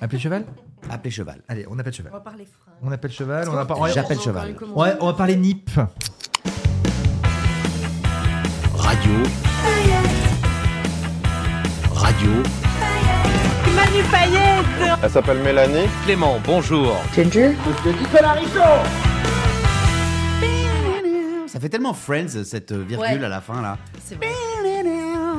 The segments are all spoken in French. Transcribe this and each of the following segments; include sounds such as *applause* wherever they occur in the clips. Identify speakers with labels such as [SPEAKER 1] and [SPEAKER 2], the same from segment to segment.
[SPEAKER 1] Appelez cheval
[SPEAKER 2] Appelez cheval.
[SPEAKER 1] Allez, on appelle cheval.
[SPEAKER 3] On va parler fringues.
[SPEAKER 1] On appelle cheval, on, a pas- on va-
[SPEAKER 2] J'appelle
[SPEAKER 3] On va
[SPEAKER 2] cheval.
[SPEAKER 3] parler comment
[SPEAKER 1] Ouais, on va parler NIP.
[SPEAKER 2] Radio. Radio.
[SPEAKER 4] Elle s'appelle Mélanie.
[SPEAKER 5] Clément, bonjour.
[SPEAKER 2] Ça fait tellement Friends euh, cette virgule
[SPEAKER 3] Ouais.
[SPEAKER 2] à la fin là.
[SPEAKER 3] C'est vrai.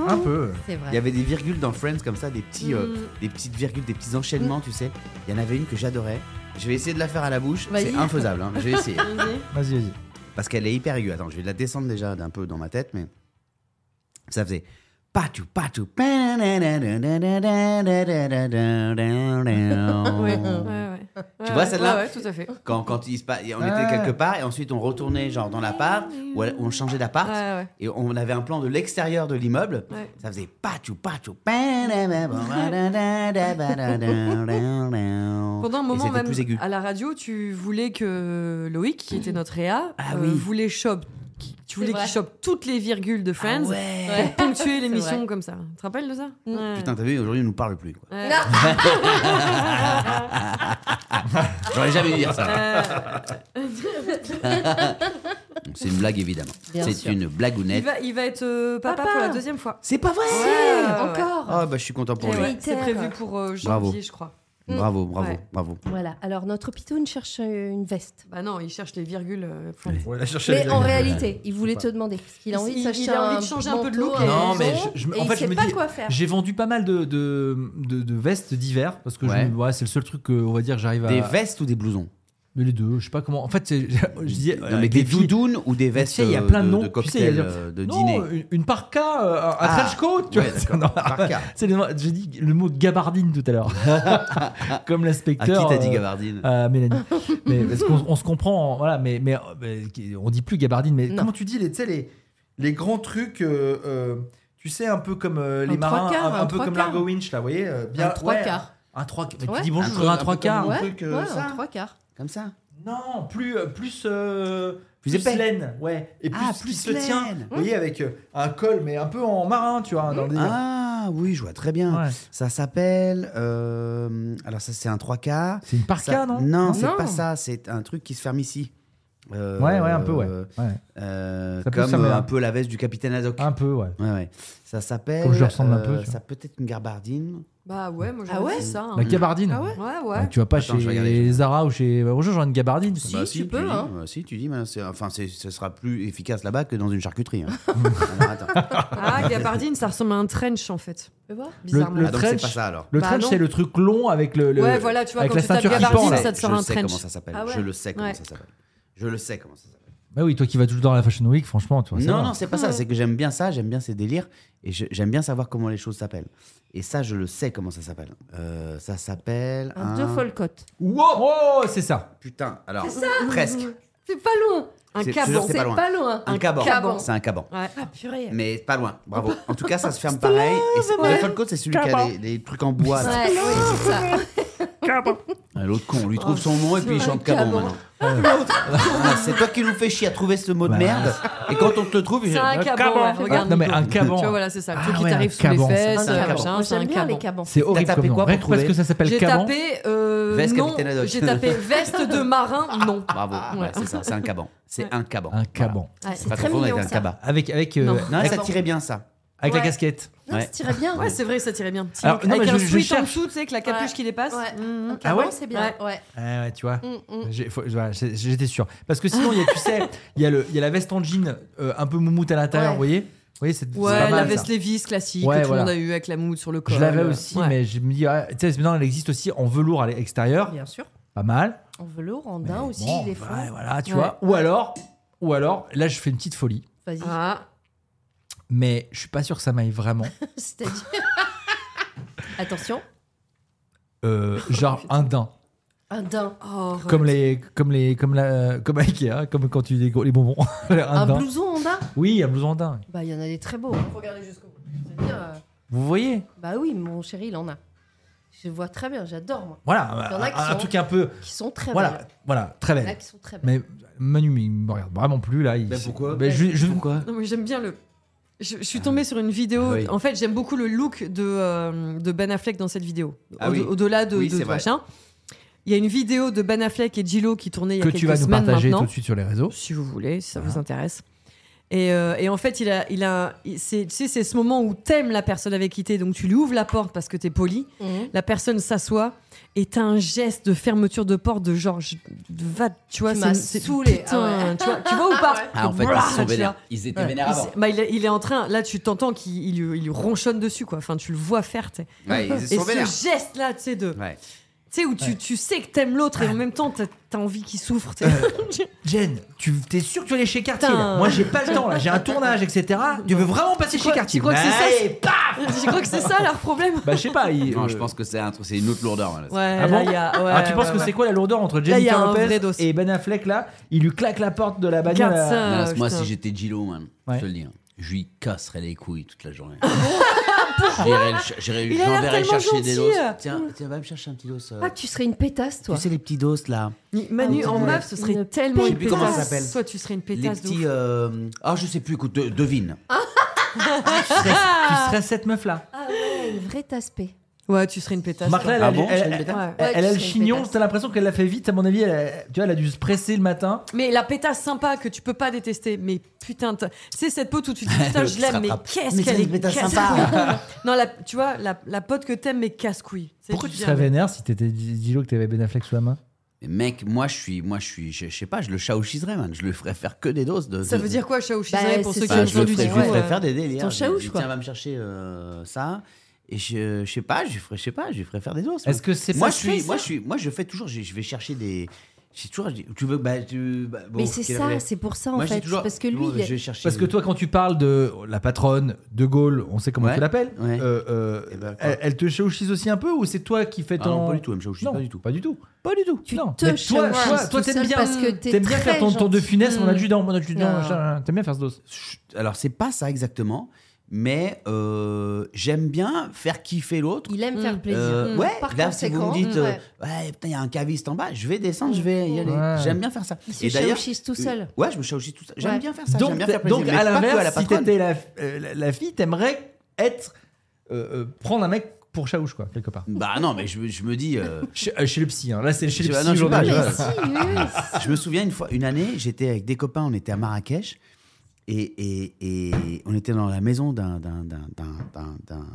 [SPEAKER 3] Oh.
[SPEAKER 1] Un peu.
[SPEAKER 3] C'est vrai.
[SPEAKER 2] Il y avait des virgules dans Friends comme ça, des petits, euh,
[SPEAKER 3] Mm.
[SPEAKER 2] des petites virgules, des petits enchaînements, tu sais. Il y en avait une que j'adorais. Je vais essayer de la faire à la bouche.
[SPEAKER 3] Vas-y.
[SPEAKER 2] C'est infaisable. Hein. Je vais
[SPEAKER 3] *laughs*
[SPEAKER 2] essayer
[SPEAKER 3] Vas-y.
[SPEAKER 1] Vas-y, vas-y.
[SPEAKER 2] parce qu'elle est hyper aiguë. Attends, je vais la descendre déjà d'un peu dans ma tête, mais ça faisait patou patou.
[SPEAKER 6] ouais.
[SPEAKER 2] Tu vois celle-là
[SPEAKER 6] Ouais, ouais, tout à fait.
[SPEAKER 2] Quand, quand il se pa- on
[SPEAKER 1] Ah.
[SPEAKER 2] était quelque part et ensuite on retournait genre dans l'appart ou elle- on changeait d'appart
[SPEAKER 6] Ouais, ouais.
[SPEAKER 2] et on avait un plan de l'extérieur de l'immeuble.
[SPEAKER 6] Ouais.
[SPEAKER 2] Ça faisait patou patou. Pendant
[SPEAKER 6] Pendant un moment même,
[SPEAKER 2] plus aigu.
[SPEAKER 6] à la radio, tu voulais que Loïc, qui était notre réa, euh,
[SPEAKER 2] Ah oui.
[SPEAKER 6] voulait chope. qui- Tu voulais
[SPEAKER 3] C'est vrai.
[SPEAKER 6] qu'il chope toutes les virgules de
[SPEAKER 2] Ah
[SPEAKER 6] Friends
[SPEAKER 2] ouais.
[SPEAKER 3] Ouais.
[SPEAKER 6] pour
[SPEAKER 3] *laughs*
[SPEAKER 6] ponctuer l'émission
[SPEAKER 3] vrai. Mm.
[SPEAKER 6] comme ça. Tu te rappelles de ça Ouais.
[SPEAKER 2] Putain, t'as vu, aujourd'hui, on nous parle plus. quoi.
[SPEAKER 6] Ouais.
[SPEAKER 2] J'aurais jamais dû dire ça.
[SPEAKER 6] Euh,
[SPEAKER 2] C'est une blague, évidemment.
[SPEAKER 3] Bien
[SPEAKER 2] C'est
[SPEAKER 3] sûr.
[SPEAKER 2] une
[SPEAKER 6] il,
[SPEAKER 2] blagounette.
[SPEAKER 6] va, il va être euh, papa,
[SPEAKER 3] Papa.
[SPEAKER 6] pour la deuxième fois.
[SPEAKER 2] C'est pas vrai
[SPEAKER 6] Ouais.
[SPEAKER 3] Encore.
[SPEAKER 2] Ah bah je suis content pour
[SPEAKER 6] Eh Ouais,
[SPEAKER 2] lui.
[SPEAKER 3] oui.
[SPEAKER 6] C'est prévu pour euh, janvier,
[SPEAKER 2] Bravo.
[SPEAKER 6] je crois.
[SPEAKER 2] Bravo, bravo,
[SPEAKER 6] Ouais.
[SPEAKER 2] bravo.
[SPEAKER 3] Voilà. Alors notre pitoune cherche euh, une veste.
[SPEAKER 6] Bah non, il cherche les virgules. euh, Friends.
[SPEAKER 1] On va la chercher.
[SPEAKER 3] Mais
[SPEAKER 1] les
[SPEAKER 3] en
[SPEAKER 1] gars.
[SPEAKER 3] réalité, il voulait
[SPEAKER 1] pas.
[SPEAKER 3] te demander parce qu'il a
[SPEAKER 6] Il-
[SPEAKER 3] envie de
[SPEAKER 6] il-
[SPEAKER 3] s'acheter
[SPEAKER 6] il a envie de changer un peu de
[SPEAKER 3] manteau,
[SPEAKER 6] look
[SPEAKER 3] un
[SPEAKER 6] et-
[SPEAKER 1] Non,
[SPEAKER 3] manteau,
[SPEAKER 1] mais je- je- en
[SPEAKER 3] et
[SPEAKER 1] fait,
[SPEAKER 3] il
[SPEAKER 1] je
[SPEAKER 3] sait
[SPEAKER 1] me
[SPEAKER 3] pas
[SPEAKER 1] dis-
[SPEAKER 3] quoi faire.
[SPEAKER 1] J'ai vendu pas mal de, de, de- de vestes d'hiver parce que je-
[SPEAKER 2] Ouais.
[SPEAKER 1] ouais, c'est le seul truc que, on va dire, j'arrive à.
[SPEAKER 2] Des vestes ou des blousons
[SPEAKER 1] Mais les deux, je sais pas comment. En fait, c'est- *laughs* je disais.
[SPEAKER 2] Non,
[SPEAKER 1] avec
[SPEAKER 2] mais des
[SPEAKER 1] filles-
[SPEAKER 2] doudounes ou des vestes
[SPEAKER 1] Tu sais, il y a
[SPEAKER 2] euh,
[SPEAKER 1] plein de
[SPEAKER 2] de,
[SPEAKER 1] noms.
[SPEAKER 2] de
[SPEAKER 1] Tu sais, il y a
[SPEAKER 2] cocktail
[SPEAKER 1] des-
[SPEAKER 2] euh, de
[SPEAKER 1] non,
[SPEAKER 2] dîner
[SPEAKER 1] une- une parka, euh, un
[SPEAKER 2] Ah.
[SPEAKER 1] trench coat, tu
[SPEAKER 2] Ouais,
[SPEAKER 1] vois. *laughs*
[SPEAKER 2] d'accord.
[SPEAKER 1] Non,
[SPEAKER 2] Parka.
[SPEAKER 1] c'est le nom- J'ai dit le mot gabardine tout à
[SPEAKER 2] *laughs*
[SPEAKER 1] l'heure. Comme
[SPEAKER 2] À qui
[SPEAKER 1] l'inspecteur.
[SPEAKER 2] t'as dit
[SPEAKER 1] euh,
[SPEAKER 2] gabardine
[SPEAKER 1] à Mélanie. mais parce qu'on on se comprend, voilà, mais, mais, euh, mais on dit plus gabardine. Mais
[SPEAKER 3] Non.
[SPEAKER 1] comment tu dis les, tu sais, les, les grands trucs, euh, euh, tu sais, un peu comme euh, les
[SPEAKER 6] Un
[SPEAKER 1] marins,
[SPEAKER 6] trois quarts,
[SPEAKER 1] un, un
[SPEAKER 6] un
[SPEAKER 1] peu
[SPEAKER 6] trois
[SPEAKER 1] comme
[SPEAKER 6] quarts.
[SPEAKER 1] l'argo winch, là, vous voyez euh, bien,
[SPEAKER 3] Un trois
[SPEAKER 1] ouais,
[SPEAKER 3] quarts.
[SPEAKER 1] Un trois quarts.
[SPEAKER 3] Ouais.
[SPEAKER 1] Tu dis bonjour,
[SPEAKER 2] Un truc-
[SPEAKER 1] un
[SPEAKER 2] un
[SPEAKER 1] trois
[SPEAKER 2] peu comme
[SPEAKER 1] quarts.
[SPEAKER 2] un
[SPEAKER 3] Ouais,
[SPEAKER 2] truc,
[SPEAKER 3] ouais,
[SPEAKER 2] euh, ça.
[SPEAKER 3] un trois quarts.
[SPEAKER 2] Comme ça
[SPEAKER 1] Non, plus euh, plus euh,
[SPEAKER 2] Plus
[SPEAKER 1] plus,
[SPEAKER 2] épais.
[SPEAKER 1] laine, ouais, et plus,
[SPEAKER 2] Ah,
[SPEAKER 1] qui
[SPEAKER 2] plus
[SPEAKER 1] se tient.
[SPEAKER 2] laine.
[SPEAKER 1] Vous voyez avec euh, un col mais un peu en marin, tu vois, dans le délire.
[SPEAKER 2] Ah oui, je vois très bien.
[SPEAKER 1] Ouais.
[SPEAKER 2] Ça s'appelle... euh, alors ça, c'est un trois quarts.
[SPEAKER 1] C'est une parka,
[SPEAKER 2] Ça-
[SPEAKER 1] non
[SPEAKER 2] Non, c'est
[SPEAKER 6] Non.
[SPEAKER 2] pas ça. C'est un truc qui se ferme ici. Euh,
[SPEAKER 1] Ouais, ouais, un peu, ouais.
[SPEAKER 2] euh,
[SPEAKER 1] Ouais.
[SPEAKER 2] euh,
[SPEAKER 1] Ça peut se
[SPEAKER 2] comme
[SPEAKER 1] fermer,
[SPEAKER 2] euh,
[SPEAKER 1] hein.
[SPEAKER 2] un peu la veste du capitaine Haddock.
[SPEAKER 1] Un peu, ouais.
[SPEAKER 2] Ouais, ouais. Ça s'appelle... euh,
[SPEAKER 1] Comme je le ressemble un peu, tu
[SPEAKER 2] Ça peut être une gabardine.
[SPEAKER 6] Bah ouais, moi j'aurais
[SPEAKER 3] Ah ouais
[SPEAKER 6] dit ça. hein.
[SPEAKER 1] La gabardine.
[SPEAKER 3] Ah ouais
[SPEAKER 6] Ouais,
[SPEAKER 1] Ah,
[SPEAKER 6] ouais.
[SPEAKER 1] tu vas pas
[SPEAKER 2] Attends, je
[SPEAKER 1] chez
[SPEAKER 2] vais regarder.
[SPEAKER 1] Zara ou chez bah, Bonjour, j'aurais une gabardine.
[SPEAKER 3] Si, tu peux,
[SPEAKER 2] dis,
[SPEAKER 3] hein.
[SPEAKER 2] bah, si, tu dis, mais c'est- enfin, c'est- ce sera plus efficace là-bas que dans une charcuterie.
[SPEAKER 1] *laughs*
[SPEAKER 2] hein. Alors, attends. Ah,
[SPEAKER 6] Ah, gabardine, ça ressemble à un trench en fait.
[SPEAKER 3] Tu peux voir
[SPEAKER 6] Bizarrement.
[SPEAKER 1] le-
[SPEAKER 2] Ah, donc
[SPEAKER 1] trench.
[SPEAKER 2] c'est pas ça alors.
[SPEAKER 1] Le
[SPEAKER 6] Bah
[SPEAKER 1] trench,
[SPEAKER 6] non.
[SPEAKER 1] c'est le truc long avec le. le-
[SPEAKER 6] Ouais, voilà, tu vois,
[SPEAKER 1] avec
[SPEAKER 6] quand
[SPEAKER 1] la
[SPEAKER 6] tu tapes
[SPEAKER 1] ceinture qui
[SPEAKER 6] gabardine,
[SPEAKER 1] pend,
[SPEAKER 2] je
[SPEAKER 6] ça
[SPEAKER 1] là.
[SPEAKER 6] te
[SPEAKER 2] sais
[SPEAKER 6] sort un trench.
[SPEAKER 2] comment ça s'appelle.
[SPEAKER 6] Ah ouais.
[SPEAKER 2] Je le sais comment
[SPEAKER 6] Ouais.
[SPEAKER 2] ça s'appelle. Je le sais comment ça s'appelle.
[SPEAKER 1] Bah oui, toi qui vas toujours dans la Fashion Week, franchement, tu vois. ça
[SPEAKER 2] Non,
[SPEAKER 1] va.
[SPEAKER 2] non, c'est pas ça. C'est que j'aime bien ça, j'aime bien ces délires et je- j'aime bien savoir comment les choses s'appellent. Et ça, je le sais comment ça s'appelle. Euh, ça s'appelle.
[SPEAKER 3] Un deux folcottes.
[SPEAKER 1] Wow, oh, c'est ça.
[SPEAKER 2] Putain, alors. Presque.
[SPEAKER 3] C'est pas loin.
[SPEAKER 6] Un
[SPEAKER 2] C'est-
[SPEAKER 6] caban.
[SPEAKER 2] c'est
[SPEAKER 3] C'est
[SPEAKER 2] pas
[SPEAKER 3] pas
[SPEAKER 2] loin.
[SPEAKER 3] loin.
[SPEAKER 2] Un caban.
[SPEAKER 3] caban.
[SPEAKER 2] C'est un caban.
[SPEAKER 6] Ouais.
[SPEAKER 3] Ah purée.
[SPEAKER 2] Mais pas loin, bravo. En tout cas, ça se ferme pareil. Et c'est- Le folcoat, c'est celui qui a
[SPEAKER 1] Caban.
[SPEAKER 2] les, les trucs en bois. là.
[SPEAKER 3] Ouais, oui, c'est ça.
[SPEAKER 2] Ah, L'autre con, on lui trouve son nom et puis il
[SPEAKER 3] Oh, c'est
[SPEAKER 2] chante
[SPEAKER 3] un
[SPEAKER 2] Caban
[SPEAKER 3] caban.
[SPEAKER 2] maintenant.
[SPEAKER 3] *laughs*
[SPEAKER 2] *laughs* Ah, c'est toi qui nous fais chier à trouver ce mot de
[SPEAKER 1] Bah,
[SPEAKER 2] merde. Et quand on te le trouve, il
[SPEAKER 6] C'est un caban, ouais, regarde.
[SPEAKER 1] non, mais
[SPEAKER 6] Nico.
[SPEAKER 1] un caban.
[SPEAKER 6] Tu vois, voilà, c'est ça. Le
[SPEAKER 1] Ah
[SPEAKER 6] truc qui
[SPEAKER 1] ouais,
[SPEAKER 6] t'arrive
[SPEAKER 1] un
[SPEAKER 6] sous les
[SPEAKER 1] caban, ça,
[SPEAKER 6] fesses,
[SPEAKER 2] Ah, c'est un
[SPEAKER 6] euh,
[SPEAKER 2] caban.
[SPEAKER 6] machin,
[SPEAKER 3] Moi,
[SPEAKER 6] c'est un
[SPEAKER 3] J'aime bien les
[SPEAKER 6] caban.
[SPEAKER 3] cabans.
[SPEAKER 1] C'est horrible.
[SPEAKER 2] tapé
[SPEAKER 1] comme nom.
[SPEAKER 2] quoi pour
[SPEAKER 1] Rien que parce
[SPEAKER 2] trouver
[SPEAKER 1] que ça s'appelle
[SPEAKER 6] J'ai
[SPEAKER 1] caban.
[SPEAKER 6] tapé, euh,
[SPEAKER 2] Veste
[SPEAKER 6] non,
[SPEAKER 2] Capitaine Haddock.
[SPEAKER 6] j'ai *laughs* tapé veste de marin, non.
[SPEAKER 2] Bravo,
[SPEAKER 6] Ah,
[SPEAKER 2] ouais,
[SPEAKER 6] ouais.
[SPEAKER 2] c'est ça, c'est un caban. C'est un caban.
[SPEAKER 1] Un caban.
[SPEAKER 3] Ouais,
[SPEAKER 2] Voilà.
[SPEAKER 3] c'est
[SPEAKER 2] Pas
[SPEAKER 3] très
[SPEAKER 2] confondre avec
[SPEAKER 3] mignon
[SPEAKER 2] un
[SPEAKER 3] ça.
[SPEAKER 2] cabas.
[SPEAKER 1] Avec avec euh,
[SPEAKER 6] Non.
[SPEAKER 2] Non,
[SPEAKER 6] Ouais.
[SPEAKER 2] ça tirait bien ça.
[SPEAKER 1] avec la
[SPEAKER 3] Ouais.
[SPEAKER 1] casquette.
[SPEAKER 3] Non,
[SPEAKER 2] Ouais.
[SPEAKER 3] ça tirait bien.
[SPEAKER 6] Ouais, c'est vrai, ça tirait bien. Petit
[SPEAKER 1] Alors,
[SPEAKER 6] look
[SPEAKER 1] non, mais
[SPEAKER 6] avec un
[SPEAKER 1] je- je
[SPEAKER 6] sweat en
[SPEAKER 1] cherche.
[SPEAKER 6] dessous, tu sais, avec la capuche
[SPEAKER 3] Ouais.
[SPEAKER 6] qui dépasse.
[SPEAKER 3] Ouais.
[SPEAKER 6] Mhm.
[SPEAKER 3] Un
[SPEAKER 1] Ah ouais
[SPEAKER 3] caban, c'est bien. Ouais.
[SPEAKER 1] Ouais, ouais, tu vois.
[SPEAKER 3] Mm, mm.
[SPEAKER 1] J'ai- faut- voilà, c'est- J'étais sûr. Parce que sinon, il y a, tu sais, il y, a le- il y a la veste en jean euh, un peu moumoute à l'intérieur,
[SPEAKER 3] Ouais.
[SPEAKER 1] vous voyez Vous voyez, c'est c'est
[SPEAKER 6] Ouais,
[SPEAKER 1] pas
[SPEAKER 6] la
[SPEAKER 1] mal,
[SPEAKER 6] veste
[SPEAKER 1] ça.
[SPEAKER 6] Levis classique
[SPEAKER 1] Ouais,
[SPEAKER 6] que tout le
[SPEAKER 1] voilà.
[SPEAKER 6] monde a eu avec la moule sur le col.
[SPEAKER 1] Je l'avais aussi,
[SPEAKER 6] Ouais.
[SPEAKER 1] mais je me dis, ah, tu sais, maintenant elle existe aussi en velours à l'extérieur,
[SPEAKER 3] Bien sûr.
[SPEAKER 1] pas mal.
[SPEAKER 3] En velours, en
[SPEAKER 6] Hein,
[SPEAKER 3] daim
[SPEAKER 1] Mais
[SPEAKER 3] aussi,
[SPEAKER 1] bon,
[SPEAKER 3] il est fou.
[SPEAKER 1] ouais, voilà, tu
[SPEAKER 6] Ouais.
[SPEAKER 1] vois. Ou alors, ou alors, là, je fais une petite folie,
[SPEAKER 3] Vas-y.
[SPEAKER 6] Ah,
[SPEAKER 1] mais je suis pas sûr que ça m'aille vraiment.
[SPEAKER 3] C'est-à-dire. Attention.
[SPEAKER 6] *laughs*
[SPEAKER 1] Euh, genre un daim,
[SPEAKER 3] Un daim.
[SPEAKER 6] oh,
[SPEAKER 1] comme les, comme les, comme la, comme Ikea, comme quand tu dis les bonbons. *laughs* un
[SPEAKER 3] Un
[SPEAKER 1] daim.
[SPEAKER 3] blouson en daim
[SPEAKER 1] Oui, un blouson en daim.
[SPEAKER 3] Bah, il y en a des très beaux. Faut regarder jusqu'au bout. C'est-à-dire, euh,
[SPEAKER 1] Vous voyez
[SPEAKER 3] Bah oui, mon chéri, il en a. Je vois très bien, j'adore moi.
[SPEAKER 1] Voilà,
[SPEAKER 3] Il y en a qui
[SPEAKER 1] un, un
[SPEAKER 3] sont-
[SPEAKER 1] truc un peu,
[SPEAKER 3] Qui sont très
[SPEAKER 1] voilà,
[SPEAKER 3] belles.
[SPEAKER 1] voilà, très
[SPEAKER 3] Il y en a
[SPEAKER 1] belle.
[SPEAKER 3] qui sont très belles.
[SPEAKER 1] Mais Manu, mais il me regarde vraiment plus là. il-
[SPEAKER 2] Ben, pourquoi
[SPEAKER 1] Ben, je, je-
[SPEAKER 2] Pourquoi
[SPEAKER 6] Non, mais j'aime bien le. Je, je suis tombée sur une vidéo.
[SPEAKER 2] Ah oui.
[SPEAKER 6] En fait, j'aime beaucoup le look de, euh, de Ben Affleck dans cette vidéo.
[SPEAKER 2] Ah
[SPEAKER 6] Au-
[SPEAKER 2] oui.
[SPEAKER 6] Au-delà de,
[SPEAKER 2] Oui,
[SPEAKER 6] de
[SPEAKER 2] c'est vrai.
[SPEAKER 6] machin. Il y a une vidéo de Ben Affleck et Gillo qui tournait il y a
[SPEAKER 1] que
[SPEAKER 6] quelques
[SPEAKER 1] tu vas nous
[SPEAKER 6] semaines
[SPEAKER 1] partager
[SPEAKER 6] maintenant,
[SPEAKER 1] tout de suite sur les réseaux.
[SPEAKER 6] si vous voulez, si ça
[SPEAKER 1] Voilà.
[SPEAKER 2] Ah.
[SPEAKER 6] vous intéresse. Et, euh, et en fait, il a, il a, il- c'est, tu sais, c'est ce moment où t'aimes la personne avec qui t'es, donc tu lui ouvres la porte parce que t'es poli.
[SPEAKER 3] Mhm.
[SPEAKER 6] La personne s'assoit et t'as un geste de fermeture de porte de genre, je- de- va, tu vois,
[SPEAKER 3] Tu
[SPEAKER 6] c'est-
[SPEAKER 3] m'as
[SPEAKER 6] c'est-
[SPEAKER 3] saoulé.
[SPEAKER 6] putain,
[SPEAKER 3] Ah ouais.
[SPEAKER 6] tu, vois, tu vois ou pas
[SPEAKER 2] Ah, en fait,
[SPEAKER 6] Brrr,
[SPEAKER 2] ils sont
[SPEAKER 6] tu vois.
[SPEAKER 2] vénères. Ils étaient
[SPEAKER 1] Ouais.
[SPEAKER 2] vénères avant.
[SPEAKER 6] Il s'est- bah, il, est- il est en train, là tu t'entends qu'il il, lui- il lui ronchonne dessus quoi, enfin tu le vois faire. t'sais.
[SPEAKER 2] Ouais, ils
[SPEAKER 6] Et
[SPEAKER 2] sont
[SPEAKER 6] ce
[SPEAKER 2] vénères.
[SPEAKER 6] geste là, tu sais, de,
[SPEAKER 2] Ouais.
[SPEAKER 6] tu sais, où tu,
[SPEAKER 1] Ouais.
[SPEAKER 6] tu sais que t'aimes l'autre et en même temps t'as t'as envie qu'il souffre. t'sais.
[SPEAKER 1] Jen, tu t'es sûr que tu vas aller chez Cartier
[SPEAKER 6] Putain.
[SPEAKER 1] là Moi, j'ai pas le temps là, j'ai un tournage, etc. Tu veux vraiment passer chez
[SPEAKER 6] crois-
[SPEAKER 1] Cartier
[SPEAKER 6] tu crois que c'est ça,
[SPEAKER 1] Allez, paf
[SPEAKER 6] *laughs* Je crois que c'est ça leur problème.
[SPEAKER 1] Bah, je sais pas. il-
[SPEAKER 2] Non,
[SPEAKER 1] euh,
[SPEAKER 2] je pense que c'est un truc- c'est une autre lourdeur. là.
[SPEAKER 6] Ouais,
[SPEAKER 1] Ah bon
[SPEAKER 6] là, il y a- ouais,
[SPEAKER 1] Ah, tu penses
[SPEAKER 6] ouais,
[SPEAKER 1] que
[SPEAKER 6] ouais.
[SPEAKER 1] c'est quoi la lourdeur entre
[SPEAKER 6] Là, il y a
[SPEAKER 1] Jennifer
[SPEAKER 6] un vrai dos.
[SPEAKER 1] Lopez et Ben Affleck là Il lui claque la porte de la bagnole. euh,
[SPEAKER 6] Regarde
[SPEAKER 1] à-
[SPEAKER 6] ça.
[SPEAKER 2] Non, moi,
[SPEAKER 6] putain.
[SPEAKER 2] si j'étais Gilo, man,
[SPEAKER 1] Ouais.
[SPEAKER 2] je te le dis, hein, je lui casserais les couilles toute la journée. J'irais le ch- j'irais-
[SPEAKER 6] Ah Il a l'air
[SPEAKER 2] J'enverrais
[SPEAKER 6] tellement
[SPEAKER 2] chercher
[SPEAKER 6] gentil. euh.
[SPEAKER 2] des doses. Tiens, tiens, va me chercher un petit dos. euh,
[SPEAKER 3] Ah, tu serais une pétasse, toi.
[SPEAKER 2] tu sais, les petits dos là.
[SPEAKER 6] Manu
[SPEAKER 3] Ah,
[SPEAKER 6] en
[SPEAKER 3] ouais.
[SPEAKER 6] meuf, ce serait
[SPEAKER 3] Une
[SPEAKER 6] tellement
[SPEAKER 2] pétasse. Je
[SPEAKER 6] une
[SPEAKER 2] sais plus comment ça
[SPEAKER 6] pétasse.
[SPEAKER 2] s'appelle.
[SPEAKER 6] Toi tu serais une
[SPEAKER 2] Les
[SPEAKER 6] pétasse de
[SPEAKER 2] petits.
[SPEAKER 6] ouf.
[SPEAKER 2] euh, Ah, je sais plus, écoute, de- devine.
[SPEAKER 1] Tu serais, tu serais cette meuf là.
[SPEAKER 3] Ah ouais, une vraie tasse P.
[SPEAKER 6] Ah Ouais, tu serais une pétasse.
[SPEAKER 1] Marc là,
[SPEAKER 6] toi.
[SPEAKER 1] elle,
[SPEAKER 2] Ah
[SPEAKER 1] a-
[SPEAKER 2] bon,
[SPEAKER 1] elle-
[SPEAKER 2] je serais une
[SPEAKER 1] elle-
[SPEAKER 2] pétasse
[SPEAKER 6] Ouais.
[SPEAKER 1] elle-
[SPEAKER 3] Ouais,
[SPEAKER 1] elle a
[SPEAKER 3] tu
[SPEAKER 1] le
[SPEAKER 3] serais une
[SPEAKER 1] chignon.
[SPEAKER 3] pétasse.
[SPEAKER 1] T'as l'impression qu'elle l'a fait vite. À mon avis, elle a- tu vois, elle a dû se presser le matin.
[SPEAKER 6] Mais la pétasse sympa que tu peux pas détester, mais putain, t'as- c'est cette pote où tu
[SPEAKER 2] *laughs*
[SPEAKER 6] te dis putain,
[SPEAKER 2] Le
[SPEAKER 6] je
[SPEAKER 2] petit
[SPEAKER 6] l'aime, mais
[SPEAKER 2] rattrape.
[SPEAKER 6] qu'est-ce
[SPEAKER 2] Mais
[SPEAKER 6] qu'elle
[SPEAKER 2] c'est
[SPEAKER 6] est
[SPEAKER 2] une pétasse
[SPEAKER 6] casse-couille.
[SPEAKER 2] sympa.
[SPEAKER 6] *laughs* Non, la, tu vois, la, la pote que t'aimes, mais casse-couille. C'est
[SPEAKER 1] Pourquoi tu
[SPEAKER 6] bien,
[SPEAKER 1] serais
[SPEAKER 6] mais-
[SPEAKER 1] vénère si t'étais Dilo que t'avais Ben Affleck sous la main
[SPEAKER 2] Mais mec, moi, je suis, moi, je suis, je, je sais pas, je le chaouchiserais, man. Je le ferais faire que des doses de.
[SPEAKER 6] Ça
[SPEAKER 2] de-
[SPEAKER 6] veut dire quoi, Chao
[SPEAKER 3] Bah,
[SPEAKER 6] pour
[SPEAKER 3] c'est
[SPEAKER 6] ceux qui
[SPEAKER 3] ça.
[SPEAKER 2] Bah,
[SPEAKER 6] ont
[SPEAKER 2] je le
[SPEAKER 6] entendu
[SPEAKER 2] ferais,
[SPEAKER 6] du
[SPEAKER 2] je
[SPEAKER 6] coup
[SPEAKER 2] le ferais
[SPEAKER 6] euh,
[SPEAKER 2] faire des délires.
[SPEAKER 3] Ton
[SPEAKER 2] Je-
[SPEAKER 3] chaouche,
[SPEAKER 2] je-
[SPEAKER 3] quoi.
[SPEAKER 2] Tiens, va me chercher euh, ça. Et je, je sais pas, je ferais, je sais pas, je ferais faire des doses. man.
[SPEAKER 1] Est-ce que c'est
[SPEAKER 2] moi
[SPEAKER 1] pas
[SPEAKER 2] je suis,
[SPEAKER 1] fait,
[SPEAKER 2] moi
[SPEAKER 1] ça
[SPEAKER 2] je suis, moi je fais toujours, je, je vais chercher des, j'ai toujours, tu veux, bah tu, bah, bon,
[SPEAKER 3] mais c'est
[SPEAKER 2] quelle
[SPEAKER 3] ça,
[SPEAKER 2] heure il est
[SPEAKER 3] c'est pour ça en
[SPEAKER 2] Moi, je dis
[SPEAKER 3] fait.
[SPEAKER 2] toujours,
[SPEAKER 3] Parce que lui,
[SPEAKER 2] bon,
[SPEAKER 3] il est-
[SPEAKER 2] je vais chercher.
[SPEAKER 1] Parce que toi, quand tu parles de la patronne, de Gaulle, on sait comment
[SPEAKER 2] Ouais.
[SPEAKER 1] tu l'appelles,
[SPEAKER 2] Ouais.
[SPEAKER 1] euh, euh,
[SPEAKER 2] Eh ben, quoi.
[SPEAKER 1] elle, elle te chauchise aussi un peu ou c'est toi qui fais
[SPEAKER 2] Ah
[SPEAKER 1] ton.
[SPEAKER 2] non, pas du tout, elle me chauchise
[SPEAKER 1] Non,
[SPEAKER 2] pas du tout.
[SPEAKER 1] Pas du tout. Pas du tout.
[SPEAKER 3] Tu
[SPEAKER 1] non.
[SPEAKER 3] te
[SPEAKER 1] Mais toi,
[SPEAKER 3] chauchises
[SPEAKER 1] toi, toi,
[SPEAKER 3] tout
[SPEAKER 1] t'aimes
[SPEAKER 3] seul
[SPEAKER 1] bien,
[SPEAKER 3] parce que t'es
[SPEAKER 1] t'aimes bien
[SPEAKER 3] très
[SPEAKER 1] faire ton, ton de
[SPEAKER 3] gentil.
[SPEAKER 1] funeste, mon
[SPEAKER 3] Hmm.
[SPEAKER 1] adjudant, mon adjudant,
[SPEAKER 3] Non.
[SPEAKER 1] machin, t'aimes bien faire ce dos.
[SPEAKER 2] Je- Alors c'est pas ça exactement, mais euh, j'aime bien faire kiffer l'autre.
[SPEAKER 3] il aime
[SPEAKER 6] Mm.
[SPEAKER 3] faire plaisir. Hmm.
[SPEAKER 2] Euh,
[SPEAKER 6] Mm.
[SPEAKER 2] ouais,
[SPEAKER 3] Par
[SPEAKER 2] là, si vous me
[SPEAKER 3] conséquent,
[SPEAKER 2] dites,
[SPEAKER 3] mm,
[SPEAKER 2] euh,
[SPEAKER 3] ouais. Hmm.
[SPEAKER 2] ouais, putain, il y a un caviste en bas, je vais descendre, je vais y aller.
[SPEAKER 1] Ouais.
[SPEAKER 2] J'aime bien faire ça.
[SPEAKER 3] Il se
[SPEAKER 2] Et d'ailleurs,
[SPEAKER 3] chauchise tout seul.
[SPEAKER 2] Ouais, je me chauchise tout seul. J'aime
[SPEAKER 3] Ouais.
[SPEAKER 2] bien faire ça. j'aime
[SPEAKER 1] donc,
[SPEAKER 2] bien faire plaisir,
[SPEAKER 1] donc
[SPEAKER 2] mais
[SPEAKER 1] à
[SPEAKER 2] pas que
[SPEAKER 1] l'inverse,
[SPEAKER 2] la
[SPEAKER 1] si
[SPEAKER 2] patronne.
[SPEAKER 1] t'étais la, euh, la- la fille, t'aimerais être. euh, euh, prendre un mec pour chaouche, quoi, quelque part.
[SPEAKER 2] Bah non, mais je, je me dis. euh,
[SPEAKER 1] Chez, euh, chez le psy, hein. là c'est chez
[SPEAKER 2] Je-
[SPEAKER 1] le
[SPEAKER 2] ah
[SPEAKER 1] psy
[SPEAKER 2] non, je sais
[SPEAKER 1] aujourd'hui.
[SPEAKER 2] pas,
[SPEAKER 1] Ouais.
[SPEAKER 3] Mais si, oui.
[SPEAKER 2] Je me souviens une fois, une année, j'étais avec des copains, on était à Marrakech et, et- et on était dans la maison d'un d'un- d'un- d'un- d'un- d'un-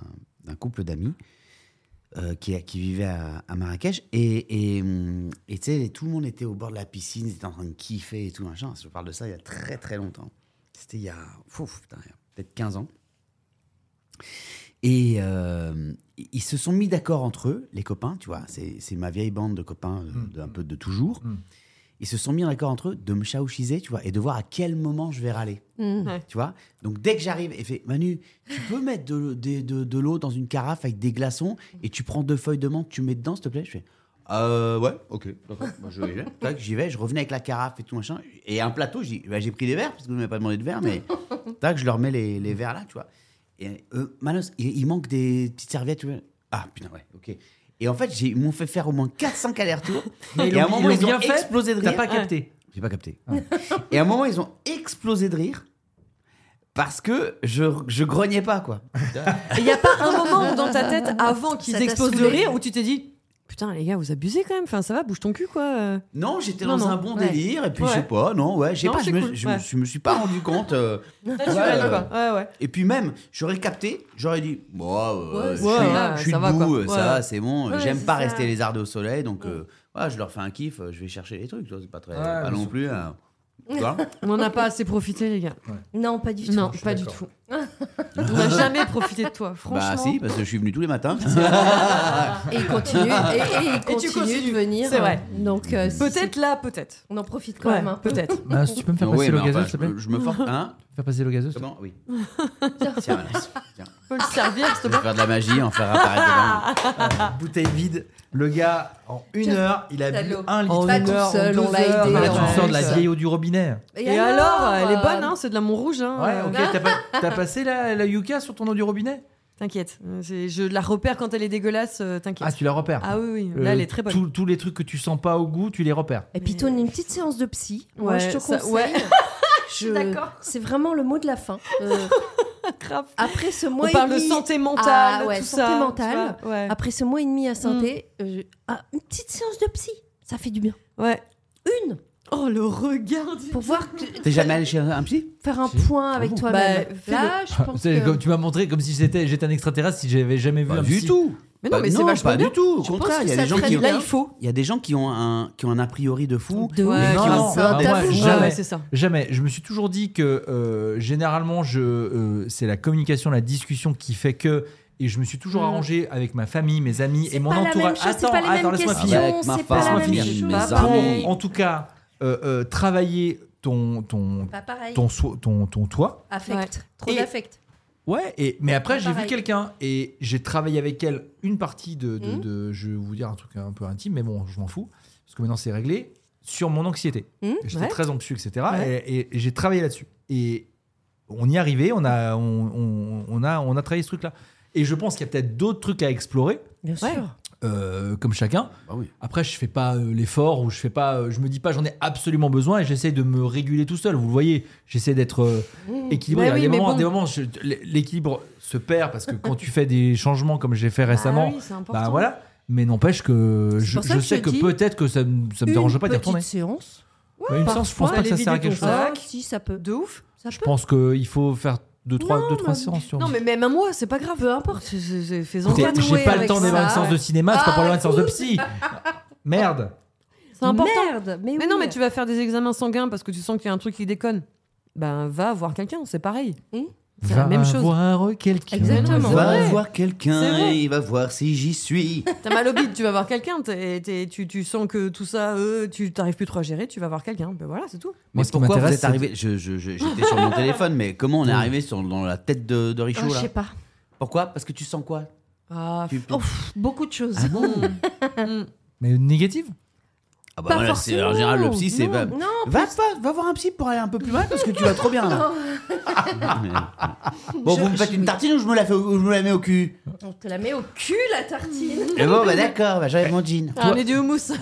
[SPEAKER 2] d'un couple d'amis euh, qui, qui vivait à, à Marrakech et et, hum, et tu sais, tout le monde était au bord de la piscine, ils étaient en train de kiffer et tout machin. Je parle de ça il y a très très longtemps. C'était il y a, ouf, putain, il y a peut-être 15 ans. Et euh, ils se sont mis d'accord entre eux, les copains, tu vois. C'est c'est ma vieille bande de copains euh,
[SPEAKER 1] Mm.
[SPEAKER 2] d'un peu de toujours.
[SPEAKER 1] Mm.
[SPEAKER 2] Ils se sont mis d'accord entre eux de me chaouchiser, tu vois, et de voir à quel moment je vais râler,
[SPEAKER 6] euh,
[SPEAKER 3] Mm.
[SPEAKER 2] tu vois. Donc dès que j'arrive, et fait Manu, tu peux mettre de, de- de- de l'eau dans une carafe avec des glaçons et tu prends deux feuilles de menthe, tu mets dedans, s'il te plaît. Je fais euh, ouais, ok, d'accord, bah, je vais. Tac, J'y vais, je revenais avec la carafe et tout machin. Et un plateau, j'ai bah, j'ai pris des verres, parce que vous m'avez pas demandé de verres, mais tac, je leur mets les,
[SPEAKER 1] Mm.
[SPEAKER 2] les verres là, tu vois. Et euh, Manos, il, il manque des petites serviettes, tu vois. Ah putain, ouais, ok. Et en fait, j'ai- ils m'ont fait faire au moins 400 allers-retours.
[SPEAKER 1] *laughs* Mais
[SPEAKER 2] Et
[SPEAKER 1] ils
[SPEAKER 2] à un
[SPEAKER 1] l'ont-
[SPEAKER 2] moment,
[SPEAKER 1] ils l'ont
[SPEAKER 2] ils ont
[SPEAKER 1] bien fait,
[SPEAKER 2] explosé de
[SPEAKER 1] T'as
[SPEAKER 2] rire.
[SPEAKER 1] pas capté.
[SPEAKER 2] J'ai pas capté. *laughs* Et à un moment, ils ont explosé de rire parce que je, je grognais pas, quoi.
[SPEAKER 6] Il n'y a pas un moment dans
[SPEAKER 3] *laughs*
[SPEAKER 6] ta tête avant qu'ils
[SPEAKER 3] Ça t'a
[SPEAKER 6] explosent de
[SPEAKER 3] saoulé.
[SPEAKER 6] rire où tu t'es dit putain les gars vous abusez quand même, enfin ça va bouge ton cul quoi. euh.
[SPEAKER 2] Non, j'étais
[SPEAKER 6] Non,
[SPEAKER 2] dans
[SPEAKER 6] non,
[SPEAKER 2] un bon
[SPEAKER 6] ouais.
[SPEAKER 2] délire et puis je
[SPEAKER 6] Ouais.
[SPEAKER 2] sais pas, non, ouais, je sais
[SPEAKER 6] Non,
[SPEAKER 2] pas, je
[SPEAKER 6] c'est
[SPEAKER 2] me,
[SPEAKER 6] cool,
[SPEAKER 2] je me-
[SPEAKER 6] ouais.
[SPEAKER 2] je me suis pas rendu compte. euh,
[SPEAKER 6] Naturel
[SPEAKER 2] Ouais, euh,
[SPEAKER 6] quoi. Ouais ouais.
[SPEAKER 2] et puis même, j'aurais capté, j'aurais dit, bon, euh,
[SPEAKER 3] Ouais,
[SPEAKER 2] je
[SPEAKER 6] ouais,
[SPEAKER 2] suis,
[SPEAKER 6] ouais,
[SPEAKER 2] je suis
[SPEAKER 6] ça va,
[SPEAKER 2] debout,
[SPEAKER 6] quoi.
[SPEAKER 2] euh, ça,
[SPEAKER 6] Ouais.
[SPEAKER 2] c'est bon,
[SPEAKER 3] Ouais,
[SPEAKER 2] j'aime
[SPEAKER 3] c'est
[SPEAKER 2] pas
[SPEAKER 3] ça.
[SPEAKER 2] rester les ardes au soleil, donc euh, ouais, je leur fais un kiff, euh, je vais chercher les trucs, tu vois, c'est pas très,
[SPEAKER 1] Ouais,
[SPEAKER 2] pas
[SPEAKER 1] mais
[SPEAKER 2] non
[SPEAKER 1] surtout-
[SPEAKER 2] plus. hein. Tu vois
[SPEAKER 6] On n'en a pas assez profité les gars.
[SPEAKER 3] Non, pas du tout.
[SPEAKER 6] Non
[SPEAKER 1] je suis
[SPEAKER 6] pas du
[SPEAKER 1] d'accord.
[SPEAKER 6] tout. On n'a jamais profité de toi franchement.
[SPEAKER 2] Bah si, parce que je suis venu tous les matins.
[SPEAKER 3] Et il continue, et, et il
[SPEAKER 6] tu
[SPEAKER 3] continue
[SPEAKER 6] continues,
[SPEAKER 3] de venir.
[SPEAKER 6] c'est vrai.
[SPEAKER 3] Donc, euh, si-
[SPEAKER 6] Peut-être là peut-être.
[SPEAKER 3] On en profite quand
[SPEAKER 6] Ouais
[SPEAKER 3] même hein. un peu.
[SPEAKER 6] peut-être.
[SPEAKER 3] *laughs*
[SPEAKER 1] Bah, si tu peux me faire
[SPEAKER 2] Oui,
[SPEAKER 1] passer
[SPEAKER 2] mais
[SPEAKER 1] le
[SPEAKER 2] enfin,
[SPEAKER 1] gazeuse,
[SPEAKER 2] je
[SPEAKER 1] s'il te plaît.
[SPEAKER 2] me- je me force. Hein
[SPEAKER 1] Faire passer le gazeuse.
[SPEAKER 2] Comment Oui. Tiens, Manos. Tiens.
[SPEAKER 6] Faut le servir s'il te
[SPEAKER 2] Je
[SPEAKER 6] plaît.
[SPEAKER 2] vais faire de la magie, en faire apparaître
[SPEAKER 1] bouteille vide. Le gars, en une heure, il a
[SPEAKER 3] T'as
[SPEAKER 1] bu
[SPEAKER 3] de l'eau.
[SPEAKER 1] un litre.
[SPEAKER 6] En
[SPEAKER 3] Pas
[SPEAKER 6] une
[SPEAKER 3] tout
[SPEAKER 6] heure, en
[SPEAKER 3] seul,
[SPEAKER 6] deux
[SPEAKER 3] on l'a
[SPEAKER 6] heures,
[SPEAKER 3] aidé.
[SPEAKER 1] Ah, là,
[SPEAKER 6] ouais.
[SPEAKER 1] tu sors de la
[SPEAKER 6] ça.
[SPEAKER 1] vieille eau du robinet.
[SPEAKER 6] Et alors, elle
[SPEAKER 3] euh,
[SPEAKER 6] est bonne, hein, c'est de la Montrouge. Hein,
[SPEAKER 1] Ouais,
[SPEAKER 6] euh,
[SPEAKER 1] ok. T'as pas- T'as passé la, la Yuka sur ton eau du robinet
[SPEAKER 6] T'inquiète, euh, c'est- je la repère quand elle est dégueulasse, euh, t'inquiète.
[SPEAKER 1] Ah, tu la repères.
[SPEAKER 6] Ah oui, oui,
[SPEAKER 1] Euh,
[SPEAKER 6] là elle est très bonne.
[SPEAKER 1] tous- Tous les trucs que tu sens pas au goût, tu les repères.
[SPEAKER 3] Et puis,
[SPEAKER 6] Mais-
[SPEAKER 3] toi, une petite séance de psy. Moi,
[SPEAKER 6] Ouais,
[SPEAKER 3] je te
[SPEAKER 6] *laughs* ça-
[SPEAKER 3] conseille.
[SPEAKER 6] ouais. *laughs*
[SPEAKER 3] Je- C'est vraiment le mot de la fin. Euh,
[SPEAKER 6] Grave.
[SPEAKER 3] Après ce
[SPEAKER 6] On
[SPEAKER 3] mois
[SPEAKER 6] parle
[SPEAKER 3] et
[SPEAKER 6] de
[SPEAKER 3] demi,
[SPEAKER 6] santé mentale,
[SPEAKER 3] Ah ouais,
[SPEAKER 6] tout
[SPEAKER 3] santé
[SPEAKER 6] ça,
[SPEAKER 3] mentale.
[SPEAKER 6] tu vois, ouais.
[SPEAKER 3] après ce mois et demi à santé,
[SPEAKER 6] Mm.
[SPEAKER 3] euh, ah, une petite séance de psy, ça fait du bien.
[SPEAKER 6] ouais.
[SPEAKER 3] Une
[SPEAKER 6] Oh le regard. du-
[SPEAKER 3] pour voir que-
[SPEAKER 2] T'es jamais allé chez un psy
[SPEAKER 3] faire un
[SPEAKER 1] Si.
[SPEAKER 3] point
[SPEAKER 2] Ah
[SPEAKER 3] avec
[SPEAKER 2] bon
[SPEAKER 3] toi-même.
[SPEAKER 6] Bah, fais-le.
[SPEAKER 3] Là, je
[SPEAKER 1] Tu
[SPEAKER 3] pense
[SPEAKER 1] sais,
[SPEAKER 3] que
[SPEAKER 1] comme tu m'as montré comme si j'étais j'étais un extraterrestre si j'avais jamais vu un psy.
[SPEAKER 2] tout.
[SPEAKER 6] Mais non,
[SPEAKER 2] Bah
[SPEAKER 6] mais c'est
[SPEAKER 2] non,
[SPEAKER 6] vachement
[SPEAKER 2] pas
[SPEAKER 6] bien.
[SPEAKER 2] du tout. Au
[SPEAKER 3] Je pense
[SPEAKER 2] contraire,
[SPEAKER 3] que
[SPEAKER 2] il y a
[SPEAKER 3] ça
[SPEAKER 2] des gens
[SPEAKER 3] traîne
[SPEAKER 2] qui ont,
[SPEAKER 6] Là il faut.
[SPEAKER 2] il y a des gens qui ont un qui ont un a priori de fou.
[SPEAKER 3] De
[SPEAKER 6] Ouais,
[SPEAKER 3] ouf.
[SPEAKER 2] qui
[SPEAKER 1] Non,
[SPEAKER 2] ont
[SPEAKER 1] non,
[SPEAKER 2] peur
[SPEAKER 1] bah,
[SPEAKER 2] d'être
[SPEAKER 1] moi,
[SPEAKER 2] fous.
[SPEAKER 1] jamais.
[SPEAKER 6] c'est ça.
[SPEAKER 1] Jamais. Je me suis toujours dit que euh, généralement, je, euh, c'est la communication, la discussion qui fait que. Et je me suis toujours
[SPEAKER 3] Mm.
[SPEAKER 1] arrangé avec ma famille, mes amis et
[SPEAKER 3] C'est
[SPEAKER 1] mon
[SPEAKER 3] pas la même
[SPEAKER 1] entourage.
[SPEAKER 3] chose, c'est
[SPEAKER 1] attends,
[SPEAKER 3] pas les mêmes
[SPEAKER 1] attends, laisse-moi
[SPEAKER 3] questions,
[SPEAKER 1] finir.
[SPEAKER 2] Avec ma
[SPEAKER 3] c'est pas la
[SPEAKER 1] femme,
[SPEAKER 3] même
[SPEAKER 1] mes
[SPEAKER 3] chose.
[SPEAKER 2] amis.
[SPEAKER 3] Pas
[SPEAKER 6] Bah,
[SPEAKER 2] Avec
[SPEAKER 1] Pour,
[SPEAKER 3] pareil.
[SPEAKER 1] en tout cas, euh, euh, travailler ton, ton,
[SPEAKER 3] Pas pareil.
[SPEAKER 1] ton, so- ton, ton toit.
[SPEAKER 3] Affect. Trop
[SPEAKER 1] Et-
[SPEAKER 3] d'affect.
[SPEAKER 1] Ouais, et, mais après, j'ai vu
[SPEAKER 3] Pareil.
[SPEAKER 1] quelqu'un et j'ai travaillé avec elle une partie de, de,
[SPEAKER 3] Mm.
[SPEAKER 1] de- Je vais vous dire un truc un peu intime, mais bon, je m'en fous. Parce que maintenant, c'est réglé. Sur mon anxiété.
[SPEAKER 3] Mm,
[SPEAKER 1] J'étais
[SPEAKER 6] ouais.
[SPEAKER 1] très anxieux, etc.
[SPEAKER 6] Ouais.
[SPEAKER 1] Et, et- et j'ai travaillé là-dessus. Et on y est arrivé, on a, on, on- on a, on a travaillé ce truc-là. Et je pense qu'il y a peut-être d'autres trucs à explorer,
[SPEAKER 3] Bien
[SPEAKER 6] Ouais.
[SPEAKER 3] sûr.
[SPEAKER 1] euh, comme chacun.
[SPEAKER 2] Bah oui.
[SPEAKER 1] Après, je fais pas euh, l'effort ou je fais pas, euh, je me dis pas j'en ai absolument besoin et j'essaie de me réguler tout seul. Vous le voyez, j'essaie d'être euh, équilibré.
[SPEAKER 6] Ouais,
[SPEAKER 1] Il y a des
[SPEAKER 6] Mmh. Bah oui, mais
[SPEAKER 1] moments,
[SPEAKER 6] bon.
[SPEAKER 1] des moments, je- l'é- l'équilibre se perd parce que quand tu fais des changements comme j'ai fait récemment,
[SPEAKER 6] Ah oui, c'est important.
[SPEAKER 1] bah voilà. Mais n'empêche que
[SPEAKER 3] C'est
[SPEAKER 1] je,
[SPEAKER 3] pour ça
[SPEAKER 1] je
[SPEAKER 3] que je
[SPEAKER 1] sais
[SPEAKER 3] te
[SPEAKER 1] que
[SPEAKER 3] dis,
[SPEAKER 1] peut-être que ça, me- ça me dérange pas d'y
[SPEAKER 3] Une
[SPEAKER 1] retourner.
[SPEAKER 3] petite séance.
[SPEAKER 1] Mais une séance, je pense
[SPEAKER 6] parfois,
[SPEAKER 1] pas que ça
[SPEAKER 6] aller
[SPEAKER 1] sert à
[SPEAKER 6] vider
[SPEAKER 1] quelque
[SPEAKER 6] ton
[SPEAKER 1] chose.
[SPEAKER 3] Ah,
[SPEAKER 6] Sac.
[SPEAKER 3] si, ça peut.
[SPEAKER 6] De ouf.
[SPEAKER 3] Ça
[SPEAKER 1] Je
[SPEAKER 3] peut.
[SPEAKER 1] pense qu'il faut faire deux, trois, deux, trois
[SPEAKER 3] mais-
[SPEAKER 1] séances. sur-
[SPEAKER 6] Non, mais même à moi, c'est pas grave. Peu importe. c'est- c'est- c'est- Faisons
[SPEAKER 1] Écoutez,
[SPEAKER 6] quoi de
[SPEAKER 1] j'ai
[SPEAKER 6] nouer
[SPEAKER 1] pas le
[SPEAKER 6] avec
[SPEAKER 1] temps
[SPEAKER 6] ça.
[SPEAKER 1] d'avoir une séance de cinéma, c'est pas pour avoir une
[SPEAKER 3] Ah,
[SPEAKER 1] séance de
[SPEAKER 3] cool.
[SPEAKER 1] psy. Merde.
[SPEAKER 6] C'est important.
[SPEAKER 3] Merde, mais,
[SPEAKER 6] Mais
[SPEAKER 3] oui.
[SPEAKER 6] non, mais tu vas faire des examens sanguins parce que tu sens qu'il y a un truc qui déconne. Ben, va voir quelqu'un, c'est pareil.
[SPEAKER 3] Hmm.
[SPEAKER 6] C'est la même chose.
[SPEAKER 1] voir quelqu'un. *laughs*
[SPEAKER 3] Exactement.
[SPEAKER 2] Va
[SPEAKER 6] vrai.
[SPEAKER 2] voir
[SPEAKER 6] C'est
[SPEAKER 2] quelqu'un
[SPEAKER 6] vrai.
[SPEAKER 2] et il va voir si j'y suis.
[SPEAKER 6] T'as mal au bide, tu vas voir quelqu'un. t'es- t'es- tu, tu sens que tout ça, euh, tu t'arrives plus trop à gérer, tu vas voir quelqu'un. Ben voilà, c'est tout.
[SPEAKER 1] Moi,
[SPEAKER 2] Mais
[SPEAKER 1] ce qui
[SPEAKER 2] pourquoi vous
[SPEAKER 1] m'intéresse,
[SPEAKER 2] êtes arrivé je- je- je- J'étais sur mon téléphone, mais comment on est arrivé sur, dans la tête de, de
[SPEAKER 3] Ah,
[SPEAKER 2] Richaud
[SPEAKER 3] je
[SPEAKER 2] là
[SPEAKER 3] sais pas.
[SPEAKER 2] Pourquoi Parce que tu sens quoi
[SPEAKER 6] Ah,
[SPEAKER 2] Tu-
[SPEAKER 3] Oh, pff, beaucoup de choses.
[SPEAKER 2] Ah bon
[SPEAKER 6] hmm.
[SPEAKER 1] Mais négative
[SPEAKER 2] Ah bah
[SPEAKER 3] Pas
[SPEAKER 2] voilà, c'est
[SPEAKER 3] forcément.
[SPEAKER 2] en général le psy, c'est
[SPEAKER 3] Non,
[SPEAKER 2] va,
[SPEAKER 3] non,
[SPEAKER 2] va, pas- va voir un psy pour aller un peu plus mal parce que tu vas trop bien
[SPEAKER 3] Ah.
[SPEAKER 2] là.
[SPEAKER 3] Oh.
[SPEAKER 2] bon,
[SPEAKER 3] Je-
[SPEAKER 2] vous me faites
[SPEAKER 3] je-
[SPEAKER 2] une tartine ou je me la fais ou je me la mets au cul
[SPEAKER 3] On te la met au cul la tartine.
[SPEAKER 2] Et bon, bah d'accord, bah, j'enlève mon jean.
[SPEAKER 6] Ah, on est du houmous.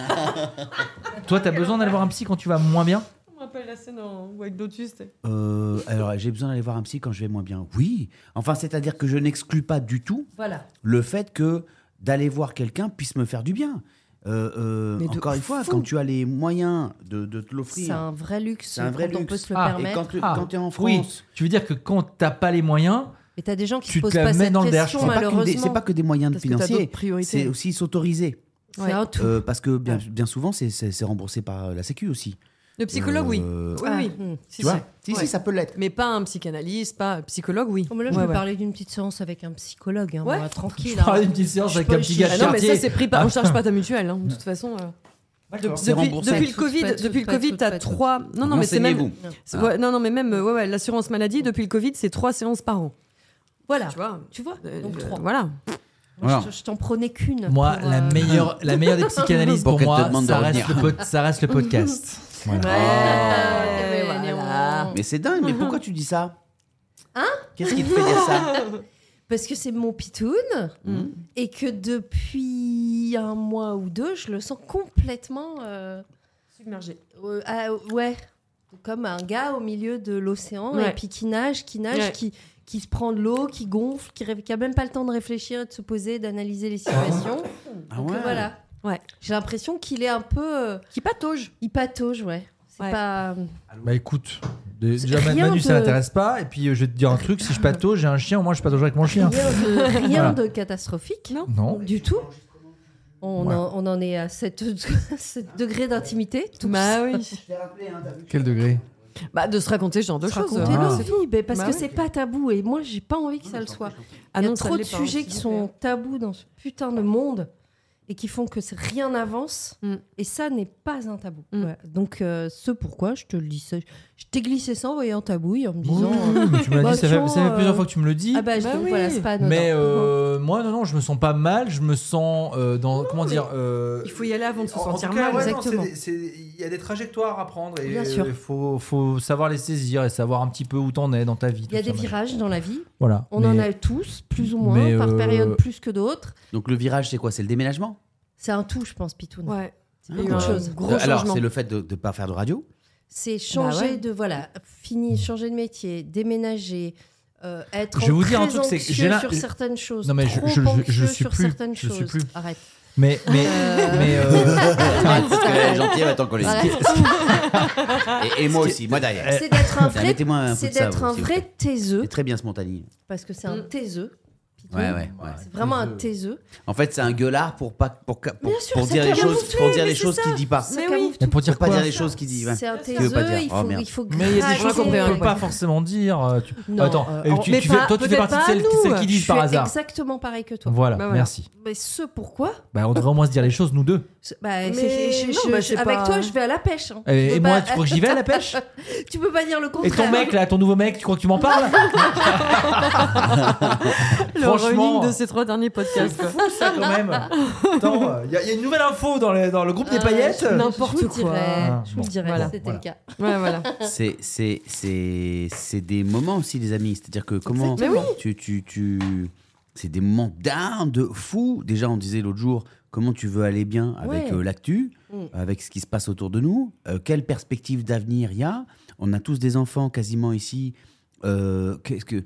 [SPEAKER 1] Toi, t'as besoin d'aller voir un psy quand tu vas moins bien
[SPEAKER 6] Je me rappelle la scène dans White Lotus.
[SPEAKER 2] Euh, alors, j'ai besoin d'aller voir un psy quand je vais moins bien. Oui. Enfin, c'est-à-dire que je n'exclus pas du tout
[SPEAKER 3] Voilà.
[SPEAKER 2] le fait que d'aller voir quelqu'un puisse me faire du bien. Euh, euh,
[SPEAKER 6] Mais de
[SPEAKER 2] encore une fois,
[SPEAKER 6] fou.
[SPEAKER 2] quand tu as les moyens de, de te
[SPEAKER 3] C'est
[SPEAKER 2] l'offrir,
[SPEAKER 3] un vrai luxe
[SPEAKER 2] C'est un vrai
[SPEAKER 3] quand on
[SPEAKER 2] luxe.
[SPEAKER 3] peut se le
[SPEAKER 1] Ah, et
[SPEAKER 2] et
[SPEAKER 3] permettre.
[SPEAKER 2] quand tu
[SPEAKER 1] Ah,
[SPEAKER 2] es en France,
[SPEAKER 1] Oui. Tu veux dire que quand t'as pas les moyens,
[SPEAKER 3] Mais t'as des gens qui
[SPEAKER 1] Tu
[SPEAKER 3] se
[SPEAKER 1] te
[SPEAKER 3] posent
[SPEAKER 1] la
[SPEAKER 3] pas
[SPEAKER 1] mets
[SPEAKER 3] cette
[SPEAKER 1] dans le derrière,
[SPEAKER 3] question
[SPEAKER 2] c'est pas, que des-
[SPEAKER 3] malheureusement.
[SPEAKER 2] c'est pas que des moyens
[SPEAKER 6] Parce que t'as d'autres
[SPEAKER 2] financiers,
[SPEAKER 6] priorités.
[SPEAKER 2] c'est aussi s'autoriser.
[SPEAKER 3] C'est un tout.
[SPEAKER 2] Euh, parce que bien, bien souvent, c'est- c'est c'est remboursé par la Sécu aussi.
[SPEAKER 6] Le psychologue, oui.
[SPEAKER 2] Euh,
[SPEAKER 6] Oui,
[SPEAKER 3] Ah,
[SPEAKER 6] oui.
[SPEAKER 3] hmm.
[SPEAKER 6] Si,
[SPEAKER 2] Tu vois
[SPEAKER 6] si.
[SPEAKER 2] Si,
[SPEAKER 6] Ouais.
[SPEAKER 2] si, ça peut l'être.
[SPEAKER 6] Mais pas un psychanalyste, pas un psychologue, oui.
[SPEAKER 3] Oh, mais là, je
[SPEAKER 6] Ouais,
[SPEAKER 3] vais
[SPEAKER 6] ouais.
[SPEAKER 3] parler d'une petite séance avec un psychologue, hein,
[SPEAKER 6] Ouais.
[SPEAKER 3] moi, tranquille.
[SPEAKER 1] je parlais
[SPEAKER 3] hein.
[SPEAKER 1] d'une petite séance
[SPEAKER 3] Je
[SPEAKER 1] avec
[SPEAKER 3] peux-
[SPEAKER 1] un
[SPEAKER 3] je
[SPEAKER 1] petit
[SPEAKER 3] suis-
[SPEAKER 1] gars
[SPEAKER 6] Ah
[SPEAKER 1] de
[SPEAKER 6] non, mais ça,
[SPEAKER 1] quartier.
[SPEAKER 6] c'est pris par. On charge pas ta mutuelle, hein, de toute façon. euh.
[SPEAKER 2] C'est
[SPEAKER 6] Depuis,
[SPEAKER 2] remboursé.
[SPEAKER 6] depuis le
[SPEAKER 3] Toutes
[SPEAKER 6] Covid,
[SPEAKER 3] faites, toutes
[SPEAKER 6] depuis le
[SPEAKER 3] faites,
[SPEAKER 6] Covid,
[SPEAKER 3] toutes
[SPEAKER 6] t'as
[SPEAKER 3] faites.
[SPEAKER 6] trois. Non, non, mais c'est même.
[SPEAKER 2] Renseignez-vous.
[SPEAKER 6] c'est- ouais, non, non, mais même. euh, Ouais, ouais, l'assurance maladie depuis le Covid, c'est trois séances par an.
[SPEAKER 3] Voilà.
[SPEAKER 6] Tu vois.
[SPEAKER 3] Tu vois
[SPEAKER 6] Euh,
[SPEAKER 3] Ah. Donc trois.
[SPEAKER 6] Voilà.
[SPEAKER 3] Moi,
[SPEAKER 2] Voilà.
[SPEAKER 3] Je, je t'en prenais qu'une.
[SPEAKER 1] Moi,
[SPEAKER 3] pour,
[SPEAKER 1] la,
[SPEAKER 3] euh, *laughs*
[SPEAKER 1] meilleure, la meilleure des psychanalystes
[SPEAKER 2] Pour
[SPEAKER 1] pour,
[SPEAKER 2] qu'elle te
[SPEAKER 1] moi,
[SPEAKER 2] demande de
[SPEAKER 1] ça reste, le
[SPEAKER 2] revenir.
[SPEAKER 1] pod- ça reste le podcast. Voilà.
[SPEAKER 3] Ouais,
[SPEAKER 2] Ah.
[SPEAKER 3] mais
[SPEAKER 6] Voilà. Ah.
[SPEAKER 3] voilà.
[SPEAKER 2] Mais c'est dingue, mais pourquoi tu dis ça Hein Qu'est-ce qui te fait dire ça
[SPEAKER 3] Parce que c'est mon pitoun
[SPEAKER 2] Mm.
[SPEAKER 6] Mhm.
[SPEAKER 3] et que depuis un mois ou deux, je le sens complètement. euh,
[SPEAKER 6] Submergé.
[SPEAKER 3] euh, ah, ouais. Comme un gars au milieu de l'océan
[SPEAKER 6] Ouais.
[SPEAKER 3] et puis qui nage, qui nage,
[SPEAKER 6] Ouais.
[SPEAKER 3] qui, qui se prend de l'eau, qui gonfle, qui n'a même pas le temps de réfléchir, de se poser, d'analyser les situations.
[SPEAKER 2] Ah
[SPEAKER 3] Donc
[SPEAKER 2] ouais.
[SPEAKER 3] euh, voilà.
[SPEAKER 6] Ouais.
[SPEAKER 3] J'ai l'impression qu'il est un peu. euh,
[SPEAKER 6] Qui patauge.
[SPEAKER 3] il patauge, ouais. C'est
[SPEAKER 6] Ouais.
[SPEAKER 1] *laughs*
[SPEAKER 3] pas. euh,
[SPEAKER 6] *laughs*
[SPEAKER 1] Bah écoute, déjà
[SPEAKER 3] Rien
[SPEAKER 1] Manu, ça
[SPEAKER 3] de-
[SPEAKER 1] l'intéresse pas. Et puis euh, je vais te dire un truc si je patauge, j'ai un chien, au moins je patauge avec mon chien.
[SPEAKER 3] Rien de, rien
[SPEAKER 1] Voilà.
[SPEAKER 3] de catastrophique.
[SPEAKER 1] Non.
[SPEAKER 3] Du tout. On,
[SPEAKER 1] Ouais.
[SPEAKER 3] en, on en est à *laughs* 7, degrés d'intimité. Tout
[SPEAKER 6] Bah oui.
[SPEAKER 2] hein,
[SPEAKER 1] Quel degré
[SPEAKER 6] Bah de se raconter ce genre de
[SPEAKER 3] de
[SPEAKER 6] choses.
[SPEAKER 3] raconter
[SPEAKER 1] Ah.
[SPEAKER 3] nos vies, ben, parce
[SPEAKER 6] Bah
[SPEAKER 3] que
[SPEAKER 6] oui.
[SPEAKER 3] c'est pas tabou. Et moi, j'ai pas envie que ça le soit.
[SPEAKER 6] Ah
[SPEAKER 3] Il y a
[SPEAKER 6] non, ça
[SPEAKER 3] trop de
[SPEAKER 6] l'est pas,
[SPEAKER 3] sujets
[SPEAKER 6] hein,
[SPEAKER 3] qui
[SPEAKER 6] c'est
[SPEAKER 3] sont tabous dans ce putain de monde et qui font que c'est- rien n'avance.
[SPEAKER 6] Mm.
[SPEAKER 3] Et ça n'est pas un tabou.
[SPEAKER 6] Mm.
[SPEAKER 3] Ouais. Donc, euh, ce pourquoi je te le dis, ça- je t'ai glissé ça en voyant tabouille, en me
[SPEAKER 1] Oui,
[SPEAKER 3] disant.
[SPEAKER 1] *laughs*
[SPEAKER 3] euh,
[SPEAKER 1] mais tu me l'as
[SPEAKER 3] bah,
[SPEAKER 1] dit, ça fait,
[SPEAKER 3] tiens,
[SPEAKER 1] ça fait plusieurs
[SPEAKER 3] euh,
[SPEAKER 1] fois que tu me le dis.
[SPEAKER 3] ah bah, je-
[SPEAKER 6] Bah
[SPEAKER 3] donc,
[SPEAKER 6] oui.
[SPEAKER 3] voilà, c'est pas anodin.
[SPEAKER 1] mais euh, moi, non, non, je me sens pas mal. Je me sens euh, dans. comment dire euh,
[SPEAKER 6] Il faut y aller avant de se
[SPEAKER 1] En- en
[SPEAKER 6] sentir
[SPEAKER 1] tout cas,
[SPEAKER 6] mal.
[SPEAKER 1] ouais, non,
[SPEAKER 3] exactement.
[SPEAKER 1] c'est des- c'est- Il y a des trajectoires à prendre et
[SPEAKER 3] Bien
[SPEAKER 1] euh,
[SPEAKER 3] sûr.
[SPEAKER 1] il faut, faut savoir les saisir et savoir un petit peu où t'en es dans ta vie.
[SPEAKER 3] Il y a
[SPEAKER 1] tout
[SPEAKER 3] des
[SPEAKER 1] ça,
[SPEAKER 3] virages dans la vie.
[SPEAKER 1] machin. Voilà.
[SPEAKER 3] On en a tous, plus ou moins,
[SPEAKER 1] mais,
[SPEAKER 3] par
[SPEAKER 1] euh,
[SPEAKER 3] période plus que d'autres.
[SPEAKER 2] Donc le virage, c'est quoi C'est le déménagement Euh,
[SPEAKER 3] C'est un tout, je pense, Pitoun.
[SPEAKER 6] Ouais.
[SPEAKER 3] C'est
[SPEAKER 6] Il y a eu
[SPEAKER 3] beaucoup de
[SPEAKER 6] un
[SPEAKER 3] choses.
[SPEAKER 6] Gros
[SPEAKER 2] Alors,
[SPEAKER 6] changement.
[SPEAKER 2] c'est le fait de ne pas faire
[SPEAKER 3] *laughs*
[SPEAKER 2] de radio
[SPEAKER 3] C'est changer
[SPEAKER 6] Bah ouais.
[SPEAKER 3] de voilà, fini, changer de métier, déménager, euh, être
[SPEAKER 1] Mm. Je vais vous dire un
[SPEAKER 3] très
[SPEAKER 1] truc, c'est que
[SPEAKER 3] anxieux
[SPEAKER 1] j'ai la-
[SPEAKER 3] sur certaines choses.
[SPEAKER 1] Non, mais je-
[SPEAKER 3] trop
[SPEAKER 1] je- je- je
[SPEAKER 3] anxieux
[SPEAKER 1] suis
[SPEAKER 3] sur
[SPEAKER 1] plus-
[SPEAKER 3] certaines
[SPEAKER 1] je
[SPEAKER 3] choses.
[SPEAKER 1] suis plus.
[SPEAKER 3] Arrête.
[SPEAKER 1] Mais, mais, *laughs*
[SPEAKER 3] Euh,
[SPEAKER 1] mais
[SPEAKER 2] *laughs*
[SPEAKER 1] euh,
[SPEAKER 2] Parce qu'elle est gentille, elle va t'en coller.
[SPEAKER 3] voilà.
[SPEAKER 2] *laughs* Et, et moi aussi, moi
[SPEAKER 1] Eh,
[SPEAKER 2] derrière.
[SPEAKER 3] C'est d'être un
[SPEAKER 2] Putain,
[SPEAKER 3] vrai,
[SPEAKER 2] Mettez-moi un
[SPEAKER 3] c'est
[SPEAKER 2] peu de ça,
[SPEAKER 3] d'être
[SPEAKER 2] vous,
[SPEAKER 3] un
[SPEAKER 2] s'il vous
[SPEAKER 3] vrai
[SPEAKER 2] plaît.
[SPEAKER 3] taiseux,
[SPEAKER 2] C'est très bien ce Montagny.
[SPEAKER 3] parce que c'est un
[SPEAKER 6] Mm.
[SPEAKER 3] taiseux. Pitou.
[SPEAKER 2] Ouais, ouais, ouais.
[SPEAKER 3] C'est vraiment un taiseux.
[SPEAKER 2] En fait, c'est un gueulard pour pas pour pour,
[SPEAKER 3] Bien sûr,
[SPEAKER 2] pour
[SPEAKER 3] ça
[SPEAKER 2] dire les
[SPEAKER 3] camoufle,
[SPEAKER 2] choses pour dire
[SPEAKER 3] mais
[SPEAKER 2] les
[SPEAKER 3] c'est
[SPEAKER 2] choses
[SPEAKER 3] ça.
[SPEAKER 2] qu'il dit pas.
[SPEAKER 3] Ça
[SPEAKER 6] Mais oui.
[SPEAKER 3] camoufle
[SPEAKER 1] mais pour
[SPEAKER 2] Faut
[SPEAKER 1] dire
[SPEAKER 2] pas
[SPEAKER 1] quoi
[SPEAKER 2] dire les choses qu'il dit. ouais.
[SPEAKER 3] C'est un
[SPEAKER 2] qu'il veut
[SPEAKER 3] taiseux,
[SPEAKER 2] pas dire.
[SPEAKER 3] il
[SPEAKER 2] Oh,
[SPEAKER 3] faut,
[SPEAKER 2] merde.
[SPEAKER 3] il faut
[SPEAKER 1] Mais il y a des
[SPEAKER 3] gratter.
[SPEAKER 1] choses qu'on
[SPEAKER 6] comprends
[SPEAKER 1] peut
[SPEAKER 6] pas.
[SPEAKER 1] pas forcément dire. Tu-
[SPEAKER 3] Non,
[SPEAKER 1] Attends,
[SPEAKER 6] euh,
[SPEAKER 1] et
[SPEAKER 6] on-
[SPEAKER 1] tu,
[SPEAKER 6] mais
[SPEAKER 1] tu
[SPEAKER 6] pas-
[SPEAKER 1] fais- toi, tu fais
[SPEAKER 6] peut-être
[SPEAKER 1] partie de
[SPEAKER 6] pas
[SPEAKER 1] celles,
[SPEAKER 6] nous.
[SPEAKER 1] celles qui
[SPEAKER 6] Je
[SPEAKER 1] disent
[SPEAKER 3] Je
[SPEAKER 1] par
[SPEAKER 3] suis
[SPEAKER 1] hasard.
[SPEAKER 3] exactement pareil que toi.
[SPEAKER 1] Voilà,
[SPEAKER 6] Bah voilà.
[SPEAKER 1] merci.
[SPEAKER 3] Mais ce pourquoi
[SPEAKER 1] Bah, on devrait au moins se dire les choses, nous deux.
[SPEAKER 3] Ce- bah,
[SPEAKER 6] Mais
[SPEAKER 3] c'est- je-
[SPEAKER 6] non,
[SPEAKER 3] je-
[SPEAKER 6] bah,
[SPEAKER 3] je-
[SPEAKER 6] c'est
[SPEAKER 3] avec
[SPEAKER 6] pas-
[SPEAKER 3] toi, je vais à la pêche. hein. Tu
[SPEAKER 1] Et,
[SPEAKER 3] peux
[SPEAKER 1] et moi,
[SPEAKER 3] pas-
[SPEAKER 1] tu crois que j'y vais à la pêche
[SPEAKER 3] tu peux pas dire le
[SPEAKER 1] Et
[SPEAKER 3] contraire.
[SPEAKER 1] ton mec, là, ton nouveau mec, tu crois que tu m'en parles
[SPEAKER 6] Le
[SPEAKER 1] Franchement.
[SPEAKER 6] running de ces trois derniers
[SPEAKER 3] *laughs*
[SPEAKER 6] podcasts. quoi.
[SPEAKER 1] Ça, quand même. Attends, il y, a- y a une nouvelle info dans le, dans le groupe des
[SPEAKER 3] Euh,
[SPEAKER 1] paillettes.
[SPEAKER 3] je-
[SPEAKER 6] N'importe
[SPEAKER 3] je vous
[SPEAKER 6] quoi.
[SPEAKER 3] dirai,
[SPEAKER 1] Ah,
[SPEAKER 3] je vous
[SPEAKER 1] bon,
[SPEAKER 3] dirai,
[SPEAKER 6] voilà,
[SPEAKER 3] c'était
[SPEAKER 1] voilà.
[SPEAKER 3] le cas.
[SPEAKER 6] Ouais, voilà.
[SPEAKER 2] C'est c'est c'est c'est des moments aussi les amis, c'est-à-dire que comment
[SPEAKER 6] Exactement.
[SPEAKER 2] tu tu tu c'est des moments d'armes de fou. Déjà on disait l'autre jour comment tu veux aller bien avec
[SPEAKER 3] Ouais.
[SPEAKER 2] euh, l'actu,
[SPEAKER 6] Mm.
[SPEAKER 2] avec ce qui se passe autour de nous, euh, quelle perspective d'avenir il y a. On a tous des enfants quasiment ici. Euh, Qu'est-ce que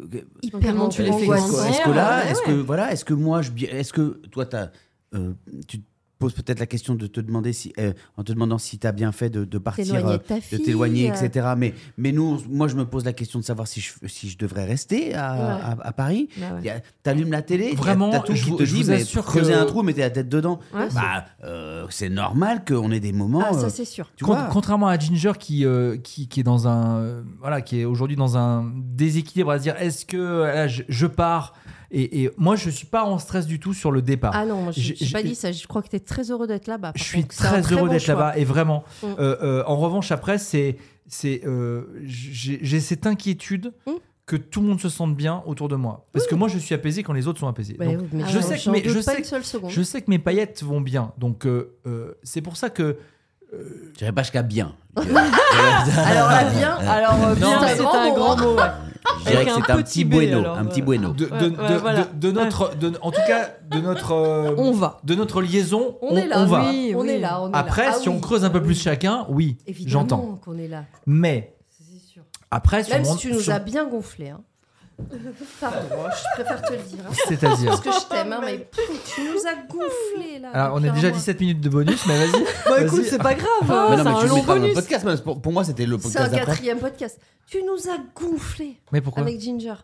[SPEAKER 2] euh,
[SPEAKER 3] Hyper
[SPEAKER 6] Comment tu les fais
[SPEAKER 3] angoissant.
[SPEAKER 6] grandir
[SPEAKER 2] est-ce que là,
[SPEAKER 6] Ouais,
[SPEAKER 2] est-ce
[SPEAKER 6] ouais.
[SPEAKER 2] que voilà, est-ce que moi je, bi- est-ce que toi t'as, euh, tu te poses peut-être la question de te demander si, euh, en te demandant si t'as bien fait de, de partir,
[SPEAKER 3] T'éloigner
[SPEAKER 2] euh,
[SPEAKER 3] de ta
[SPEAKER 2] de
[SPEAKER 3] fille,
[SPEAKER 2] t'éloigner,
[SPEAKER 3] euh,
[SPEAKER 2] etc. Mais mais nous, moi je me pose la question de savoir si je, si je devrais rester à,
[SPEAKER 3] Ouais.
[SPEAKER 2] à- à Paris.
[SPEAKER 6] Bah ouais.
[SPEAKER 2] Il y a- T'allumes la télé, il y a-
[SPEAKER 1] Vraiment,
[SPEAKER 2] t'as tout
[SPEAKER 1] je
[SPEAKER 2] qui
[SPEAKER 1] vous-
[SPEAKER 2] te
[SPEAKER 1] je
[SPEAKER 2] dit,
[SPEAKER 1] vous
[SPEAKER 2] mais
[SPEAKER 1] assure que-
[SPEAKER 2] creuser un trou, mettez la tête dedans.
[SPEAKER 6] Ouais.
[SPEAKER 2] Bah, euh, c'est normal qu'on ait des moments.
[SPEAKER 3] Ah,
[SPEAKER 2] euh,
[SPEAKER 3] ça c'est sûr.
[SPEAKER 2] tu
[SPEAKER 1] Con-
[SPEAKER 2] vois.
[SPEAKER 1] Contrairement à Ginger qui, euh, qui, qui est dans un euh, voilà qui est aujourd'hui dans un déséquilibre à se dire est-ce que euh, là, je, je pars et, et moi je suis pas en stress du tout sur le départ.
[SPEAKER 3] Ah non, moi, je
[SPEAKER 1] J'ai-
[SPEAKER 3] j'ai pas
[SPEAKER 1] j'ai-
[SPEAKER 3] dit ça. Je crois que t'es très heureux d'être là-bas. par
[SPEAKER 1] je suis
[SPEAKER 3] contre, c'est un
[SPEAKER 1] très heureux
[SPEAKER 3] bon
[SPEAKER 1] d'être
[SPEAKER 3] choix.
[SPEAKER 1] là-bas et vraiment.
[SPEAKER 3] Mm.
[SPEAKER 1] Euh, euh, en revanche après c'est c'est euh, j'ai j'ai cette inquiétude
[SPEAKER 3] Mm.
[SPEAKER 1] que tout le monde se sente bien autour de moi parce que moi je suis apaisé quand les autres sont apaisés.
[SPEAKER 3] Ouais,
[SPEAKER 1] Donc,
[SPEAKER 3] oui, mais
[SPEAKER 1] je
[SPEAKER 3] j'en-
[SPEAKER 1] sais que-
[SPEAKER 3] j'en
[SPEAKER 1] mais
[SPEAKER 3] doute
[SPEAKER 1] je
[SPEAKER 3] pas
[SPEAKER 1] sais
[SPEAKER 3] une
[SPEAKER 1] que-
[SPEAKER 3] seule seconde.
[SPEAKER 1] je sais que mes paillettes vont bien donc euh, euh, c'est pour ça que
[SPEAKER 2] Je dirais pas jusqu'à bien.
[SPEAKER 3] Alors là, bien.
[SPEAKER 6] Alors, euh, bien,
[SPEAKER 1] mais-
[SPEAKER 6] c'est un
[SPEAKER 3] hein.
[SPEAKER 6] grand mot. ouais.
[SPEAKER 2] Je dirais que
[SPEAKER 6] Avec
[SPEAKER 2] c'est
[SPEAKER 6] un
[SPEAKER 2] un petit
[SPEAKER 6] petit B,
[SPEAKER 2] bueno,
[SPEAKER 6] alors,
[SPEAKER 2] un petit
[SPEAKER 6] euh,
[SPEAKER 2] bueno.
[SPEAKER 1] de, de-
[SPEAKER 6] Ouais,
[SPEAKER 1] de-
[SPEAKER 6] ouais,
[SPEAKER 1] de-
[SPEAKER 6] voilà.
[SPEAKER 1] de notre de- en tout cas de notre euh,
[SPEAKER 6] On va.
[SPEAKER 1] de notre liaison on,
[SPEAKER 3] On est là,
[SPEAKER 1] on va
[SPEAKER 6] oui.
[SPEAKER 3] on est là. on est là.
[SPEAKER 1] après
[SPEAKER 3] Ah
[SPEAKER 1] si on
[SPEAKER 3] oui,
[SPEAKER 1] creuse un peu
[SPEAKER 3] ah
[SPEAKER 1] plus
[SPEAKER 3] oui.
[SPEAKER 1] chacun oui
[SPEAKER 3] Évidemment
[SPEAKER 1] j'entends
[SPEAKER 3] qu'on est là.
[SPEAKER 1] mais
[SPEAKER 3] C'est sûr.
[SPEAKER 1] après sur
[SPEAKER 3] Même
[SPEAKER 1] mon-
[SPEAKER 3] si tu nous
[SPEAKER 1] sur-
[SPEAKER 3] as bien gonflé. Hein. *laughs* Pardon, hein, je préfère te le dire. hein.
[SPEAKER 1] c'est-à-dire
[SPEAKER 3] Parce que je t'aime, hein,
[SPEAKER 1] *laughs*
[SPEAKER 3] mais pff, tu nous as gonflé là.
[SPEAKER 1] alors on
[SPEAKER 3] depuis
[SPEAKER 1] a
[SPEAKER 3] un
[SPEAKER 1] déjà
[SPEAKER 3] mois.
[SPEAKER 1] 17 minutes de bonus mais
[SPEAKER 3] *laughs*
[SPEAKER 1] vas-y
[SPEAKER 6] Bah
[SPEAKER 1] Vas-y.
[SPEAKER 6] écoute, c'est pas grave. hein,
[SPEAKER 2] Mais non,
[SPEAKER 6] C'est
[SPEAKER 2] mais
[SPEAKER 6] un
[SPEAKER 2] tu le
[SPEAKER 6] long
[SPEAKER 2] mettras dans le
[SPEAKER 6] bonus.
[SPEAKER 2] podcast. mais Pour, pour moi, c'était le
[SPEAKER 3] C'est un
[SPEAKER 2] podcast d'après.
[SPEAKER 3] quatrième podcast. Tu nous as gonflé
[SPEAKER 1] mais pourquoi
[SPEAKER 3] avec Ginger.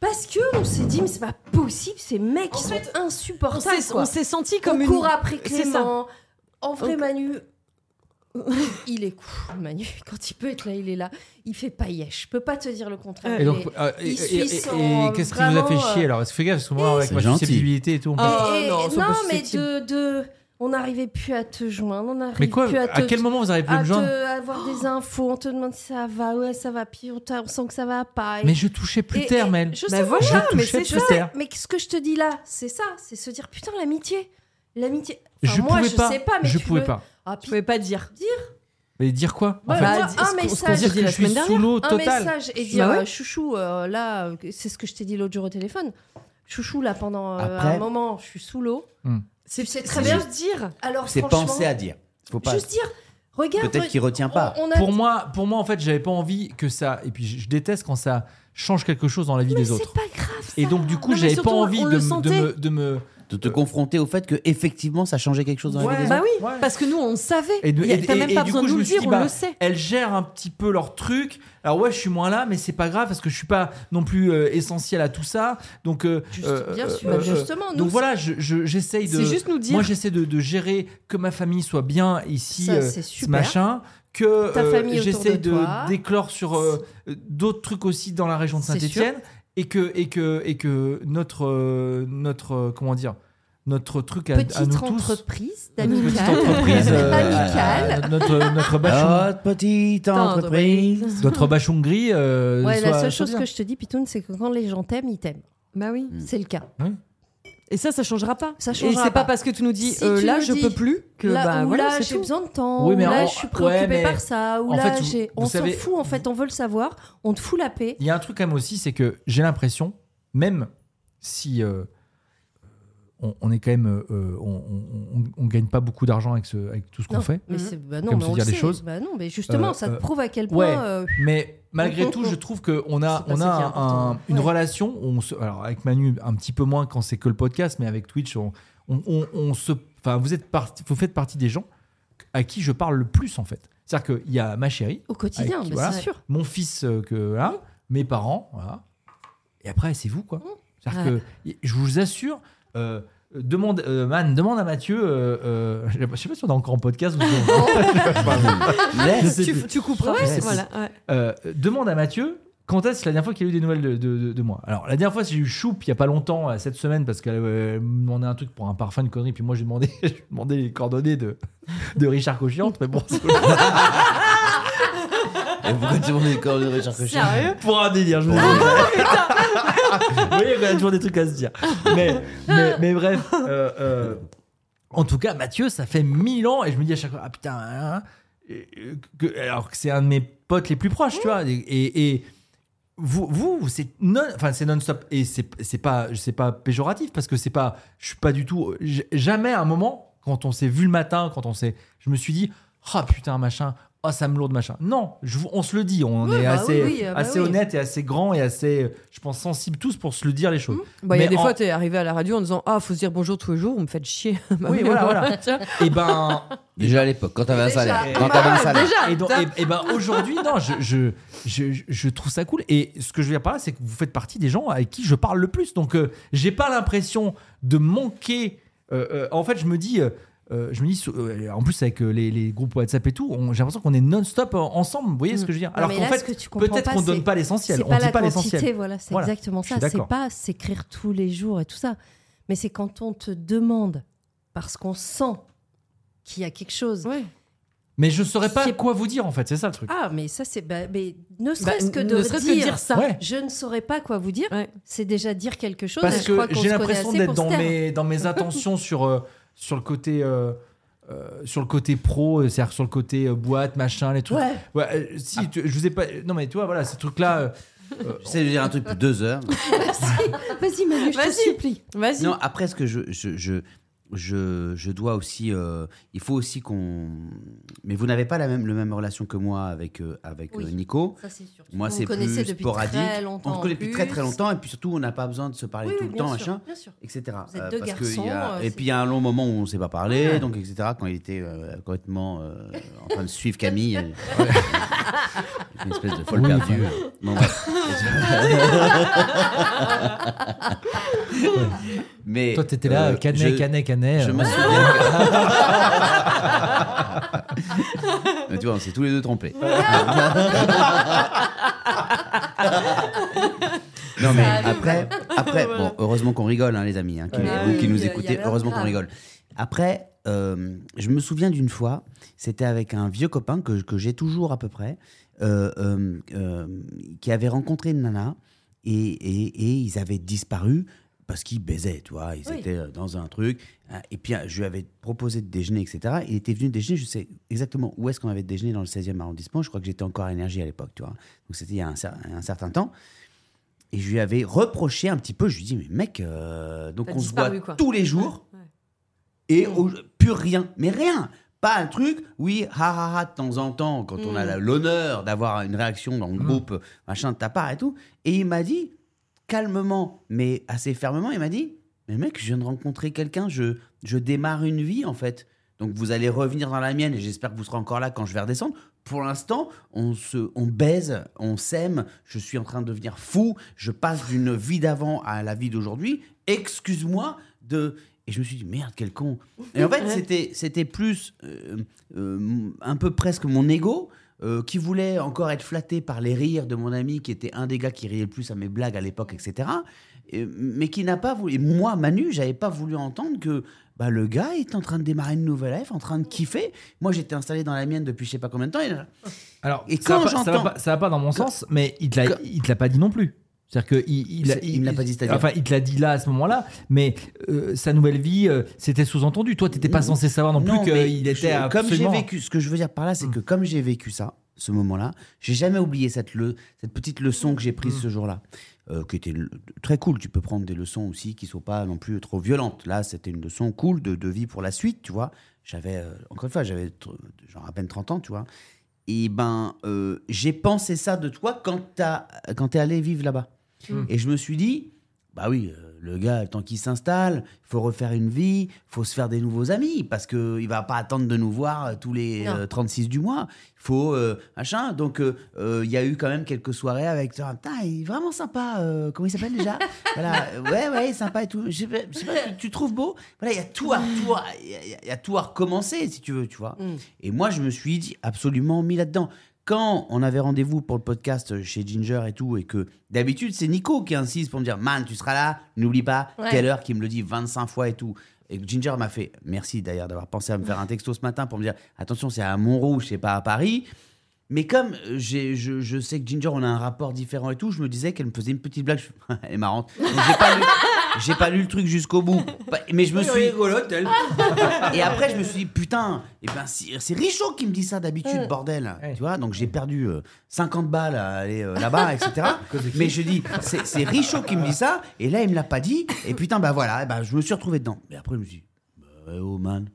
[SPEAKER 3] Parce que on s'est dit, mais c'est pas possible, ces mecs
[SPEAKER 6] En
[SPEAKER 3] ils
[SPEAKER 6] fait,
[SPEAKER 3] sont
[SPEAKER 6] On
[SPEAKER 3] insupportables.
[SPEAKER 6] s'est-
[SPEAKER 3] quoi.
[SPEAKER 6] On s'est senti
[SPEAKER 3] comme
[SPEAKER 6] comme une.
[SPEAKER 3] court après
[SPEAKER 6] c'est
[SPEAKER 3] Clément. En vrai,
[SPEAKER 6] Donc-
[SPEAKER 3] Manu, il est cool, Manu. Quand il peut être là, il est là. Il fait paillèche. Je peux pas te dire le contraire.
[SPEAKER 1] et
[SPEAKER 3] Il
[SPEAKER 1] donc
[SPEAKER 3] est-
[SPEAKER 1] euh, et,
[SPEAKER 3] il suit
[SPEAKER 1] et- et-
[SPEAKER 3] son-
[SPEAKER 1] et qu'est-ce qui vous a fait
[SPEAKER 3] vraiment, euh,
[SPEAKER 1] chier alors Parce que fais gaffe parce que moi avec
[SPEAKER 2] C'est
[SPEAKER 1] ma
[SPEAKER 2] gentil.
[SPEAKER 1] susceptibilité et tout on peut-
[SPEAKER 6] Ah,
[SPEAKER 3] Et- et-
[SPEAKER 6] non,
[SPEAKER 3] non,
[SPEAKER 6] c'est pas
[SPEAKER 3] mais
[SPEAKER 6] susceptible.
[SPEAKER 3] de, de- on n'arrivait plus à te joindre. On n'arrive
[SPEAKER 1] mais quoi
[SPEAKER 3] plus à te.
[SPEAKER 1] à quel moment vous arrivez plus à
[SPEAKER 3] à
[SPEAKER 1] me
[SPEAKER 3] te-
[SPEAKER 1] joindre
[SPEAKER 3] à avoir
[SPEAKER 6] Oh.
[SPEAKER 3] des infos, on te demande si ça va, ouais, ça va, puis on, t'a- on sent que ça va pas. et-
[SPEAKER 1] mais je touchais
[SPEAKER 3] et-
[SPEAKER 1] plus
[SPEAKER 3] et-
[SPEAKER 1] terre Mel
[SPEAKER 3] Je
[SPEAKER 6] Bah
[SPEAKER 3] sais,
[SPEAKER 6] voilà,
[SPEAKER 1] je
[SPEAKER 6] mais
[SPEAKER 1] touchais
[SPEAKER 6] c'est
[SPEAKER 1] plus
[SPEAKER 6] ça.
[SPEAKER 1] terre
[SPEAKER 3] mais ce que je te dis là, c'est ça, c'est se dire putain l'amitié, l'amitié. Enfin,
[SPEAKER 1] je
[SPEAKER 3] moi,
[SPEAKER 1] pouvais
[SPEAKER 3] je
[SPEAKER 1] pas
[SPEAKER 3] sais pas, mais
[SPEAKER 1] je
[SPEAKER 3] tu
[SPEAKER 1] pouvais
[SPEAKER 3] le-
[SPEAKER 1] pas
[SPEAKER 3] Ah,
[SPEAKER 6] Tu
[SPEAKER 3] puis
[SPEAKER 6] pouvais pas dire.
[SPEAKER 3] dire.
[SPEAKER 1] mais dire quoi en
[SPEAKER 3] Ouais,
[SPEAKER 1] fait
[SPEAKER 3] moi,
[SPEAKER 6] dis-
[SPEAKER 3] un
[SPEAKER 6] ce qu'on- ce qu'on
[SPEAKER 3] message.
[SPEAKER 6] dit
[SPEAKER 1] dire que
[SPEAKER 6] la
[SPEAKER 1] je suis
[SPEAKER 6] semaine
[SPEAKER 1] sous
[SPEAKER 6] dernière.
[SPEAKER 1] l'eau
[SPEAKER 3] un
[SPEAKER 1] totale
[SPEAKER 3] message et dire
[SPEAKER 6] Bah ouais.
[SPEAKER 3] euh, chouchou euh, là euh, c'est ce que je t'ai dit l'autre jour au téléphone chouchou là pendant euh,
[SPEAKER 2] Après-
[SPEAKER 3] un moment je suis sous l'eau
[SPEAKER 6] C'est
[SPEAKER 3] sais très
[SPEAKER 6] c'est
[SPEAKER 3] bien.
[SPEAKER 6] juste dire.
[SPEAKER 3] alors
[SPEAKER 2] C'est
[SPEAKER 3] franchement
[SPEAKER 2] pensé à dire. Faut pas.
[SPEAKER 3] juste dire regarde
[SPEAKER 2] Peut-être qu'il retient pas.
[SPEAKER 3] on, on a
[SPEAKER 1] pour moi, pour moi, en fait, j'avais pas envie que ça. Et puis, je je déteste quand ça change quelque chose dans la vie
[SPEAKER 3] mais
[SPEAKER 1] des
[SPEAKER 3] c'est
[SPEAKER 1] autres.
[SPEAKER 3] pas grave
[SPEAKER 1] Et
[SPEAKER 3] ça.
[SPEAKER 1] donc, du coup,
[SPEAKER 6] Non, mais
[SPEAKER 1] j'avais
[SPEAKER 6] surtout,
[SPEAKER 1] pas envie
[SPEAKER 6] on
[SPEAKER 1] de,
[SPEAKER 6] le
[SPEAKER 1] me- de
[SPEAKER 6] sentait.
[SPEAKER 1] me, de me.
[SPEAKER 2] De te confronter au fait que effectivement, ça changeait quelque chose dans la vie des
[SPEAKER 6] Bah
[SPEAKER 2] autres.
[SPEAKER 6] oui,
[SPEAKER 1] Ouais.
[SPEAKER 6] parce que nous, on le savait.
[SPEAKER 1] Et de-
[SPEAKER 6] Il y a-
[SPEAKER 1] et-
[SPEAKER 6] T'as
[SPEAKER 1] et-
[SPEAKER 6] même
[SPEAKER 1] et
[SPEAKER 6] pas
[SPEAKER 1] du
[SPEAKER 6] besoin
[SPEAKER 1] coup,
[SPEAKER 6] de
[SPEAKER 1] je
[SPEAKER 6] nous
[SPEAKER 1] me
[SPEAKER 6] le
[SPEAKER 1] suis
[SPEAKER 6] dire,
[SPEAKER 1] dit,
[SPEAKER 6] on
[SPEAKER 1] bah,
[SPEAKER 6] le sait.
[SPEAKER 1] Elles gèrent un petit peu leur truc. Alors ouais, je suis moins là, mais c'est pas grave parce que je suis pas non plus euh, essentiel à tout ça. Donc, euh,
[SPEAKER 3] Juste-
[SPEAKER 1] euh,
[SPEAKER 3] bien
[SPEAKER 1] euh,
[SPEAKER 3] sûr, bah,
[SPEAKER 1] euh,
[SPEAKER 3] justement, nous,
[SPEAKER 1] donc voilà, je- je- j'essaye de.
[SPEAKER 6] C'est juste nous dire.
[SPEAKER 1] Moi, j'essaie de, de gérer que ma famille soit bien ici,
[SPEAKER 3] Ça,
[SPEAKER 1] euh,
[SPEAKER 3] c'est
[SPEAKER 1] ce
[SPEAKER 3] super.
[SPEAKER 1] machin. Que euh,
[SPEAKER 3] Ta famille autour
[SPEAKER 1] j'essaie
[SPEAKER 3] de
[SPEAKER 1] de,
[SPEAKER 3] toi.
[SPEAKER 1] déclore sur euh, euh, d'autres trucs aussi dans la région de
[SPEAKER 3] C'est
[SPEAKER 1] Saint-Etienne. Et que, et, que, et que notre. euh, notre euh, comment dire notre truc à, à
[SPEAKER 3] petite
[SPEAKER 1] nous tous
[SPEAKER 3] entreprise
[SPEAKER 1] petite
[SPEAKER 3] *laughs* d'amicale
[SPEAKER 1] entreprise euh,
[SPEAKER 3] Amicale.
[SPEAKER 1] à- à notre notre bachon
[SPEAKER 2] Notre petite entreprise.
[SPEAKER 1] notre bachon gris euh,
[SPEAKER 3] ouais
[SPEAKER 1] soit-
[SPEAKER 3] la seule
[SPEAKER 1] soit
[SPEAKER 3] chose
[SPEAKER 1] bien.
[SPEAKER 3] que je te dis Pitoun c'est que quand les gens t'aiment ils t'aiment
[SPEAKER 6] Bah oui.
[SPEAKER 3] c'est le cas
[SPEAKER 6] Et ça, ça changera pas.
[SPEAKER 3] Ça
[SPEAKER 6] Et
[SPEAKER 3] changera
[SPEAKER 6] c'est pas
[SPEAKER 3] pas.
[SPEAKER 6] parce que tu nous dis
[SPEAKER 3] Si
[SPEAKER 6] euh,
[SPEAKER 3] tu
[SPEAKER 6] là,
[SPEAKER 3] nous
[SPEAKER 6] je
[SPEAKER 3] dis,
[SPEAKER 6] peux plus que
[SPEAKER 3] là,
[SPEAKER 6] bah
[SPEAKER 3] ou
[SPEAKER 6] voilà,
[SPEAKER 3] là
[SPEAKER 6] c'est
[SPEAKER 3] j'ai
[SPEAKER 6] tout.
[SPEAKER 3] besoin de temps,
[SPEAKER 1] Oui, mais
[SPEAKER 3] ou là
[SPEAKER 1] en-
[SPEAKER 3] je suis
[SPEAKER 1] ouais,
[SPEAKER 3] préoccupée
[SPEAKER 1] mais
[SPEAKER 3] par ça, ou
[SPEAKER 1] en
[SPEAKER 3] là
[SPEAKER 1] fait, vous-
[SPEAKER 3] j'ai-
[SPEAKER 1] vous
[SPEAKER 3] on s'en
[SPEAKER 1] savez-
[SPEAKER 3] fout en fait, on veut le savoir, on te fout la paix.
[SPEAKER 1] il y a un truc quand même aussi c'est que j'ai l'impression même si euh, on, on est quand même, euh, on, on- on- on gagne pas beaucoup d'argent avec, ce, avec tout ce qu'on
[SPEAKER 3] Non,
[SPEAKER 1] fait.
[SPEAKER 3] Mais c'est- bah non,
[SPEAKER 1] Mhm. Comme
[SPEAKER 3] mais
[SPEAKER 1] se
[SPEAKER 3] on
[SPEAKER 1] dire
[SPEAKER 3] le
[SPEAKER 1] les
[SPEAKER 3] sait.
[SPEAKER 1] choses.
[SPEAKER 3] Bah non, mais justement,
[SPEAKER 1] Euh,
[SPEAKER 3] ça te
[SPEAKER 1] euh,
[SPEAKER 3] prouve à quel point.
[SPEAKER 1] ouais.
[SPEAKER 3] euh,
[SPEAKER 1] Mais malgré tout, je trouve qu'on a,
[SPEAKER 3] C'est pas
[SPEAKER 1] on
[SPEAKER 3] ça
[SPEAKER 1] a
[SPEAKER 3] qui est important. hein.
[SPEAKER 1] un- une
[SPEAKER 3] Ouais.
[SPEAKER 1] relation. On se, alors avec Manu, un petit peu moins quand c'est que le podcast, mais avec Twitch, on, on- on- on se, enfin, vous êtes parti, vous faites partie des gens à qui je parle le plus en fait. C'est-à-dire qu'il y a ma chérie,
[SPEAKER 3] au quotidien,
[SPEAKER 1] Avec-
[SPEAKER 3] mais
[SPEAKER 1] Ah, voilà.
[SPEAKER 3] c'est sûr.
[SPEAKER 1] mon fils euh, que là, mes parents, voilà. Et après, c'est vous quoi. C'est-à-dire
[SPEAKER 6] Ouais.
[SPEAKER 1] que y- je vous assure. euh, Demande, euh, Man, demande à Mathieu. euh, euh, je sais pas si on est encore en podcast. ou si on- Je sais plus.
[SPEAKER 6] Tu, tu couperas.
[SPEAKER 1] Ouais, c'est-
[SPEAKER 6] voilà. ouais.
[SPEAKER 1] Euh, demande à Mathieu quand est-ce la dernière fois qu'il y a eu des nouvelles de, de- de- de moi. Alors, la dernière fois, j'ai eu Choupe il y a pas longtemps, euh, cette semaine, parce qu'elle euh, elle me demandait un truc pour un parfum de connerie, puis moi, j'ai demandé, *laughs* j'ai demandé les coordonnées de, de Richard Cochiante, mais bon, c'est
[SPEAKER 2] Et pourquoi tu demandes les coordonnées de Richard Cochian
[SPEAKER 6] Sérieux
[SPEAKER 1] pour un délire, je vous jure. *laughs* Vous voyez, on a toujours des trucs à se dire. Mais, mais, mais bref, euh, euh, en tout cas, Mathieu, ça fait mille ans, et je me dis à chaque fois, ah putain, hein, et- et que- alors que c'est un de mes potes les plus proches, tu vois. Et, et- et vous, vous c'est non, enfin c'est non-stop, et c'est c'est pas, c'est pas péjoratif parce que c'est pas, je suis pas du tout, j- jamais à un moment quand on s'est vu le matin, quand on s'est, je me suis dit, ah putain machin. Ah, ça me lourde, machin. Non, je vous- on se le dit, on
[SPEAKER 3] Ouais,
[SPEAKER 1] est
[SPEAKER 3] bah
[SPEAKER 1] assez,
[SPEAKER 3] oui, oui, ah bah
[SPEAKER 1] assez
[SPEAKER 3] oui.
[SPEAKER 1] honnête et assez grand et assez, je pense, sensible tous pour se le dire les choses.
[SPEAKER 6] Bah, il y a
[SPEAKER 1] Mais
[SPEAKER 6] des
[SPEAKER 1] en-
[SPEAKER 6] fois, t'es arrivé à la radio en disant Ah, faut se dire bonjour tous les jours, vous me faites chier. Bah
[SPEAKER 1] Oui, voilà, voilà.
[SPEAKER 6] tu vois.
[SPEAKER 3] Mmh.
[SPEAKER 1] Et ben,
[SPEAKER 2] Déjà à l'époque, quand t'avais un
[SPEAKER 3] Déjà.
[SPEAKER 2] salaire. Quand t'avais un salaire.
[SPEAKER 6] Déjà,
[SPEAKER 1] et, donc,
[SPEAKER 6] ça-
[SPEAKER 1] et- et
[SPEAKER 3] *laughs*
[SPEAKER 1] ben aujourd'hui, non, je, je, je, je trouve ça cool. Et ce que je veux dire par là, c'est que vous faites partie des gens avec qui je parle le plus. Donc, euh, j'ai pas l'impression de manquer. euh, euh, en fait, je me dis. euh, euh, je me dis, euh, en plus avec euh, les, les groupes WhatsApp et tout, on- j'ai l'impression qu'on est non-stop euh, ensemble. Vous voyez ce que je veux dire
[SPEAKER 3] Mm. Non,
[SPEAKER 1] Alors
[SPEAKER 3] mais
[SPEAKER 1] qu'en
[SPEAKER 3] là,
[SPEAKER 1] fait,
[SPEAKER 3] ce que tu comprends
[SPEAKER 1] peut-être
[SPEAKER 3] pas,
[SPEAKER 1] qu'on
[SPEAKER 3] c'est-
[SPEAKER 1] donne pas l'essentiel.
[SPEAKER 3] C'est
[SPEAKER 1] On
[SPEAKER 3] pas
[SPEAKER 1] dit
[SPEAKER 3] la
[SPEAKER 1] pas
[SPEAKER 3] quantité,
[SPEAKER 1] l'essentiel.
[SPEAKER 3] voilà, c'est
[SPEAKER 1] Voilà,
[SPEAKER 3] exactement
[SPEAKER 1] je suis
[SPEAKER 3] ça. C'est
[SPEAKER 1] d'accord.
[SPEAKER 3] pas s'écrire tous les jours et tout ça. Mais c'est quand on te demande, parce qu'on sent qu'il y a quelque chose.
[SPEAKER 6] Ouais.
[SPEAKER 1] Mais je saurais pas
[SPEAKER 3] Qui est-
[SPEAKER 1] quoi vous dire en fait. C'est ça le truc.
[SPEAKER 3] Ah, mais ça, c'est. bah, mais ne
[SPEAKER 6] Bah,
[SPEAKER 3] serait-ce que de
[SPEAKER 6] ne serait-ce que de
[SPEAKER 3] dire,
[SPEAKER 6] dire ça.
[SPEAKER 1] Ouais.
[SPEAKER 3] Je ne saurais pas quoi vous dire.
[SPEAKER 6] Ouais.
[SPEAKER 3] C'est déjà dire quelque chose. et
[SPEAKER 1] Parce
[SPEAKER 3] je crois
[SPEAKER 1] que
[SPEAKER 3] qu'on
[SPEAKER 1] j'ai
[SPEAKER 3] se connaît
[SPEAKER 1] l'impression
[SPEAKER 3] assez
[SPEAKER 1] d'être
[SPEAKER 3] pour se
[SPEAKER 1] dans
[SPEAKER 3] taire.
[SPEAKER 1] mes, dans mes attentions sur, euh, sur le côté. euh, euh, sur le côté pro, euh, c'est-à-dire sur le côté euh, boîte, machin, les trucs.
[SPEAKER 3] Ouais.
[SPEAKER 1] Ouais, euh, si, tu- je vous ai pas. Non, mais tu vois, voilà, ces trucs-là. euh,
[SPEAKER 2] *laughs*
[SPEAKER 1] euh,
[SPEAKER 2] J'essaie de dire un truc depuis deux
[SPEAKER 3] *laughs*
[SPEAKER 2] heures.
[SPEAKER 3] Ah, Vas-y, Manu, je te
[SPEAKER 6] Vas-y.
[SPEAKER 3] supplie.
[SPEAKER 6] Vas-y.
[SPEAKER 2] Non, après, ce que je, je, je, je, je dois aussi. euh, il faut aussi qu'on. Mais vous n'avez pas la même, le même relation que moi avec, euh, avec
[SPEAKER 3] Oui.
[SPEAKER 2] euh, Nico.
[SPEAKER 3] Ça, c'est sûr.
[SPEAKER 2] Moi,
[SPEAKER 3] Vous
[SPEAKER 2] c'est
[SPEAKER 3] vous connaissez
[SPEAKER 2] plus
[SPEAKER 3] depuis
[SPEAKER 2] sporadique.
[SPEAKER 3] très longtemps
[SPEAKER 2] on se connaît depuis
[SPEAKER 3] en
[SPEAKER 2] très
[SPEAKER 3] plus.
[SPEAKER 2] très longtemps. Et puis surtout, on n'a pas besoin de se parler
[SPEAKER 3] Oui,
[SPEAKER 2] tout
[SPEAKER 3] oui,
[SPEAKER 2] le
[SPEAKER 3] bien
[SPEAKER 2] temps,
[SPEAKER 3] sûr, Ah,
[SPEAKER 2] machin.
[SPEAKER 3] bien sûr.
[SPEAKER 2] Etc.
[SPEAKER 3] Vous êtes
[SPEAKER 2] Euh,
[SPEAKER 3] deux
[SPEAKER 2] parce que il y a-
[SPEAKER 3] garçons, euh,
[SPEAKER 2] et
[SPEAKER 3] c'est-
[SPEAKER 2] puis il y a un long moment où on ne s'est pas parlé, donc etc. Quand il était euh, complètement euh, en train de suivre Camille,
[SPEAKER 3] *laughs*
[SPEAKER 2] elle- une espèce de folle
[SPEAKER 1] Oui,
[SPEAKER 2] perdue.
[SPEAKER 1] enfin. *laughs*
[SPEAKER 2] Non, bref. Mais
[SPEAKER 1] toi, t'étais là,
[SPEAKER 2] euh,
[SPEAKER 1] canet,
[SPEAKER 2] je-
[SPEAKER 1] canet, canet.
[SPEAKER 2] je
[SPEAKER 1] euh,
[SPEAKER 2] m'en souviens. que- *laughs* Mais tu vois, on s'est tous les deux trompés. *laughs* non mais après, après, bon, heureusement qu'on rigole, hein, les amis, hein, qui,
[SPEAKER 1] Ouais.
[SPEAKER 2] vous qui
[SPEAKER 3] Ah Oui,
[SPEAKER 2] nous
[SPEAKER 3] il y a- il
[SPEAKER 2] écoutez,
[SPEAKER 3] y a
[SPEAKER 2] heureusement
[SPEAKER 3] grave.
[SPEAKER 2] qu'on rigole. Après, euh, je me souviens d'une fois, c'était avec un vieux copain que, que j'ai toujours à peu près, euh, euh, euh, qui avait rencontré une nana et, et- et ils avaient disparu parce qu'ils baisaient, tu vois. Ils
[SPEAKER 3] Oui.
[SPEAKER 2] étaient euh, dans un truc. hein, Et puis, euh, je lui avais proposé de déjeuner, etc. Il était venu déjeuner, je sais exactement où est-ce qu'on avait déjeuné dans le 16e arrondissement. Je crois que j'étais encore à énergie à l'époque, tu vois. Donc, c'était il y a un, cer- un certain temps. Et je lui avais reproché un petit peu. Je lui ai dit, mais mec, euh, donc
[SPEAKER 6] T'as
[SPEAKER 2] on se voit
[SPEAKER 6] disparu, quoi.
[SPEAKER 2] tous les jours
[SPEAKER 6] Ouais.
[SPEAKER 2] et au- plus rien, mais rien. Pas un truc, oui, ha ha ha, de temps en temps, quand on a la- l'honneur d'avoir une réaction dans le groupe, machin de ta part et tout. Et il m'a dit, calmement, mais assez fermement, il m'a dit, mais mec, je viens de rencontrer quelqu'un, je, je démarre une vie en fait. Donc vous allez revenir dans la mienne et j'espère que vous serez encore là quand je vais redescendre. Pour l'instant, on se, on baise, on s'aime. Je suis en train de devenir fou. Je passe d'une vie d'avant à la vie d'aujourd'hui. Excuse-moi de. Et je me suis dit merde quel con. Et en fait
[SPEAKER 6] Ouais.
[SPEAKER 2] c'était c'était plus euh, euh, un peu presque mon ego euh, qui voulait encore être flatté par les rires de mon ami qui était un des gars qui riait le plus à mes blagues à l'époque etc. Et- mais qui n'a pas voulu. et Moi, Manu, j'avais pas voulu entendre que bah, le gars est en train de démarrer une nouvelle life, en train de kiffer. Moi, j'étais installé dans la mienne depuis je sais pas combien de temps. et-
[SPEAKER 1] Alors,
[SPEAKER 2] Et
[SPEAKER 1] ça, va
[SPEAKER 2] quand
[SPEAKER 1] pas, ça, va
[SPEAKER 2] j'entends-
[SPEAKER 1] pas, ça va pas dans mon sens, mais il te l'a,
[SPEAKER 2] Quand-
[SPEAKER 1] il te l'a pas dit non plus. C'est-à-dire que il, il, a-
[SPEAKER 2] Il me l'a pas dit, c'est-à-dire
[SPEAKER 1] Enfin, il te l'a dit là à ce moment-là, mais euh, sa nouvelle vie, euh, c'était sous-entendu. Toi, t'étais pas
[SPEAKER 2] Non.
[SPEAKER 1] censé savoir non, plus
[SPEAKER 2] mais
[SPEAKER 1] qu'il était
[SPEAKER 2] je- comme j'ai
[SPEAKER 1] absolument- Hum.
[SPEAKER 2] vécu. Ce que je veux dire par là, c'est que comme
[SPEAKER 1] Hum.
[SPEAKER 2] j'ai vécu ça, ce moment-là, j'ai jamais oublié cette le- cette petite leçon que j'ai prise ce jour-là. euh, qui était le- très cool. Tu peux prendre des leçons aussi qui ne sont pas non plus trop violentes. Là, c'était une leçon cool de, de vie pour la suite, tu vois. J'avais, euh, encore une fois, j'avais tr- genre à peine 30 ans, tu vois. Et ben, euh, j'ai pensé ça de toi quand t'as- quand t'es allé vivre là-bas.
[SPEAKER 1] Mm.
[SPEAKER 2] Et je me suis dit, bah oui, euh, le gars, le temps qu'il s'installe, faut refaire une vie, faut se faire des nouveaux amis, parce que euh, il va pas attendre de nous voir euh, tous les
[SPEAKER 3] Non.
[SPEAKER 2] euh, 36 du mois. Il faut euh, machin. Donc, euh, euh, il y a eu quand même quelques soirées avec. Ah, putain, il est vraiment sympa. euh, comment il s'appelle déjà voilà. euh, Ouais, ouais, sympa et tout. Je sais pas, je sais pas, tu, tu trouves beau Voilà, il y a tout à, tout à- il y a- il y a tout à recommencer, si tu veux, tu vois.
[SPEAKER 3] Mm.
[SPEAKER 2] Et moi, je me suis dit, absolument mis là-dedans. Quand on avait rendez-vous pour le podcast chez Ginger et tout, et que d'habitude, c'est Nico qui insiste pour me dire Man, tu seras là, n'oublie pas,
[SPEAKER 3] Ouais.
[SPEAKER 2] telle heure, qui me le dit 25 fois et tout. Et que Ginger m'a fait, merci d'ailleurs d'avoir pensé à me faire un texto ce matin pour me dire Attention, c'est à Montrouge, c'est pas à Paris. Mais comme euh, j'ai- je, je sais que Ginger, on a un rapport différent et tout, je me disais qu'elle me faisait une petite blague. *laughs* Je fais, Elle est marrante. Donc, J'ai pas, lu- j'ai pas lu le truc jusqu'au bout. Pas- Mais je me suis. Et après, je me suis dit, putain, et ben, c'est c'est Richaud qui me dit ça d'habitude, bordel.
[SPEAKER 1] Ouais.
[SPEAKER 2] Tu vois, donc j'ai perdu euh, 50 balles à aller euh, là-bas, etc.
[SPEAKER 1] *laughs*
[SPEAKER 2] Mais je dis, c'est c'est Richaud qui me dit ça, et là, il me l'a pas dit, et putain, bah voilà, eh ben, je me suis retrouvé dedans. Mais après, je me suis dit, bah, eh oh man.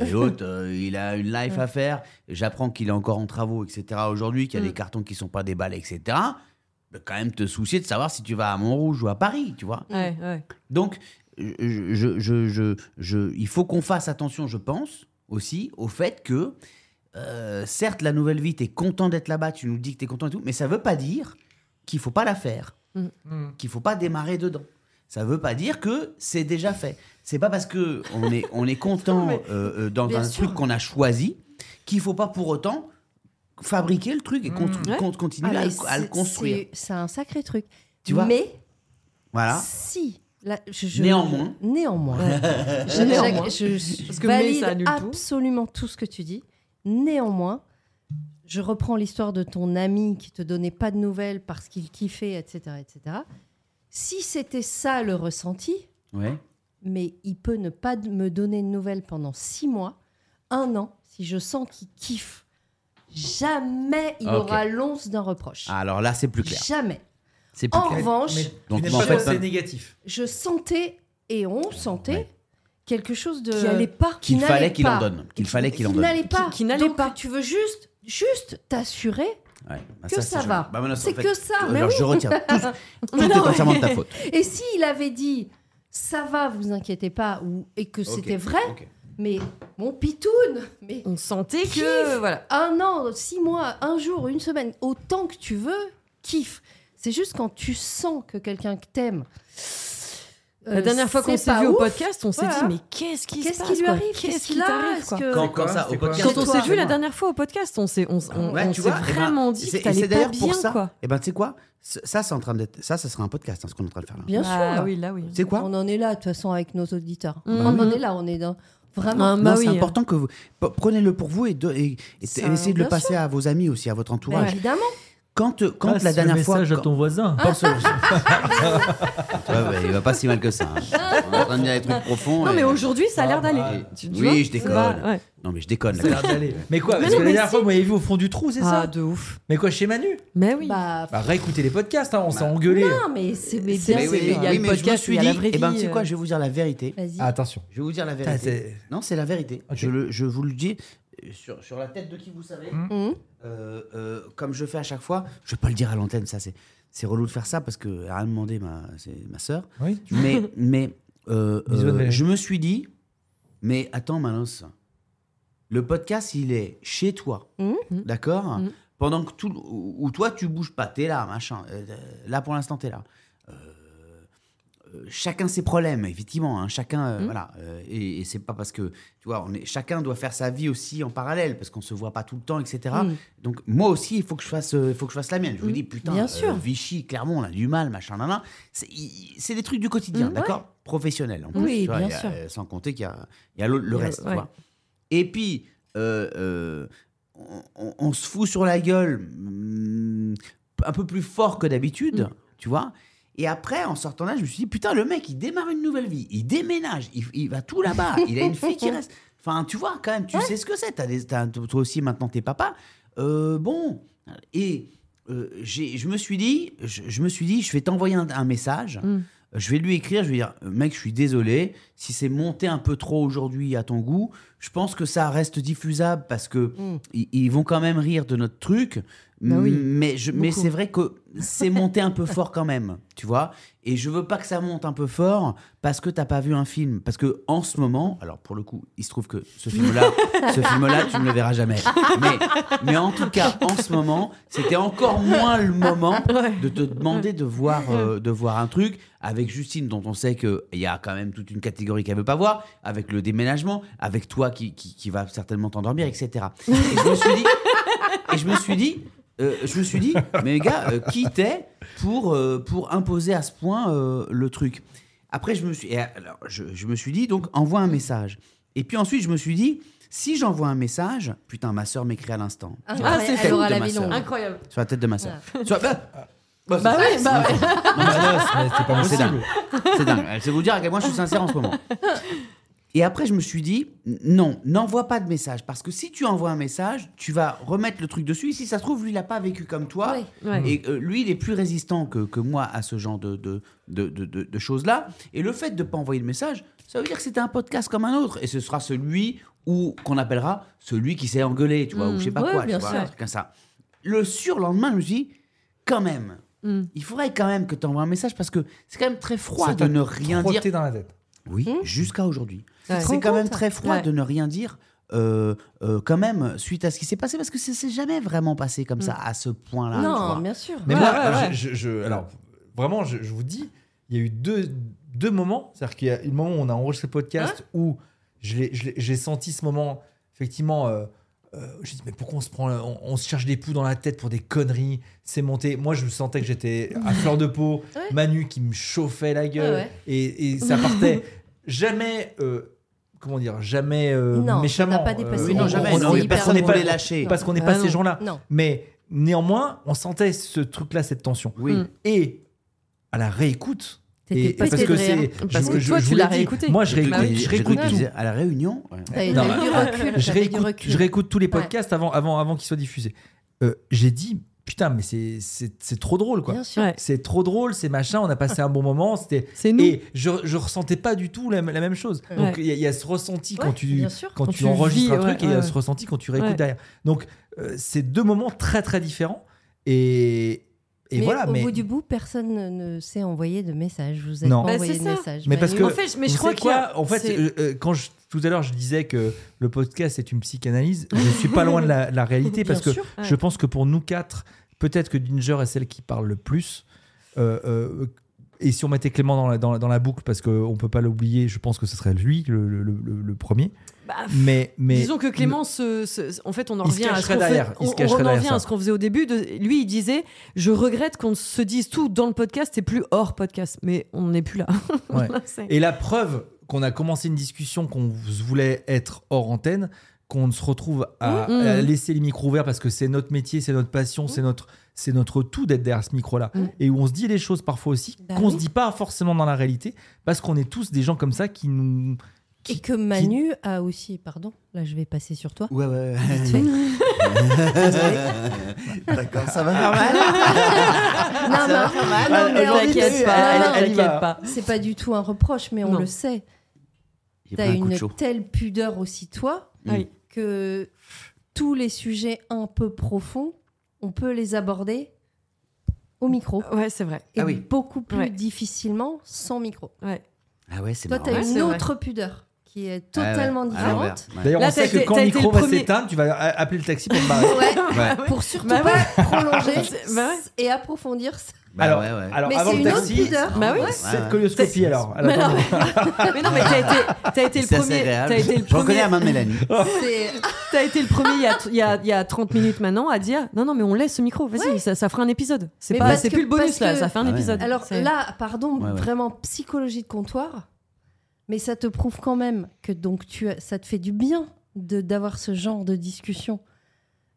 [SPEAKER 1] *laughs*
[SPEAKER 2] Et l'autre, euh, il a une life à faire. J'apprends qu'il est encore en travaux, etc. aujourd'hui, qu'il y a
[SPEAKER 1] Mm.
[SPEAKER 2] des cartons qui sont pas déballés, etc. Bah, Quand même te soucier de savoir si tu vas à Montrouge ou à Paris, tu vois.
[SPEAKER 6] Ouais, ouais.
[SPEAKER 2] Donc, je, je- je- je- je- il faut qu'on fasse attention, je pense, aussi au fait que, euh, certes, la nouvelle vie, tu es content d'être là-bas, tu nous dis que tu es content et tout, mais ça veut pas dire qu'il faut pas la faire,
[SPEAKER 3] Mm.
[SPEAKER 2] qu'il faut pas démarrer dedans. Ça veut pas dire que c'est déjà fait. C'est pas parce que on est, on est
[SPEAKER 3] *laughs*
[SPEAKER 2] content euh, euh, dans
[SPEAKER 3] bien
[SPEAKER 2] un
[SPEAKER 3] sûr.
[SPEAKER 2] truc qu'on a choisi qu'il faut pas pour autant fabriquer le truc et cont-
[SPEAKER 1] Mm.
[SPEAKER 6] Ouais.
[SPEAKER 2] cont- continuer
[SPEAKER 3] Ah,
[SPEAKER 2] à,
[SPEAKER 3] mais
[SPEAKER 2] le- à le
[SPEAKER 3] c'est-
[SPEAKER 2] construire.
[SPEAKER 3] c'est- C'est un sacré truc.
[SPEAKER 2] Tu vois
[SPEAKER 3] Mais
[SPEAKER 2] Voilà.
[SPEAKER 3] si. là, je- je-
[SPEAKER 2] Néanmoins.
[SPEAKER 3] Néanmoins. Je,
[SPEAKER 6] Néanmoins.
[SPEAKER 3] je- je
[SPEAKER 6] Parce que mais,
[SPEAKER 3] valide
[SPEAKER 6] ça annule tout.
[SPEAKER 3] absolument tout. ce que tu dis. Néanmoins, je reprends l'histoire de ton ami qui te donnait pas de nouvelles parce qu'il kiffait, etc., etc. Si c'était ça le ressenti,
[SPEAKER 2] Ouais.
[SPEAKER 3] mais il peut ne pas d- me donner de nouvelles pendant six mois, un an, si je sens qu'il kiffe. Jamais il
[SPEAKER 2] Ok.
[SPEAKER 3] aura l'once d'un reproche.
[SPEAKER 2] Alors là, c'est plus clair.
[SPEAKER 3] Jamais.
[SPEAKER 2] C'est plus
[SPEAKER 3] En
[SPEAKER 2] clair.
[SPEAKER 3] revanche,
[SPEAKER 2] Donc,
[SPEAKER 1] mais
[SPEAKER 2] en
[SPEAKER 1] en
[SPEAKER 2] fait,
[SPEAKER 1] c'est
[SPEAKER 2] non.
[SPEAKER 1] négatif.
[SPEAKER 3] je sentais et on sentait
[SPEAKER 2] Ouais.
[SPEAKER 3] quelque chose de
[SPEAKER 6] Qui allait pas.
[SPEAKER 3] qui
[SPEAKER 2] qu'il fallait
[SPEAKER 3] n'allait
[SPEAKER 2] qu'il en
[SPEAKER 3] pas.
[SPEAKER 2] donne. Qu'il fallait qu'il en
[SPEAKER 3] Qui
[SPEAKER 2] donne.
[SPEAKER 3] n'allait pas.
[SPEAKER 6] Qui- qui n'allait
[SPEAKER 3] Donc,
[SPEAKER 6] pas.
[SPEAKER 3] Tu veux juste, juste t'assurer
[SPEAKER 2] Ouais. Bah,
[SPEAKER 3] que ça,
[SPEAKER 2] c'est
[SPEAKER 3] va.
[SPEAKER 2] joli. Bah, maintenant,
[SPEAKER 3] c'est
[SPEAKER 2] en fait,
[SPEAKER 3] que ça. Mais
[SPEAKER 2] Alors,
[SPEAKER 3] oui.
[SPEAKER 2] je retire. Tout,
[SPEAKER 6] *laughs*
[SPEAKER 2] tout
[SPEAKER 6] Mais
[SPEAKER 2] est
[SPEAKER 6] non,
[SPEAKER 2] entièrement de ta
[SPEAKER 6] mais- Euh,
[SPEAKER 2] faute.
[SPEAKER 3] Et s'il avait dit ça va, vous inquiétez pas, ou et que c'était vrai,
[SPEAKER 2] Ok.
[SPEAKER 3] mais mon pitoune, mais
[SPEAKER 6] On sentait
[SPEAKER 3] Kiff.
[SPEAKER 6] que voilà.
[SPEAKER 3] un an, six mois, un jour, une semaine, autant que tu veux, kiffe. C'est juste quand tu sens que quelqu'un que t'aimes. Euh,
[SPEAKER 6] La dernière fois qu'on s'est vu au podcast, on s'est
[SPEAKER 3] Voilà.
[SPEAKER 6] dit mais qu'est-ce qui se
[SPEAKER 3] qu'est-ce qui
[SPEAKER 6] passe,
[SPEAKER 3] lui
[SPEAKER 6] quoi
[SPEAKER 3] arrive
[SPEAKER 6] Qu'est-ce qui
[SPEAKER 3] là
[SPEAKER 6] t'arrive
[SPEAKER 3] Est-ce
[SPEAKER 6] quoi
[SPEAKER 3] que-
[SPEAKER 2] Quand- quand ça, au
[SPEAKER 1] C'est quoi
[SPEAKER 2] podcast-
[SPEAKER 6] Quand on
[SPEAKER 3] toi,
[SPEAKER 6] s'est vu
[SPEAKER 2] c'est
[SPEAKER 6] la
[SPEAKER 2] moi.
[SPEAKER 6] dernière fois au podcast, on s'est on, s- on-
[SPEAKER 2] Ouais,
[SPEAKER 6] on
[SPEAKER 2] tu
[SPEAKER 6] s'est
[SPEAKER 2] vois, eh ben,
[SPEAKER 6] vraiment dit que
[SPEAKER 2] c'est- et
[SPEAKER 6] t'allais
[SPEAKER 2] c'est
[SPEAKER 6] pas
[SPEAKER 2] d'ailleurs
[SPEAKER 6] bien
[SPEAKER 2] pour ça.
[SPEAKER 6] quoi.
[SPEAKER 2] Et ben, tu sais quoi C- Ça, c'est en train d'être. Ça, ça sera un podcast, hein, ce qu'on est en train de faire là.
[SPEAKER 3] Bien
[SPEAKER 6] Ah
[SPEAKER 3] sûr.
[SPEAKER 6] oui, là oui.
[SPEAKER 2] Tu sais quoi
[SPEAKER 3] On en est là, de toute façon, avec nos auditeurs.
[SPEAKER 6] Mm.
[SPEAKER 3] On
[SPEAKER 6] Bah
[SPEAKER 3] en
[SPEAKER 6] oui.
[SPEAKER 3] est là, on est dans. Vraiment.
[SPEAKER 6] Ah,
[SPEAKER 2] Non,
[SPEAKER 6] bah
[SPEAKER 2] c'est
[SPEAKER 6] oui.
[SPEAKER 2] important que vous p- prenez-le pour vous et, de- et- et-
[SPEAKER 3] Ça,
[SPEAKER 2] et essayez de le
[SPEAKER 3] bien
[SPEAKER 2] passer à vos amis aussi, à votre
[SPEAKER 3] Mais
[SPEAKER 2] entourage.
[SPEAKER 3] Évidemment.
[SPEAKER 2] Quand, euh, quand
[SPEAKER 1] Passe
[SPEAKER 2] la dernière
[SPEAKER 1] le
[SPEAKER 2] fois,
[SPEAKER 1] message à
[SPEAKER 2] quand- Ah,
[SPEAKER 1] ton voisin.
[SPEAKER 2] Ouais, ouais, il va pas si mal que ça. hein. On est en train de dire des trucs profonds.
[SPEAKER 6] Non
[SPEAKER 2] et-
[SPEAKER 6] mais aujourd'hui, ça a l'air
[SPEAKER 1] Ah,
[SPEAKER 6] d'aller.
[SPEAKER 2] bah,
[SPEAKER 6] Tu-
[SPEAKER 2] oui,
[SPEAKER 6] tu vois
[SPEAKER 2] je déconne.
[SPEAKER 6] Bah, ouais.
[SPEAKER 2] Non mais je déconne.
[SPEAKER 1] Ça a l'air d'aller. Mais quoi
[SPEAKER 6] Mais
[SPEAKER 1] Parce
[SPEAKER 6] non,
[SPEAKER 1] que la
[SPEAKER 6] mais
[SPEAKER 1] dernière
[SPEAKER 6] si.
[SPEAKER 1] fois, vous m'avez vu au fond du trou, c'est
[SPEAKER 6] Ah
[SPEAKER 1] ça
[SPEAKER 6] de ouf.
[SPEAKER 1] Mais quoi, chez Manu
[SPEAKER 6] Mais oui.
[SPEAKER 3] Bah,
[SPEAKER 1] Bah, réécoutez les podcasts, hein, on s'est engueulé.
[SPEAKER 3] non, mais c'est mais
[SPEAKER 6] C'est-
[SPEAKER 3] bien
[SPEAKER 6] mais
[SPEAKER 3] sûr.
[SPEAKER 6] oui, mais il y a-
[SPEAKER 2] oui,
[SPEAKER 6] le
[SPEAKER 2] mais je me
[SPEAKER 6] podcast,
[SPEAKER 2] suis
[SPEAKER 6] il y a la
[SPEAKER 2] dit,
[SPEAKER 6] vraie
[SPEAKER 2] eh ben,
[SPEAKER 6] vie,
[SPEAKER 2] tu sais quoi,
[SPEAKER 6] euh.
[SPEAKER 2] je vais vous dire la vérité.
[SPEAKER 3] Vas-y.
[SPEAKER 1] Ah, attention.
[SPEAKER 2] Je vais vous dire la
[SPEAKER 1] Putain,
[SPEAKER 2] vérité.
[SPEAKER 1] c'est-
[SPEAKER 2] Non, c'est la vérité.
[SPEAKER 1] Ok.
[SPEAKER 2] Je, le- je vous le dis euh, sur, sur la tête de qui vous savez.
[SPEAKER 1] Mm.
[SPEAKER 3] Mhm.
[SPEAKER 2] Euh, euh, comme je fais à chaque fois, je vais pas le dire à l'antenne, ça c'est c'est relou de faire ça parce que elle a rien demandé ma c'est ma
[SPEAKER 1] *laughs*
[SPEAKER 2] sœur.
[SPEAKER 1] Oui.
[SPEAKER 2] Mais mais euh,
[SPEAKER 1] Bisous à
[SPEAKER 2] euh,
[SPEAKER 1] Valérie.
[SPEAKER 2] je me suis dit, mais attends Manos, le podcast il est chez toi,
[SPEAKER 6] Mm.
[SPEAKER 3] Mhm.
[SPEAKER 2] d'accord
[SPEAKER 6] Mhm.
[SPEAKER 2] Pendant que tout ou ou toi tu bouges pas, t'es là machin. Euh, là pour l'instant t'es là. Euh, euh, Chacun ses problèmes, effectivement. hein, chacun, euh,
[SPEAKER 3] Mmh.
[SPEAKER 6] Mhm.
[SPEAKER 2] voilà. euh, et et c'est pas parce que, tu vois, on est, chacun doit faire sa vie aussi en parallèle, parce qu'on se voit pas tout le temps, etc.
[SPEAKER 3] Mm.
[SPEAKER 2] Donc moi aussi, il faut que je fasse, euh, il faut que je fasse la mienne. Je vous
[SPEAKER 3] Mm.
[SPEAKER 2] dis putain,
[SPEAKER 3] Bien
[SPEAKER 2] euh,
[SPEAKER 3] sûr.
[SPEAKER 2] Vichy, Clermont, on a du mal, machin, nan, nan. C'est il- c'est des trucs du quotidien,
[SPEAKER 3] Mm,
[SPEAKER 2] d'accord, professionnel. En plus,
[SPEAKER 3] Oui,
[SPEAKER 2] tu vois,
[SPEAKER 3] bien
[SPEAKER 2] il y a-
[SPEAKER 3] sûr.
[SPEAKER 2] euh, sans compter qu'il y a, il y a le, le
[SPEAKER 6] Il y a-
[SPEAKER 2] reste. tu
[SPEAKER 6] ouais.
[SPEAKER 2] vois. Et puis euh, euh, on, on- on se fout sur la gueule, mm, un peu plus fort que d'habitude, tu vois. Et après, en sortant là, je me suis dit, putain, le mec, il démarre une nouvelle vie, il déménage, il, il va tout là-bas, il a une fille qui
[SPEAKER 6] *laughs*
[SPEAKER 2] reste. Enfin, tu vois, quand même, tu sais ce que c'est. T'as des- t'as- toi aussi, maintenant, t'es papa. Euh, bon. Et euh, j'ai- je me suis dit, je, je me suis dit, je vais t'envoyer un, un message.
[SPEAKER 6] Mm.
[SPEAKER 2] Je vais lui écrire, je vais dire, mec, je suis désolé. Si c'est monté un peu trop aujourd'hui à ton goût, je pense que ça reste diffusable parce que
[SPEAKER 3] Mm.
[SPEAKER 2] ils, ils vont quand même rire de notre truc.
[SPEAKER 6] Bah oui,
[SPEAKER 2] mais je, mais
[SPEAKER 6] beaucoup.
[SPEAKER 2] c'est vrai que c'est monté un peu fort quand même, tu vois. Et je veux pas que ça monte un peu fort parce que t'as pas vu un film. Parce que en ce moment, alors pour le coup, il se trouve que ce film-là, ce film-là, tu ne le verras jamais. Mais, mais en tout cas, en ce moment, c'était encore moins le moment
[SPEAKER 6] *laughs* Ouais.
[SPEAKER 2] de te demander de voir, euh, de voir un truc avec Justine, dont on sait qu'il y a quand même toute une catégorie qu'elle veut pas voir, avec le déménagement, avec toi qui, qui, qui va certainement t'endormir, etc. Et je me suis dit, et je me suis dit, euh, je me suis dit, mais gars, euh, qui t'es pour, euh, pour imposer à ce point euh, le truc Après, je me suis, et alors, je, je me suis dit, donc envoie un message. Et puis ensuite, je me suis dit, si j'envoie un message, putain, ma sœur m'écrit à l'instant.
[SPEAKER 3] Incroyable,
[SPEAKER 6] c'est
[SPEAKER 3] Ah, elle aura
[SPEAKER 2] fou de
[SPEAKER 3] la
[SPEAKER 2] ma
[SPEAKER 3] vie
[SPEAKER 2] sœur.
[SPEAKER 3] longue.
[SPEAKER 6] Incroyable.
[SPEAKER 2] Sur la tête de ma sœur. Sur- bah, bah,
[SPEAKER 6] Bah
[SPEAKER 2] c'est-
[SPEAKER 6] oui, bah ouais.
[SPEAKER 1] Non, mais non, c'est c'est pas
[SPEAKER 2] C'est
[SPEAKER 1] possible.
[SPEAKER 2] C'est dingue. C'est vous dire à quel point je suis sincère en ce moment. Et après, je me suis dit, n- non, n'envoie pas de message. Parce que si tu envoies un message, tu vas remettre le truc dessus. Et si ça se trouve, lui, il n'a pas vécu comme toi.
[SPEAKER 3] Ouais.
[SPEAKER 6] Ouais.
[SPEAKER 2] Et euh, lui, il est plus résistant que, que moi à ce genre de, de, de, de- de- de choses-là. Et le fait de ne pas envoyer de message, ça veut dire que c'était un podcast comme un autre. Et ce sera celui où qu'on appellera celui qui s'est engueulé, tu vois, ou je sais pas
[SPEAKER 3] Mmh. Ouais,
[SPEAKER 2] quoi, tu
[SPEAKER 3] bien
[SPEAKER 2] vois,
[SPEAKER 3] sûr.
[SPEAKER 2] un truc comme ça. Le surlendemain, je me suis dit, quand même,
[SPEAKER 3] Mmh.
[SPEAKER 6] Mm.
[SPEAKER 2] il faudrait quand même que tu envoies un message parce que c'est quand même très froid
[SPEAKER 1] Ça
[SPEAKER 2] de
[SPEAKER 1] t'a
[SPEAKER 2] ne rien dire.
[SPEAKER 1] Trotté dans la tête.
[SPEAKER 2] Oui,
[SPEAKER 3] Hmm
[SPEAKER 2] jusqu'à aujourd'hui.
[SPEAKER 6] Ouais.
[SPEAKER 2] C'est quand
[SPEAKER 3] hein.
[SPEAKER 2] même très froid
[SPEAKER 6] Ouais.
[SPEAKER 2] de ne rien dire. euh, euh, quand même suite à ce qui s'est passé parce que ça s'est jamais vraiment passé comme ça à ce point-là tu vois.
[SPEAKER 3] Mmh. Non, bien sûr.
[SPEAKER 1] Mais
[SPEAKER 6] Ouais,
[SPEAKER 1] moi,
[SPEAKER 6] ouais,
[SPEAKER 1] alors,
[SPEAKER 6] ouais.
[SPEAKER 1] Je, je- je- alors, vraiment, je, je vous dis, il y a eu deux, deux moments. C'est-à-dire qu'il y a eu le moment où on a enregistré le podcast où je l'ai- je l'ai- j'ai senti ce moment, effectivement. euh, euh, j'ai dit, mais pourquoi on se prend, on, on se cherche des poux dans la tête pour des conneries C'est monté. Moi, je sentais que j'étais à fleur de peau.
[SPEAKER 3] Ouais.
[SPEAKER 1] Manu qui me chauffait la gueule.
[SPEAKER 3] Ouais, ouais.
[SPEAKER 1] Et, et ça partait jamais. euh, comment dire Jamais euh,
[SPEAKER 3] Non,
[SPEAKER 1] méchamment. Euh,
[SPEAKER 3] t'as pas dépassé.
[SPEAKER 2] Oui, non,
[SPEAKER 1] on-
[SPEAKER 2] jamais,
[SPEAKER 1] on-
[SPEAKER 2] non,
[SPEAKER 1] on-
[SPEAKER 2] hyper
[SPEAKER 1] parce qu'on n'est pas,
[SPEAKER 2] voulait lâcher.
[SPEAKER 1] parce qu'on n'est
[SPEAKER 6] Ah
[SPEAKER 1] pas
[SPEAKER 6] non.
[SPEAKER 1] ces gens-là.
[SPEAKER 3] Non.
[SPEAKER 1] Mais néanmoins, on sentait ce truc-là, cette tension.
[SPEAKER 2] Oui.
[SPEAKER 6] Mm.
[SPEAKER 1] Et à la réécoute,
[SPEAKER 3] T'étais hein.
[SPEAKER 1] et-
[SPEAKER 3] pété
[SPEAKER 1] parce que
[SPEAKER 3] de rire.
[SPEAKER 1] c'est,
[SPEAKER 6] Parce que toi,
[SPEAKER 1] je
[SPEAKER 6] tu
[SPEAKER 1] vous
[SPEAKER 6] l'as
[SPEAKER 1] l'ai dit,
[SPEAKER 6] réécouté.
[SPEAKER 1] Moi, je
[SPEAKER 2] J'ai cru
[SPEAKER 1] réécoute,
[SPEAKER 2] qu'il-
[SPEAKER 1] je
[SPEAKER 2] j'ai cru
[SPEAKER 1] réécoute
[SPEAKER 2] qu'il
[SPEAKER 1] tout.
[SPEAKER 2] disait à la réunion. ouais.
[SPEAKER 3] T'avais
[SPEAKER 1] Non,
[SPEAKER 3] t'avais
[SPEAKER 1] bah,
[SPEAKER 3] du recul.
[SPEAKER 1] Je
[SPEAKER 3] t'avais du
[SPEAKER 1] réécoute,
[SPEAKER 3] recul.
[SPEAKER 1] je réécoute tous les
[SPEAKER 3] Ouais.
[SPEAKER 1] podcasts avant, avant, avant qu'ils soient diffusés. Euh, j'ai dit, putain, mais c'est, c'est, c'est trop drôle, quoi.
[SPEAKER 3] Bien sûr.
[SPEAKER 6] Ouais.
[SPEAKER 1] C'est trop drôle, c'est machin. On a passé un bon moment. C'était
[SPEAKER 6] C'est nous.
[SPEAKER 1] et je, je ressentais pas du tout la, la même chose. Donc il y, a- il y a ce ressenti
[SPEAKER 3] Ouais,
[SPEAKER 1] quand tu
[SPEAKER 3] bien sûr.
[SPEAKER 1] quand,
[SPEAKER 6] Quand
[SPEAKER 1] tu,
[SPEAKER 6] tu
[SPEAKER 1] enregistres
[SPEAKER 6] vis,
[SPEAKER 1] un
[SPEAKER 6] ouais,
[SPEAKER 1] truc et il y a
[SPEAKER 6] ouais.
[SPEAKER 1] ce ressenti quand tu réécoutes
[SPEAKER 6] Ouais.
[SPEAKER 1] derrière. Donc euh, c'est deux moments très très différents et et
[SPEAKER 3] mais
[SPEAKER 1] voilà.
[SPEAKER 3] au
[SPEAKER 1] mais
[SPEAKER 3] bout du bout, personne ne- ne s'est envoyé de message. Vous avez
[SPEAKER 1] Non.
[SPEAKER 3] pas
[SPEAKER 6] Bah,
[SPEAKER 3] envoyé
[SPEAKER 6] c'est
[SPEAKER 3] de
[SPEAKER 6] ça.
[SPEAKER 3] message.
[SPEAKER 1] Mais parce
[SPEAKER 3] Manu.
[SPEAKER 1] que-
[SPEAKER 6] En fait, je- mais je
[SPEAKER 1] Vous
[SPEAKER 6] crois
[SPEAKER 1] savez
[SPEAKER 6] qu'il y a-
[SPEAKER 1] quoi En fait,
[SPEAKER 6] c'est-
[SPEAKER 1] euh, euh, quand je, tout à l'heure je disais que le podcast est une
[SPEAKER 6] *laughs*
[SPEAKER 1] psychanalyse, je suis pas loin de la, la réalité parce que
[SPEAKER 3] Bien sûr.
[SPEAKER 1] je pense que pour nous quatre, peut-être que Ginger est celle qui parle le plus. Euh, euh, et si on mettait Clément dans la, dans la, dans la boucle, parce qu'on peut pas l'oublier, je pense que ce serait lui le, le- le- le premier.
[SPEAKER 6] Bah,
[SPEAKER 1] Mais, mais
[SPEAKER 6] Disons que Clément, se- se- en fait, on en
[SPEAKER 1] Il se
[SPEAKER 6] revient à ce
[SPEAKER 1] cacherait
[SPEAKER 6] qu'on fait-
[SPEAKER 1] derrière, il
[SPEAKER 6] on-
[SPEAKER 1] se
[SPEAKER 6] on
[SPEAKER 1] cacherait
[SPEAKER 6] en
[SPEAKER 1] derrière
[SPEAKER 6] revient
[SPEAKER 1] ça.
[SPEAKER 6] à ce qu'on faisait au début. de- lui, il disait Je regrette qu'on se dise tout dans le podcast et plus hors podcast. Mais on n'est plus là. *laughs*
[SPEAKER 1] Ouais.
[SPEAKER 6] C'est-
[SPEAKER 1] Et la preuve qu'on a commencé une discussion qu'on voulait être hors antenne, qu'on se retrouve à,
[SPEAKER 6] Mhm.
[SPEAKER 1] à laisser les micros ouverts parce que c'est notre métier, c'est notre passion,
[SPEAKER 6] Mmh.
[SPEAKER 1] c'est notre c'est notre tout d'être derrière ce micro-là.
[SPEAKER 6] Mhm.
[SPEAKER 1] Et où on se dit les choses parfois aussi
[SPEAKER 3] Bah
[SPEAKER 1] qu'on
[SPEAKER 3] oui.
[SPEAKER 1] se dit pas forcément dans la réalité parce qu'on est tous des gens comme ça qui nous
[SPEAKER 3] Et que Manu a aussi, pardon, là je vais passer sur toi.
[SPEAKER 2] Ouais, ouais, *laughs*
[SPEAKER 3] Vite fait.
[SPEAKER 2] ouais. D'accord, ça va faire mal.
[SPEAKER 3] Non, bah non,
[SPEAKER 2] Ah,
[SPEAKER 3] non, mais
[SPEAKER 6] elle
[SPEAKER 3] aujourd'hui,
[SPEAKER 6] t'inquiète
[SPEAKER 3] c'est-
[SPEAKER 6] pas,
[SPEAKER 3] non,
[SPEAKER 6] elle
[SPEAKER 3] non,
[SPEAKER 1] elle y va.
[SPEAKER 6] t'inquiète pas.
[SPEAKER 3] C'est pas du tout un reproche, mais on
[SPEAKER 6] Non.
[SPEAKER 3] le sait.
[SPEAKER 2] J'ai pris
[SPEAKER 3] T'as
[SPEAKER 2] un coup de
[SPEAKER 3] une
[SPEAKER 2] chaud.
[SPEAKER 3] telle pudeur aussi toi
[SPEAKER 2] Ah
[SPEAKER 6] oui.
[SPEAKER 3] que tous les sujets un peu profonds, on peut les aborder au micro
[SPEAKER 6] Ouais, c'est vrai.
[SPEAKER 3] et
[SPEAKER 2] Ah oui.
[SPEAKER 3] beaucoup plus
[SPEAKER 6] Ouais.
[SPEAKER 3] difficilement sans micro.
[SPEAKER 6] Ouais.
[SPEAKER 2] Ah ouais, c'est
[SPEAKER 3] Toi,
[SPEAKER 2] marrant.
[SPEAKER 3] t'as
[SPEAKER 6] Ouais,
[SPEAKER 3] une
[SPEAKER 6] c'est vrai.
[SPEAKER 3] autre pudeur qui est
[SPEAKER 2] Ah ouais,
[SPEAKER 3] totalement
[SPEAKER 2] à l'envers,
[SPEAKER 3] différente.
[SPEAKER 2] ouais.
[SPEAKER 1] D'ailleurs,
[SPEAKER 6] Là,
[SPEAKER 1] on sait
[SPEAKER 6] t'as
[SPEAKER 1] que
[SPEAKER 6] été-
[SPEAKER 1] quand
[SPEAKER 6] t'as
[SPEAKER 1] le
[SPEAKER 6] été
[SPEAKER 1] micro
[SPEAKER 6] le
[SPEAKER 1] va
[SPEAKER 6] premier.
[SPEAKER 1] s'éteindre, tu vas a- appeler le taxi pour te barrer.
[SPEAKER 3] *laughs* Ouais,
[SPEAKER 2] Ouais.
[SPEAKER 3] pour surtout
[SPEAKER 6] Bah ouais.
[SPEAKER 3] pas
[SPEAKER 6] *laughs*
[SPEAKER 3] prolonger
[SPEAKER 6] Bah ouais.
[SPEAKER 3] et approfondir ça.
[SPEAKER 2] Bah
[SPEAKER 1] alors,
[SPEAKER 2] ouais, ouais.
[SPEAKER 1] alors
[SPEAKER 3] Mais
[SPEAKER 1] avant
[SPEAKER 3] c'est
[SPEAKER 1] le
[SPEAKER 3] une autre
[SPEAKER 1] taxi,
[SPEAKER 3] pudeur.
[SPEAKER 6] Bah oui.
[SPEAKER 2] Ouais,
[SPEAKER 1] cette
[SPEAKER 2] ouais.
[SPEAKER 1] colonoscopie
[SPEAKER 2] C'est-
[SPEAKER 1] alors.
[SPEAKER 6] Mais non,
[SPEAKER 1] Alors,
[SPEAKER 6] mais, mais non, mais t'as été, t'as été le
[SPEAKER 2] C'est assez
[SPEAKER 6] premier.
[SPEAKER 2] agréable.
[SPEAKER 6] T'as été le
[SPEAKER 2] Je reconnais
[SPEAKER 6] premier.
[SPEAKER 2] la main de Mélanie.
[SPEAKER 3] C'est-
[SPEAKER 6] T'as été le premier il y, a, il, y a, il y a 30 minutes maintenant à dire non non mais on laisse ce micro vas-y ça, ça fera un épisode c'est
[SPEAKER 3] Mais
[SPEAKER 6] pas
[SPEAKER 3] parce
[SPEAKER 6] c'est
[SPEAKER 3] que-
[SPEAKER 6] plus le bonus
[SPEAKER 3] parce
[SPEAKER 6] là
[SPEAKER 3] que-
[SPEAKER 6] ça fait un
[SPEAKER 2] Ah ouais.
[SPEAKER 6] épisode
[SPEAKER 3] Alors
[SPEAKER 6] C'est-
[SPEAKER 3] là, pardon,
[SPEAKER 2] Ouais, ouais.
[SPEAKER 3] vraiment psychologie de comptoir, mais ça te prouve quand même que donc tu as- ça te fait du bien de d'avoir ce genre de discussion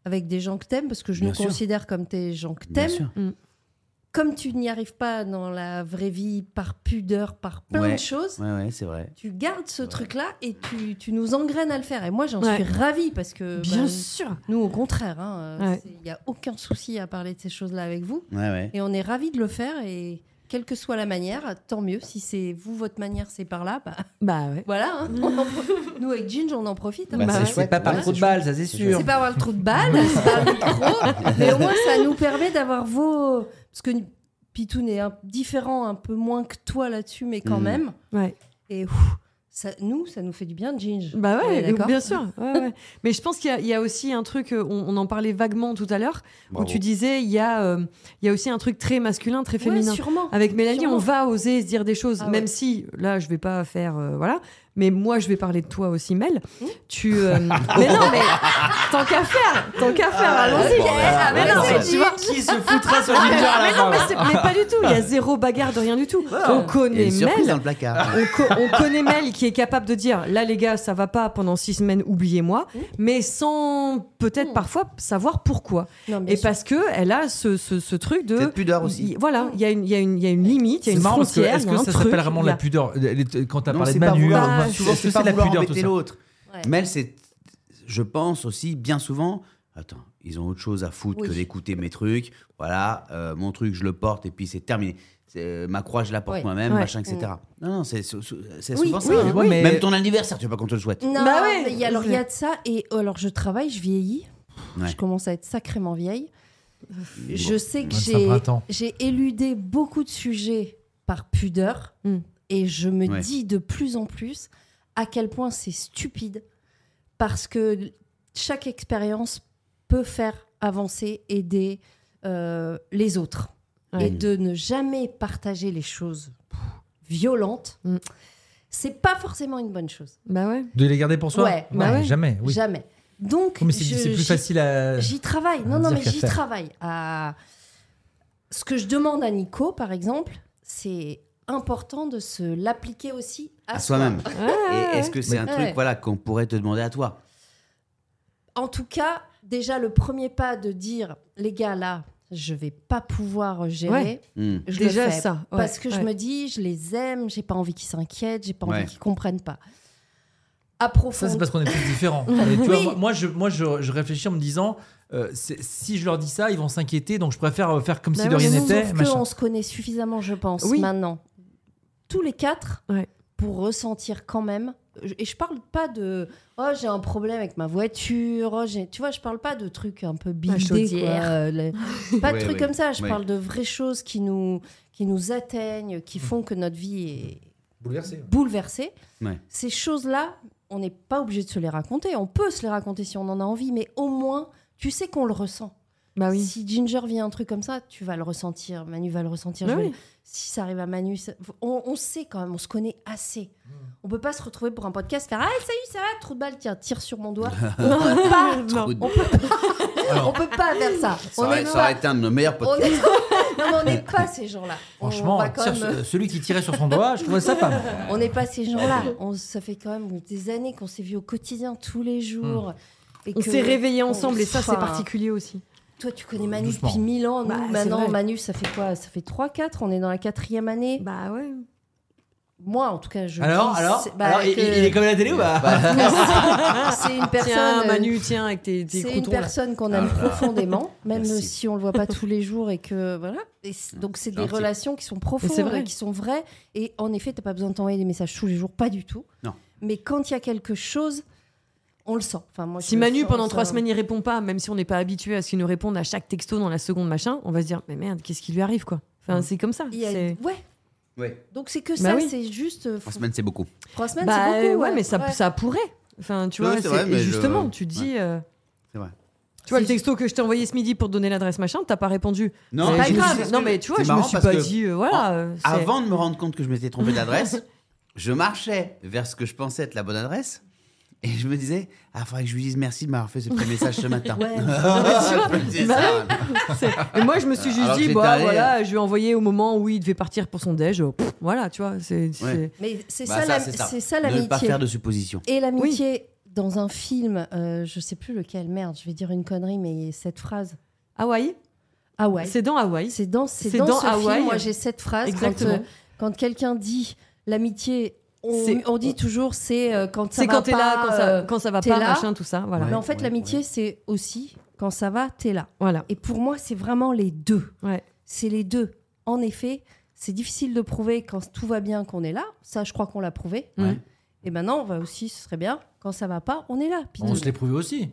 [SPEAKER 3] avec des gens que t'aimes, parce que je
[SPEAKER 2] Bien
[SPEAKER 3] nous
[SPEAKER 2] sûr.
[SPEAKER 3] considère comme tes gens que
[SPEAKER 2] Bien
[SPEAKER 3] t'aimes,
[SPEAKER 2] sûr.
[SPEAKER 3] comme tu n'y arrives pas dans la vraie vie par pudeur, par plein
[SPEAKER 2] Ouais.
[SPEAKER 3] de choses,
[SPEAKER 2] Ouais, ouais, c'est vrai.
[SPEAKER 3] tu gardes ce truc-là et tu, tu nous engraines à le faire. Et moi, j'en
[SPEAKER 6] Ouais.
[SPEAKER 3] suis ravie parce que
[SPEAKER 6] Bien
[SPEAKER 3] bah,
[SPEAKER 6] sûr.
[SPEAKER 3] nous, au contraire, hein, euh,
[SPEAKER 6] Ouais.
[SPEAKER 3] c'est- il n'y a aucun souci à parler de ces choses-là avec vous.
[SPEAKER 2] Ouais, ouais.
[SPEAKER 3] Et on est ravis de le faire. Et quelle que soit la manière, tant mieux. Si c'est vous, votre manière, c'est par là, bah, *laughs*
[SPEAKER 6] Bah ouais.
[SPEAKER 3] voilà.
[SPEAKER 6] *laughs*
[SPEAKER 3] hein. On en profite. nous, avec Ginge, on en profite. hein.
[SPEAKER 2] Bah,
[SPEAKER 6] Bah,
[SPEAKER 2] c'est
[SPEAKER 6] ouais.
[SPEAKER 1] C'est
[SPEAKER 2] chouette.
[SPEAKER 1] pas par
[SPEAKER 2] Ouais,
[SPEAKER 1] trop
[SPEAKER 2] c'est
[SPEAKER 1] de balles, ça c'est sûr.
[SPEAKER 3] C'est pas avoir le trou de balle, c'est pas le
[SPEAKER 2] *laughs*
[SPEAKER 3] micro, mais au moins ça nous permet d'avoir vos. Parce que Pitoun est un- différent, un peu moins que toi là-dessus, mais quand
[SPEAKER 2] Mm.
[SPEAKER 3] même.
[SPEAKER 6] Ouais.
[SPEAKER 3] Et ouf, ça, nous, ça nous fait du bien, Ginge.
[SPEAKER 6] Bah
[SPEAKER 3] On est
[SPEAKER 6] ouais,
[SPEAKER 3] d'accord
[SPEAKER 6] bien sûr. Ouais,
[SPEAKER 3] *laughs*
[SPEAKER 6] ouais. Mais je pense qu'il y a- il y, a aussi un truc, euh, on, on en parlait vaguement tout à l'heure, où
[SPEAKER 2] Bravo.
[SPEAKER 6] tu disais, il y, a, euh, il y a aussi un truc très masculin, très
[SPEAKER 3] Ouais,
[SPEAKER 6] féminin.
[SPEAKER 3] sûrement.
[SPEAKER 6] Avec Mélanie,
[SPEAKER 3] Sûrement.
[SPEAKER 6] on va oser se dire des choses,
[SPEAKER 3] Ah
[SPEAKER 6] même
[SPEAKER 3] ouais.
[SPEAKER 6] si là, je vais pas faire, euh, voilà. Mais moi, je vais parler de toi aussi, Mel.
[SPEAKER 3] Hmm
[SPEAKER 6] tu, euh, *laughs* mais non, mais tant qu'à faire, tant qu'à faire, allons-y.
[SPEAKER 3] bon,
[SPEAKER 6] Ah, mais
[SPEAKER 3] ouais,
[SPEAKER 6] non,
[SPEAKER 3] c'est
[SPEAKER 6] mais tu vois.
[SPEAKER 1] Qui se foutra
[SPEAKER 6] *laughs*
[SPEAKER 1] sur
[SPEAKER 6] Mais,
[SPEAKER 1] Ginger à la
[SPEAKER 6] non, mais,
[SPEAKER 1] fin
[SPEAKER 6] c'est- mais pas du tout. Il y a zéro bagarre de rien du tout.
[SPEAKER 3] Ah.
[SPEAKER 2] Il y
[SPEAKER 6] On
[SPEAKER 2] a
[SPEAKER 6] connaît
[SPEAKER 2] une surprise dans
[SPEAKER 6] Mel.
[SPEAKER 2] le placard.
[SPEAKER 6] On, co- on connaît Mel qui est capable de dire là les gars ça va pas pendant six semaines oubliez-moi
[SPEAKER 3] Mmh.
[SPEAKER 6] mais sans peut-être
[SPEAKER 3] Hmm.
[SPEAKER 6] parfois savoir pourquoi
[SPEAKER 3] Non, bien
[SPEAKER 6] et
[SPEAKER 3] sûr.
[SPEAKER 6] parce que elle a ce, ce, ce truc de
[SPEAKER 2] Cette pudeur aussi.
[SPEAKER 6] il- voilà, il y, a une- il y, a une- il y a une limite, il y a
[SPEAKER 1] C'est
[SPEAKER 6] une
[SPEAKER 1] marrant parce que
[SPEAKER 6] frontière.
[SPEAKER 1] est-ce
[SPEAKER 6] il y a
[SPEAKER 1] que
[SPEAKER 6] un
[SPEAKER 1] ça
[SPEAKER 6] truc,
[SPEAKER 1] s'appelle vraiment de la
[SPEAKER 6] il y a-
[SPEAKER 1] pudeur Elle est- Quand t'as
[SPEAKER 2] Non,
[SPEAKER 1] parlé de
[SPEAKER 2] c'est pas
[SPEAKER 1] Manu,
[SPEAKER 2] vouloir-
[SPEAKER 1] on-
[SPEAKER 6] Bah,
[SPEAKER 1] souvent,
[SPEAKER 2] C'est
[SPEAKER 1] c'est
[SPEAKER 2] pas
[SPEAKER 1] la
[SPEAKER 2] vouloir
[SPEAKER 1] pudeur tout
[SPEAKER 2] embêter
[SPEAKER 1] ça.
[SPEAKER 2] l'autre.
[SPEAKER 3] Ouais.
[SPEAKER 2] Mel, c'est, je pense aussi bien souvent. Attends, ils ont autre chose à foutre
[SPEAKER 3] Oui.
[SPEAKER 2] que d'écouter mes trucs. Voilà, euh, mon truc, je le porte et puis c'est terminé. C'est- euh, ma croix, je la porte
[SPEAKER 3] Ouais.
[SPEAKER 2] moi-même,
[SPEAKER 6] Ouais. Mm.
[SPEAKER 2] machin, etc. Non, non, c'est, c'est- c'est
[SPEAKER 3] Oui,
[SPEAKER 2] souvent ça.
[SPEAKER 3] oui,
[SPEAKER 2] hein.
[SPEAKER 1] oui.
[SPEAKER 2] Même ton anniversaire, tu veux pas qu'on te le souhaite.
[SPEAKER 3] Non,
[SPEAKER 6] Bah ouais.
[SPEAKER 3] mais il y a, alors il y a de ça. Et oh, alors je travaille, je vieillis.
[SPEAKER 2] Ouais.
[SPEAKER 3] Je commence à être sacrément vieille.
[SPEAKER 2] Mais
[SPEAKER 3] Je sais que
[SPEAKER 1] Ouais, c'est
[SPEAKER 3] j'ai-
[SPEAKER 1] un printemps.
[SPEAKER 3] j'ai éludé beaucoup de sujets par pudeur
[SPEAKER 6] Mm.
[SPEAKER 3] et je me
[SPEAKER 2] Ouais.
[SPEAKER 3] dis de plus en plus à quel point c'est stupide parce que chaque expérience peut faire avancer, aider euh, les autres
[SPEAKER 6] Ouais.
[SPEAKER 3] et de ne jamais partager les choses pff, violentes.
[SPEAKER 6] Mm.
[SPEAKER 3] C'est pas forcément une bonne chose.
[SPEAKER 6] Bah ouais.
[SPEAKER 1] De les garder pour soi
[SPEAKER 3] Ouais, bah
[SPEAKER 6] ouais.
[SPEAKER 1] Jamais, oui.
[SPEAKER 3] Jamais. Donc,
[SPEAKER 1] Oh, mais c'est
[SPEAKER 3] je-
[SPEAKER 1] c'est plus
[SPEAKER 3] j'y-
[SPEAKER 1] facile à.
[SPEAKER 3] J'y travaille.
[SPEAKER 1] à
[SPEAKER 3] Non, non,
[SPEAKER 1] dire
[SPEAKER 3] mais
[SPEAKER 1] qu'à
[SPEAKER 3] j'y
[SPEAKER 1] faire.
[SPEAKER 3] travaille. À... Ce que je demande à Nico, par exemple, c'est important de se l'appliquer aussi à,
[SPEAKER 2] À
[SPEAKER 3] soi.
[SPEAKER 2] soi-même.
[SPEAKER 6] Ouais,
[SPEAKER 2] Et est-ce que c'est un
[SPEAKER 3] Ouais.
[SPEAKER 2] truc voilà, qu'on pourrait te demander à toi
[SPEAKER 3] En tout cas, déjà, le premier pas de dire, les gars, là, je vais pas pouvoir gérer.
[SPEAKER 6] Ouais.
[SPEAKER 2] Hmm.
[SPEAKER 3] Je
[SPEAKER 6] Déjà
[SPEAKER 3] le fais.
[SPEAKER 6] ça, ouais,
[SPEAKER 3] parce que je
[SPEAKER 6] ouais.
[SPEAKER 3] me dis, je les aime, j'ai pas envie qu'ils s'inquiètent, j'ai pas envie
[SPEAKER 2] Ouais.
[SPEAKER 3] qu'ils comprennent pas.
[SPEAKER 1] Ça, c'est
[SPEAKER 3] Approfondir.
[SPEAKER 1] parce qu'on est tous différents. Mais tu vois,
[SPEAKER 3] Oui.
[SPEAKER 1] moi- moi, je, moi je, je réfléchis en me disant euh, c'est- si je leur dis ça, ils vont s'inquiéter, donc je préfère euh, faire comme
[SPEAKER 6] Bah
[SPEAKER 1] si de
[SPEAKER 6] oui,
[SPEAKER 1] rien
[SPEAKER 6] mais
[SPEAKER 1] n'était.
[SPEAKER 3] Sauf
[SPEAKER 1] machin.
[SPEAKER 3] qu'on se connaît suffisamment, je pense,
[SPEAKER 6] Oui.
[SPEAKER 3] maintenant. Tous les quatre,
[SPEAKER 6] Ouais.
[SPEAKER 3] pour ressentir quand même. je- Et je parle pas de oh j'ai un problème avec ma voiture, oh, j'ai- tu vois, je parle pas de trucs un peu bidés, quoi,
[SPEAKER 6] chaudière.
[SPEAKER 1] *laughs*
[SPEAKER 3] euh, les- pas de
[SPEAKER 2] Ouais,
[SPEAKER 3] trucs
[SPEAKER 2] ouais,
[SPEAKER 3] comme ça. Je
[SPEAKER 2] ouais.
[SPEAKER 3] parle de vraies choses qui nous qui nous atteignent,
[SPEAKER 1] Mm.
[SPEAKER 3] qui font que notre vie est bouleversée.
[SPEAKER 2] Ouais.
[SPEAKER 3] Ces choses-là, on n'est pas obligé de se les raconter. On peut se les raconter si on en a envie, mais au moins tu sais qu'on le ressent.
[SPEAKER 6] Bah oui.
[SPEAKER 3] Si Ginger vit un truc comme ça, tu vas le ressentir. Manu va le ressentir. je
[SPEAKER 6] Bah
[SPEAKER 3] vais-
[SPEAKER 6] oui.
[SPEAKER 3] Si ça arrive à Manu, ça- on, on sait quand même, on se connaît assez. On peut pas se retrouver pour un podcast, faire Ah, salut, ça va, trou de balle, tiens, tire sur mon doigt. on peut pas,
[SPEAKER 6] Non.
[SPEAKER 2] Good.
[SPEAKER 3] on peut pas, on peut pas faire ça.
[SPEAKER 2] Ça,
[SPEAKER 3] on
[SPEAKER 2] aurait,
[SPEAKER 3] est
[SPEAKER 2] ça
[SPEAKER 3] pas,
[SPEAKER 2] aurait été un de nos meilleurs
[SPEAKER 3] on
[SPEAKER 2] podcasts.
[SPEAKER 3] est- *laughs* Non, mais on n'est pas ces gens-là. On
[SPEAKER 1] Franchement,
[SPEAKER 3] va quand
[SPEAKER 1] tire
[SPEAKER 3] même-
[SPEAKER 1] sur- celui qui tirait sur son doigt, je trouvais ça pas mal.
[SPEAKER 3] on n'est pas ces gens-là. On- Ça fait quand même des années qu'on s'est vus au quotidien, tous les jours. Et
[SPEAKER 6] On
[SPEAKER 3] que-
[SPEAKER 6] s'est réveillés
[SPEAKER 3] on-
[SPEAKER 6] ensemble et ça c'est
[SPEAKER 3] enfin,
[SPEAKER 6] particulier aussi.
[SPEAKER 3] Toi, tu connais Manu
[SPEAKER 1] Doucement.
[SPEAKER 3] depuis mille ans. Nous,
[SPEAKER 6] Bah, c'est
[SPEAKER 3] maintenant,
[SPEAKER 6] vrai.
[SPEAKER 3] Manu, ça fait quoi Ça fait 3-4 On est dans la quatrième année.
[SPEAKER 6] Bah *laughs* ouais.
[SPEAKER 3] Moi, en tout cas, *laughs* je.
[SPEAKER 1] Alors,
[SPEAKER 3] dis,
[SPEAKER 1] alors,
[SPEAKER 3] c'est- bah,
[SPEAKER 1] alors, il,
[SPEAKER 3] que-
[SPEAKER 1] il est comme à la télé ou pas
[SPEAKER 2] bah,
[SPEAKER 3] c'est une personne.
[SPEAKER 6] Tiens
[SPEAKER 3] euh,
[SPEAKER 6] Manu, tiens avec tes, tes
[SPEAKER 3] C'est une
[SPEAKER 6] croutons là. Ah,
[SPEAKER 3] personne qu'on aime
[SPEAKER 6] *laughs*
[SPEAKER 3] profondément, même
[SPEAKER 2] Merci.
[SPEAKER 3] si on le voit pas tous les jours et que voilà. Et c- donc c'est des
[SPEAKER 2] Gentil.
[SPEAKER 3] relations qui sont
[SPEAKER 6] Mais c'est
[SPEAKER 3] profondes,
[SPEAKER 6] vrai.
[SPEAKER 3] et qui sont vraies. Et en effet, t'as pas besoin de t'envoyer des messages tous les jours, pas du tout.
[SPEAKER 2] Non.
[SPEAKER 3] Mais quand il y a quelque chose, on le sent. Enfin, moi, je
[SPEAKER 6] Si
[SPEAKER 3] le
[SPEAKER 6] Manu
[SPEAKER 3] sens,
[SPEAKER 6] pendant
[SPEAKER 3] ça.
[SPEAKER 6] trois semaines il répond pas, même si on n'est pas habitué à ce qu'il nous réponde à chaque texto dans la seconde machin, on va se dire mais merde qu'est-ce qui lui arrive quoi. Enfin
[SPEAKER 3] Mm.
[SPEAKER 6] c'est comme ça.
[SPEAKER 3] Il y a-
[SPEAKER 6] c'est-
[SPEAKER 3] Ouais.
[SPEAKER 2] Ouais.
[SPEAKER 3] Donc c'est que
[SPEAKER 6] Bah
[SPEAKER 3] ça,
[SPEAKER 6] oui.
[SPEAKER 3] c'est juste. euh,
[SPEAKER 2] Trois semaines, c'est beaucoup.
[SPEAKER 3] Trois semaines,
[SPEAKER 6] Bah
[SPEAKER 3] c'est beaucoup.
[SPEAKER 6] ouais, mais ça,
[SPEAKER 3] ouais.
[SPEAKER 6] ça pourrait. Enfin tu
[SPEAKER 2] Ouais,
[SPEAKER 6] vois
[SPEAKER 2] c'est
[SPEAKER 6] c'est-
[SPEAKER 2] vrai,
[SPEAKER 6] et
[SPEAKER 2] mais je-
[SPEAKER 6] justement tu te dis. euh,
[SPEAKER 2] C'est vrai.
[SPEAKER 6] Tu vois le
[SPEAKER 3] C'est-
[SPEAKER 6] texto que je t'ai envoyé ce midi pour te donner l'adresse machin, t'as pas répondu.
[SPEAKER 2] Non,
[SPEAKER 6] C'est
[SPEAKER 3] mais
[SPEAKER 6] pas
[SPEAKER 3] je me
[SPEAKER 6] grave.
[SPEAKER 3] suis-
[SPEAKER 6] Non, mais tu vois,
[SPEAKER 2] C'est
[SPEAKER 6] je me
[SPEAKER 2] marrant
[SPEAKER 6] suis
[SPEAKER 2] parce
[SPEAKER 6] pas
[SPEAKER 2] que
[SPEAKER 6] dit, euh, voilà. euh, c'est-
[SPEAKER 2] Avant de me rendre compte que je m'étais trompé d'adresse, je marchais vers ce que je pensais être la bonne adresse. Et je me disais, ah, faudrait que je lui dise merci de m'avoir fait ce petit message ce matin.
[SPEAKER 6] *laughs*
[SPEAKER 3] Ouais.
[SPEAKER 2] *laughs* je me disais ça.
[SPEAKER 6] c'est- Et moi, je me suis juste
[SPEAKER 2] Alors que
[SPEAKER 6] dit,
[SPEAKER 2] j'étais
[SPEAKER 6] bah
[SPEAKER 2] allé-
[SPEAKER 6] voilà, je lui ai envoyé au moment où il devait partir pour son déj. euh, pff, voilà, tu vois, c'est. c'est-
[SPEAKER 2] Ouais.
[SPEAKER 3] Mais c'est
[SPEAKER 2] Bah,
[SPEAKER 3] ça, la-
[SPEAKER 2] c'est
[SPEAKER 3] c'est ça
[SPEAKER 2] Ne
[SPEAKER 3] l'amitié.
[SPEAKER 2] pas faire de suppositions.
[SPEAKER 3] Et l'amitié dans un film, euh, je sais plus lequel, merde, je vais dire une connerie, mais cette phrase.
[SPEAKER 6] Hawaï
[SPEAKER 3] Hawaï.
[SPEAKER 6] C'est dans Hawaï.
[SPEAKER 3] C'est dans, c'est
[SPEAKER 6] C'est
[SPEAKER 3] dans,
[SPEAKER 6] dans
[SPEAKER 3] ce
[SPEAKER 6] Hawaï.
[SPEAKER 3] film. Moi, j'ai cette phrase. quand,
[SPEAKER 6] Exactement.
[SPEAKER 3] euh, Quand, quelqu'un dit l'amitié, on,
[SPEAKER 6] C'est-
[SPEAKER 3] on dit toujours c'est euh, quand ça
[SPEAKER 6] C'est
[SPEAKER 3] va
[SPEAKER 6] quand t'es là,
[SPEAKER 3] pas,
[SPEAKER 6] quand ça,
[SPEAKER 3] euh,
[SPEAKER 6] quand ça va
[SPEAKER 3] t'es
[SPEAKER 6] pas,
[SPEAKER 3] là.
[SPEAKER 6] machin, tout ça. Voilà.
[SPEAKER 3] Mais en fait,
[SPEAKER 2] ouais,
[SPEAKER 3] l'amitié, c'est aussi quand ça va, t'es là.
[SPEAKER 6] Voilà.
[SPEAKER 3] Et pour moi, c'est vraiment les deux.
[SPEAKER 6] Ouais.
[SPEAKER 3] C'est les deux. En effet, c'est difficile de prouver quand tout va bien qu'on est là. Ça, je crois qu'on l'a prouvé.
[SPEAKER 6] Ouais.
[SPEAKER 3] Et maintenant, on va aussi, ce serait bien. Quand ça va pas, on est là. Puis
[SPEAKER 1] On se l'est prouvé aussi.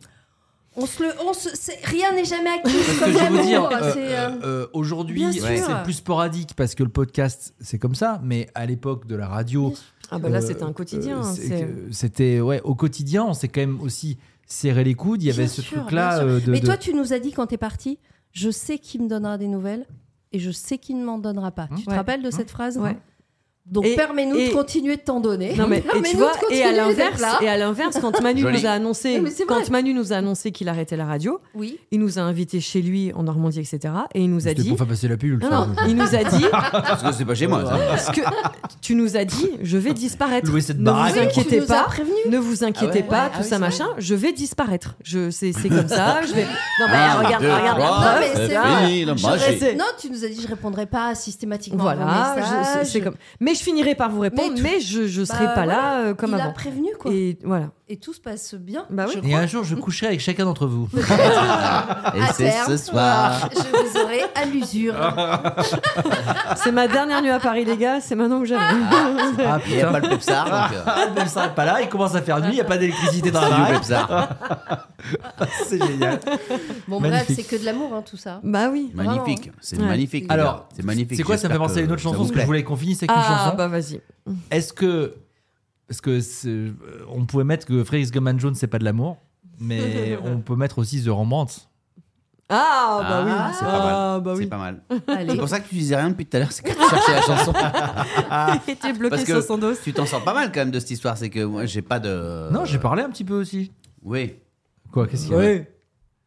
[SPEAKER 3] on se le, on se- c'est- rien n'est jamais acquis.
[SPEAKER 1] Parce que
[SPEAKER 3] comme
[SPEAKER 1] je vais vous dire,
[SPEAKER 3] l'amour,
[SPEAKER 1] euh,
[SPEAKER 3] c'est,
[SPEAKER 1] euh,
[SPEAKER 3] euh,
[SPEAKER 1] euh, aujourd'hui,
[SPEAKER 3] bien
[SPEAKER 1] c'est
[SPEAKER 3] sûr.
[SPEAKER 1] plus sporadique parce que le podcast, c'est comme ça. Mais à l'époque de la radio,
[SPEAKER 3] Bien sûr.
[SPEAKER 6] Ah bah là,
[SPEAKER 1] euh,
[SPEAKER 6] c'était un quotidien.
[SPEAKER 1] euh,
[SPEAKER 6] hein,
[SPEAKER 1] c'est-
[SPEAKER 6] c'est-
[SPEAKER 1] euh, C'était ouais, au quotidien, on s'est quand même aussi serré les coudes. Il y avait
[SPEAKER 3] Bien
[SPEAKER 1] ce
[SPEAKER 3] sûr, bien
[SPEAKER 1] truc-là
[SPEAKER 3] sûr.
[SPEAKER 1] euh, de.
[SPEAKER 3] Mais
[SPEAKER 1] de-
[SPEAKER 3] toi, tu nous as dit quand t'es parti, je sais qui me donnera des nouvelles et je sais qui ne m'en donnera pas. Tu te
[SPEAKER 6] Ouais.
[SPEAKER 3] rappelles de cette phrase
[SPEAKER 6] Ouais.
[SPEAKER 3] Donc
[SPEAKER 6] Et-
[SPEAKER 3] permets-nous de
[SPEAKER 6] et-
[SPEAKER 3] continuer de t'en donner.
[SPEAKER 6] Non mais et tu
[SPEAKER 3] Permets-nous
[SPEAKER 6] vois
[SPEAKER 3] de continuer
[SPEAKER 6] et à
[SPEAKER 3] d'être
[SPEAKER 6] l'inverse
[SPEAKER 3] là.
[SPEAKER 6] et à l'inverse
[SPEAKER 1] *laughs*
[SPEAKER 6] quand Manu
[SPEAKER 2] Joli.
[SPEAKER 6] nous a annoncé
[SPEAKER 3] Non, mais c'est vrai.
[SPEAKER 6] quand Manu nous a annoncé qu'il arrêtait la radio,
[SPEAKER 3] Oui.
[SPEAKER 6] il nous a invités chez lui en Normandie etc et il nous a
[SPEAKER 1] C'était
[SPEAKER 6] dit
[SPEAKER 1] pour faire passer la pilule.
[SPEAKER 6] non,
[SPEAKER 1] ça.
[SPEAKER 6] non, il nous a
[SPEAKER 1] *laughs*
[SPEAKER 6] dit
[SPEAKER 2] Parce que c'est pas chez moi. ça.
[SPEAKER 6] parce que tu nous as dit je vais disparaître.
[SPEAKER 1] Louer cette
[SPEAKER 6] Ne
[SPEAKER 1] baraque.
[SPEAKER 6] Ah, vous
[SPEAKER 1] Oui,
[SPEAKER 3] Tu
[SPEAKER 6] inquiétez
[SPEAKER 3] nous as
[SPEAKER 6] pas.
[SPEAKER 3] prévenu.
[SPEAKER 6] Ne vous inquiétez
[SPEAKER 2] Ah ouais,
[SPEAKER 6] pas,
[SPEAKER 2] ouais,
[SPEAKER 6] tout
[SPEAKER 2] ah oui,
[SPEAKER 6] ça
[SPEAKER 2] c'est
[SPEAKER 6] machin, je vais disparaître. Je c'est c'est comme
[SPEAKER 1] *laughs*
[SPEAKER 6] ça, je vais Non mais
[SPEAKER 1] Ah,
[SPEAKER 2] Un,
[SPEAKER 6] regarde
[SPEAKER 2] deux,
[SPEAKER 6] regarde
[SPEAKER 2] trois,
[SPEAKER 6] la
[SPEAKER 3] Non, mais
[SPEAKER 6] preuve,
[SPEAKER 3] c'est
[SPEAKER 6] là.
[SPEAKER 3] vrai.
[SPEAKER 2] fini, la
[SPEAKER 6] Je
[SPEAKER 2] magie.
[SPEAKER 6] reste-
[SPEAKER 3] Non, tu nous as dit je répondrai pas systématiquement. à vos
[SPEAKER 6] Voilà, je-
[SPEAKER 3] messages.
[SPEAKER 6] c'est comme mais je finirai par vous répondre
[SPEAKER 3] Mais
[SPEAKER 6] mais,
[SPEAKER 3] tout-
[SPEAKER 6] je je
[SPEAKER 3] Bah,
[SPEAKER 6] serai pas
[SPEAKER 3] voilà.
[SPEAKER 6] là euh, comme
[SPEAKER 3] Il a
[SPEAKER 6] avant.
[SPEAKER 3] prévenu quoi. Et,
[SPEAKER 6] Et voilà.
[SPEAKER 3] tout se passe bien.
[SPEAKER 6] Bah oui.
[SPEAKER 3] je
[SPEAKER 1] Et
[SPEAKER 3] crois.
[SPEAKER 1] un jour, je coucherai avec chacun d'entre vous.
[SPEAKER 2] Et
[SPEAKER 3] À
[SPEAKER 2] c'est ce
[SPEAKER 3] terme,
[SPEAKER 2] soir.
[SPEAKER 3] je vous aurai à l'usure.
[SPEAKER 6] C'est ma dernière nuit à Paris, les gars. C'est maintenant que j'arrive.
[SPEAKER 1] Ah
[SPEAKER 2] Il n'y
[SPEAKER 1] putain,
[SPEAKER 2] a
[SPEAKER 1] Ah, *laughs*
[SPEAKER 2] pas le Pepsar. donc, euh,
[SPEAKER 1] même ça pas là. Il commence à faire nuit. Il n'y a pas d'électricité dans la
[SPEAKER 2] c'est du
[SPEAKER 1] baraque.
[SPEAKER 2] Pepsar.
[SPEAKER 1] C'est génial.
[SPEAKER 3] Bon bref,
[SPEAKER 1] Magnifique.
[SPEAKER 3] c'est que de l'amour hein, tout
[SPEAKER 6] *laughs*
[SPEAKER 3] ça.
[SPEAKER 6] *laughs* bah oui.
[SPEAKER 2] Magnifique. C'est
[SPEAKER 6] Ouais.
[SPEAKER 2] magnifique. les
[SPEAKER 1] Alors,
[SPEAKER 2] gars. c'est magnifique.
[SPEAKER 1] C'est quoi Ça me fait
[SPEAKER 2] J'espère
[SPEAKER 1] penser à une autre
[SPEAKER 2] ça
[SPEAKER 1] chanson.
[SPEAKER 2] vous
[SPEAKER 1] Ce que je
[SPEAKER 2] plaît.
[SPEAKER 1] voulais qu'on finisse avec une
[SPEAKER 6] Ah
[SPEAKER 1] chanson.
[SPEAKER 6] bah vas-y.
[SPEAKER 1] Est-ce que. Parce que c'est- euh, on pouvait mettre que Frédéric Goman Jones, c'est pas de l'amour,
[SPEAKER 6] *laughs*
[SPEAKER 1] mais on peut mettre aussi The Rembrandt.
[SPEAKER 6] Ah bah
[SPEAKER 2] Ah,
[SPEAKER 6] oui.
[SPEAKER 2] c'est pas mal.
[SPEAKER 6] Ah bah
[SPEAKER 2] C'est
[SPEAKER 6] oui.
[SPEAKER 2] pas mal. C'est
[SPEAKER 3] Allez.
[SPEAKER 2] pour ça que tu disais rien depuis tout à l'heure, c'est que tu cherchais la chanson.
[SPEAKER 6] Et t'es bloqué
[SPEAKER 2] Parce que-
[SPEAKER 6] sur son dos.
[SPEAKER 2] Tu t'en sors pas mal quand même de cette histoire, c'est que moi j'ai pas de.
[SPEAKER 1] Non, j'ai parlé un petit peu aussi.
[SPEAKER 2] Oui.
[SPEAKER 1] Quoi Qu'est-ce qu'il y a
[SPEAKER 6] Oui.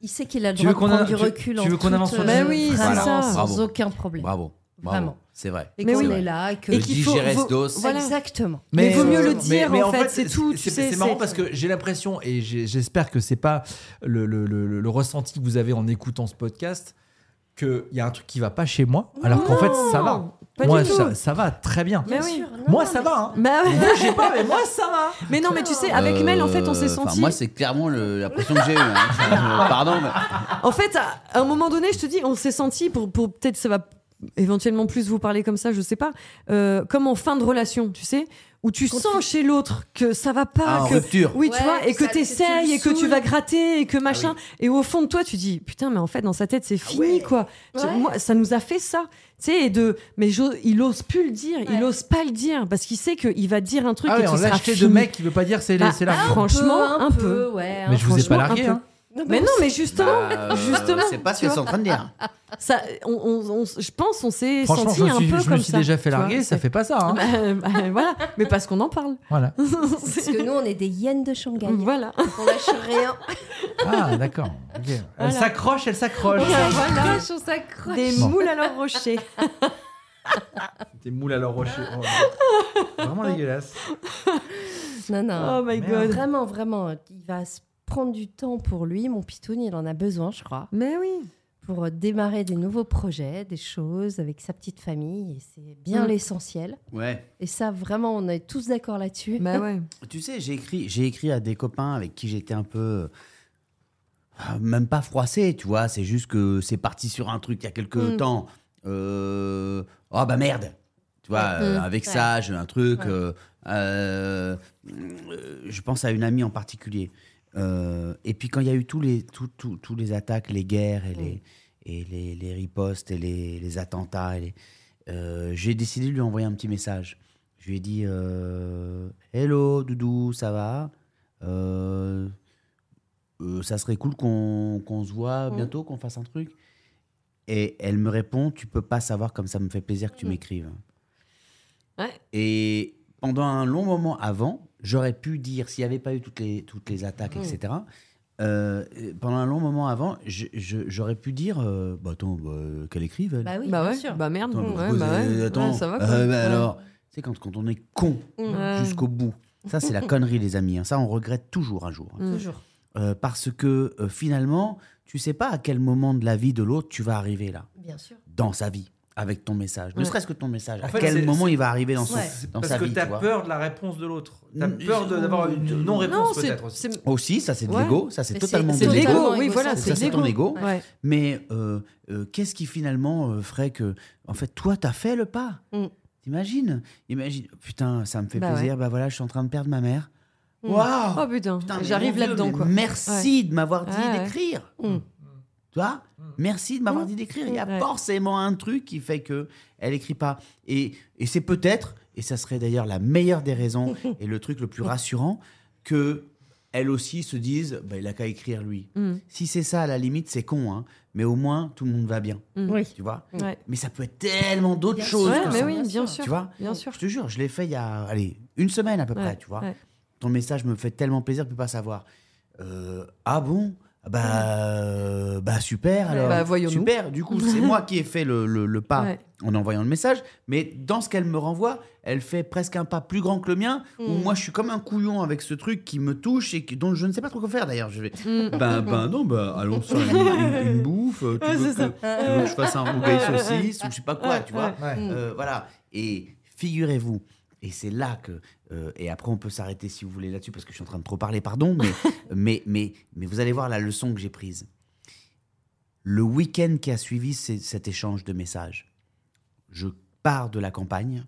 [SPEAKER 3] Il sait qu'il a le
[SPEAKER 1] Tu veux
[SPEAKER 3] droit
[SPEAKER 1] qu'on
[SPEAKER 3] de prendre
[SPEAKER 1] a-
[SPEAKER 3] du
[SPEAKER 1] tu-
[SPEAKER 3] recul.
[SPEAKER 1] tu
[SPEAKER 3] en
[SPEAKER 1] veux qu'on
[SPEAKER 3] toute,
[SPEAKER 1] avance
[SPEAKER 3] euh,
[SPEAKER 1] là-dessus
[SPEAKER 6] Mais oui, c'est
[SPEAKER 3] vraiment,
[SPEAKER 6] ça.
[SPEAKER 3] Sans
[SPEAKER 2] Bravo.
[SPEAKER 3] aucun problème.
[SPEAKER 2] Bravo. Bravo.
[SPEAKER 3] Vraiment.
[SPEAKER 2] C'est vrai.
[SPEAKER 3] Et
[SPEAKER 6] Mais
[SPEAKER 3] qu'on
[SPEAKER 6] oui.
[SPEAKER 3] est là et que.
[SPEAKER 6] Et
[SPEAKER 2] Je
[SPEAKER 6] qu'il
[SPEAKER 2] dis
[SPEAKER 6] faut-
[SPEAKER 2] Gérès
[SPEAKER 6] faut-
[SPEAKER 2] Dos.
[SPEAKER 6] voilà.
[SPEAKER 3] Exactement.
[SPEAKER 6] Mais vaut mieux le
[SPEAKER 1] mais-
[SPEAKER 6] dire,
[SPEAKER 1] mais
[SPEAKER 6] en fait, c'est tout, tu
[SPEAKER 1] C'est
[SPEAKER 6] sais,
[SPEAKER 1] c'est marrant
[SPEAKER 6] c'est-
[SPEAKER 1] parce que j'ai l'impression, et j'ai- j'espère que c'est pas le, le- le- le ressenti que vous avez en écoutant ce podcast, qu'il y a un truc qui va pas chez moi, alors qu'en fait ça va.
[SPEAKER 6] Pas
[SPEAKER 1] Moi,
[SPEAKER 6] du tout.
[SPEAKER 1] ça, ça va très bien.
[SPEAKER 6] Mais
[SPEAKER 3] Bien
[SPEAKER 6] oui.
[SPEAKER 3] sûr. Non,
[SPEAKER 1] moi,
[SPEAKER 3] non,
[SPEAKER 1] ça
[SPEAKER 3] mais-
[SPEAKER 1] va. hein.
[SPEAKER 6] Bah oui.
[SPEAKER 1] Moi, j'ai pas, mais moi, ça va.
[SPEAKER 6] *laughs* Mais non, mais tu sais, avec Mel, en fait, on s'est
[SPEAKER 2] Euh, enfin,
[SPEAKER 6] senti.
[SPEAKER 2] Moi, c'est clairement le- la pression que j'ai eue. hein.
[SPEAKER 6] *laughs*
[SPEAKER 2] Euh, Pardon, mais.
[SPEAKER 6] En fait, à à un moment donné, je te dis, on s'est senti pour, pour peut-être ça va éventuellement plus vous parler comme ça, je sais pas, euh, comme en fin de relation, tu sais, où tu
[SPEAKER 3] Quand
[SPEAKER 6] sens chez l'autre que ça va
[SPEAKER 2] Ah,
[SPEAKER 6] pas,
[SPEAKER 2] en
[SPEAKER 6] que
[SPEAKER 2] rupture.
[SPEAKER 6] oui,
[SPEAKER 3] Ouais,
[SPEAKER 6] tu vois, et
[SPEAKER 3] que
[SPEAKER 6] que
[SPEAKER 3] ça- que tu
[SPEAKER 6] t'essayes,
[SPEAKER 3] le
[SPEAKER 6] et que tu
[SPEAKER 3] saoules.
[SPEAKER 6] vas gratter,
[SPEAKER 1] Ah
[SPEAKER 6] et que machin, et au fond de toi, tu dis putain, mais en fait, dans sa tête, c'est fini, quoi. Tu-
[SPEAKER 3] Ah Ouais.
[SPEAKER 6] Moi, ça nous a fait ça, tu sais, et de, mais j'ose- il ose plus le dire, il
[SPEAKER 3] Ouais.
[SPEAKER 6] ose pas le dire, parce qu'il sait qu'il va dire un truc
[SPEAKER 1] Ah
[SPEAKER 6] et
[SPEAKER 1] ouais,
[SPEAKER 6] que
[SPEAKER 1] on
[SPEAKER 6] ce
[SPEAKER 1] l'a
[SPEAKER 6] sera
[SPEAKER 1] acheté de
[SPEAKER 6] fini.
[SPEAKER 1] mec qui veut pas dire c'est
[SPEAKER 6] Bah,
[SPEAKER 1] c'est la.
[SPEAKER 6] franchement, un peu.
[SPEAKER 3] ouais,
[SPEAKER 1] Mais
[SPEAKER 3] hein,
[SPEAKER 1] je vous ai pas
[SPEAKER 3] franchement,
[SPEAKER 1] largué.
[SPEAKER 6] un peu.
[SPEAKER 1] hein.
[SPEAKER 3] Non,
[SPEAKER 6] Mais non, mais
[SPEAKER 2] Bah,
[SPEAKER 6] justement,
[SPEAKER 2] euh,
[SPEAKER 6] justement,
[SPEAKER 2] C'est pas ce
[SPEAKER 6] tu
[SPEAKER 2] que je suis
[SPEAKER 6] vois.
[SPEAKER 2] en train de dire.
[SPEAKER 6] Ça, on, on- on- je pense on s'est
[SPEAKER 1] Franchement,
[SPEAKER 6] senti
[SPEAKER 1] je me
[SPEAKER 6] un
[SPEAKER 1] suis,
[SPEAKER 6] peu
[SPEAKER 1] je me
[SPEAKER 6] comme
[SPEAKER 1] suis
[SPEAKER 6] ça.
[SPEAKER 1] déjà fait
[SPEAKER 6] tu vois,
[SPEAKER 1] larguer, ça
[SPEAKER 6] c'est-
[SPEAKER 1] fait pas ça.
[SPEAKER 6] *laughs*
[SPEAKER 1] hein.
[SPEAKER 6] Bah, bah, voilà, mais parce qu'on en parle.
[SPEAKER 1] *laughs* Voilà.
[SPEAKER 3] *laughs* parce que nous, on est des yens de Shanghai.
[SPEAKER 6] voilà.
[SPEAKER 3] Donc, on lâche
[SPEAKER 6] *laughs*
[SPEAKER 3] rien.
[SPEAKER 1] Ah, d'accord. Ok. Elle
[SPEAKER 6] Voilà.
[SPEAKER 1] s'accroche, elle s'accroche.
[SPEAKER 3] Voilà, on s'accroche.
[SPEAKER 6] Des
[SPEAKER 1] Bon.
[SPEAKER 6] moules à leur rocher.
[SPEAKER 1] Des moules à leur rocher. Oh, *laughs* Vraiment dégueulasse.
[SPEAKER 3] Non, non.
[SPEAKER 6] Oh my
[SPEAKER 1] Merde.
[SPEAKER 6] god.
[SPEAKER 3] Vraiment, vraiment. Il va se prendre du temps pour lui. Mon pitoun, il en a besoin, je crois,
[SPEAKER 6] Mais oui.
[SPEAKER 3] pour euh, démarrer des nouveaux projets, des choses avec sa petite famille. Et c'est bien
[SPEAKER 6] Mm.
[SPEAKER 3] l'essentiel.
[SPEAKER 2] Ouais.
[SPEAKER 3] Et ça, vraiment, on est tous d'accord là-dessus.
[SPEAKER 6] Bah ouais.
[SPEAKER 2] Tu sais, j'ai écrit, j'ai écrit à des copains avec qui j'étais un peu. euh, Même pas froissé, tu vois. C'est juste que c'est parti sur un truc il y a quelques
[SPEAKER 3] Mm.
[SPEAKER 2] temps. Euh, oh bah merde! Tu vois,
[SPEAKER 3] Ouais.
[SPEAKER 2] euh,
[SPEAKER 3] Mm.
[SPEAKER 2] avec
[SPEAKER 3] Ouais.
[SPEAKER 2] ça, j'ai un truc.
[SPEAKER 3] Ouais.
[SPEAKER 2] euh, euh, euh, je pense à une amie en particulier. Euh, et puis quand il y a eu tous les, tous- tous- tous les attaques, les guerres et
[SPEAKER 3] Hmm.
[SPEAKER 2] les, et les, les ripostes et les, les attentats, et les- euh, j'ai décidé de lui envoyer un petit message. Je lui ai dit euh, Hello, Doudou, ça va Euh, euh, Ça serait cool qu'on qu'on se voit
[SPEAKER 3] Mhm.
[SPEAKER 2] bientôt, qu'on fasse un truc. Et elle me répond Tu peux pas savoir comme ça me fait plaisir que tu
[SPEAKER 3] Mhm.
[SPEAKER 2] m'écrives.
[SPEAKER 6] Ouais.
[SPEAKER 2] Et pendant un long moment avant, j'aurais pu dire, s'il n'y avait pas eu toutes les, toutes les attaques,
[SPEAKER 3] Mhm.
[SPEAKER 2] etc., euh, pendant un long moment avant, je- je- j'aurais pu dire euh, Bah attends, bah, qu'elle écrive, elle.
[SPEAKER 3] *laughs* Bah oui,
[SPEAKER 6] bah
[SPEAKER 3] bien
[SPEAKER 6] ouais.
[SPEAKER 3] sûr.
[SPEAKER 6] Bah merde.
[SPEAKER 2] Attends,
[SPEAKER 6] Ouais,
[SPEAKER 2] pourquoi-
[SPEAKER 6] bah ouais.
[SPEAKER 2] euh, attends,
[SPEAKER 6] Ouais, ça va
[SPEAKER 2] euh,
[SPEAKER 6] quoi.
[SPEAKER 2] bah
[SPEAKER 6] Ouais.
[SPEAKER 2] alors, tu sais, quand, quand on est con
[SPEAKER 3] Mm.
[SPEAKER 6] Ouais.
[SPEAKER 2] jusqu'au bout, ça c'est la connerie, les amis. hein. Ça, on regrette toujours un jour. hein.
[SPEAKER 6] Mm.
[SPEAKER 3] Toujours.
[SPEAKER 2] Euh, parce que euh, finalement, tu sais pas à quel moment de la vie de l'autre tu vas arriver là,
[SPEAKER 3] Bien sûr.
[SPEAKER 2] dans sa vie, avec ton message. Ne
[SPEAKER 6] Ouais.
[SPEAKER 2] serait-ce que ton message.
[SPEAKER 1] En
[SPEAKER 2] à
[SPEAKER 1] fait, c'est-
[SPEAKER 2] quel moment
[SPEAKER 1] c'est-
[SPEAKER 2] il va arriver dans, son,
[SPEAKER 3] Ouais.
[SPEAKER 1] C'est
[SPEAKER 2] dans
[SPEAKER 1] Parce
[SPEAKER 2] sa
[SPEAKER 1] que
[SPEAKER 2] vie
[SPEAKER 1] t'as
[SPEAKER 2] tu vois.
[SPEAKER 1] peur de la réponse de l'autre. T'as
[SPEAKER 2] Mm,
[SPEAKER 1] peur de-
[SPEAKER 2] je-
[SPEAKER 1] d'avoir une
[SPEAKER 6] Non,
[SPEAKER 1] non-réponse
[SPEAKER 6] c'est.
[SPEAKER 1] peut-être aussi.
[SPEAKER 6] c'est-
[SPEAKER 2] Aussi, ça c'est de
[SPEAKER 6] Ouais.
[SPEAKER 2] l'ego, ça c'est
[SPEAKER 3] Mais
[SPEAKER 2] totalement
[SPEAKER 6] c'est
[SPEAKER 2] de
[SPEAKER 6] de
[SPEAKER 2] l'ego.
[SPEAKER 6] l'ego.
[SPEAKER 3] Totalement
[SPEAKER 6] oui, voilà,
[SPEAKER 3] égocentrique.
[SPEAKER 6] c'est
[SPEAKER 2] Ça
[SPEAKER 6] de
[SPEAKER 2] c'est
[SPEAKER 6] l'ego.
[SPEAKER 2] ton ego.
[SPEAKER 6] Ouais.
[SPEAKER 2] Mais euh, euh, qu'est-ce qui finalement euh, ferait que, en fait, toi, t'as fait le pas
[SPEAKER 3] Mm.
[SPEAKER 2] T'imagines Imagine, putain, ça me fait
[SPEAKER 6] Bah
[SPEAKER 2] plaisir, bah voilà, je suis en train de perdre ma mère.
[SPEAKER 3] Mm.
[SPEAKER 2] Waouh
[SPEAKER 6] Oh putain,
[SPEAKER 2] Putain, mais
[SPEAKER 6] j'arrive
[SPEAKER 2] mon Dieu,
[SPEAKER 6] là-dedans
[SPEAKER 2] mais
[SPEAKER 6] quoi.
[SPEAKER 2] Merci de m'avoir dit
[SPEAKER 6] Ouais, ouais. Mm.
[SPEAKER 2] d'écrire.
[SPEAKER 3] Mm.
[SPEAKER 2] Tu vois Merci de m'avoir dit d'écrire. Il y a
[SPEAKER 6] Ouais.
[SPEAKER 2] forcément un truc qui fait que elle écrit pas. Et, et c'est peut-être, et ça serait d'ailleurs la meilleure des
[SPEAKER 6] *laughs*
[SPEAKER 2] raisons et le truc le
[SPEAKER 6] Mm.
[SPEAKER 2] plus rassurant, que elle aussi se dise, bah, il a qu'à écrire lui.
[SPEAKER 6] Mm.
[SPEAKER 2] Si c'est ça, à la limite, c'est con, hein, mais au moins tout le monde va bien.
[SPEAKER 6] Mm.
[SPEAKER 3] Oui.
[SPEAKER 2] Tu vois
[SPEAKER 6] Ouais.
[SPEAKER 2] Mais ça peut être tellement d'autres
[SPEAKER 3] Bien
[SPEAKER 2] choses.
[SPEAKER 3] sûr.
[SPEAKER 6] Ouais,
[SPEAKER 2] que
[SPEAKER 6] mais
[SPEAKER 2] Oh, ça.
[SPEAKER 6] oui, bien sûr.
[SPEAKER 2] Tu vois
[SPEAKER 6] Bien sûr.
[SPEAKER 2] Je te jure, je l'ai fait il y a allez, une semaine à peu près,
[SPEAKER 6] Ouais,
[SPEAKER 2] tu vois.
[SPEAKER 6] ouais.
[SPEAKER 2] Ton message me fait tellement plaisir, je peux pas savoir. Euh, ah bon bah, euh, bah super alors.
[SPEAKER 6] Bah, voyons-nous.
[SPEAKER 2] Super, du coup, c'est moi qui ai fait le, le- le pas
[SPEAKER 6] Ouais.
[SPEAKER 2] en envoyant le message, mais dans ce qu'elle me renvoie, elle fait presque un pas plus grand que le mien, où
[SPEAKER 3] Mm.
[SPEAKER 2] moi je suis comme un couillon avec ce truc qui me touche et qui- dont je ne sais pas trop quoi faire d'ailleurs. Je vais.
[SPEAKER 6] Mm. *laughs*
[SPEAKER 2] Ben, ben non, bah, allons se faire une, une- une bouffe, euh, tu,
[SPEAKER 6] Ouais,
[SPEAKER 2] veux
[SPEAKER 6] c'est
[SPEAKER 2] que,
[SPEAKER 6] ça.
[SPEAKER 2] tu veux que je fasse un rougail saucisse ou je sais pas quoi,
[SPEAKER 6] Ouais,
[SPEAKER 2] tu vois.
[SPEAKER 1] Ouais.
[SPEAKER 3] Mm.
[SPEAKER 2] Euh, voilà. Et figurez-vous, et c'est là que. euh, et après, on peut s'arrêter si vous voulez là-dessus, parce que je suis en train de trop parler, pardon, mais,
[SPEAKER 6] *laughs*
[SPEAKER 2] mais, mais, mais vous allez voir la leçon que j'ai prise. Le week-end qui a suivi c'est cet échange de messages, je pars de la campagne,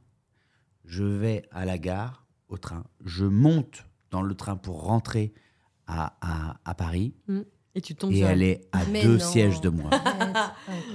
[SPEAKER 2] je vais à la gare, au train, je monte dans le train pour rentrer à, à, à Paris,
[SPEAKER 6] Et tu tombes
[SPEAKER 2] et
[SPEAKER 6] sur
[SPEAKER 2] elle est à
[SPEAKER 3] Mais
[SPEAKER 2] deux
[SPEAKER 3] non.
[SPEAKER 2] sièges de moi.
[SPEAKER 3] Arrête,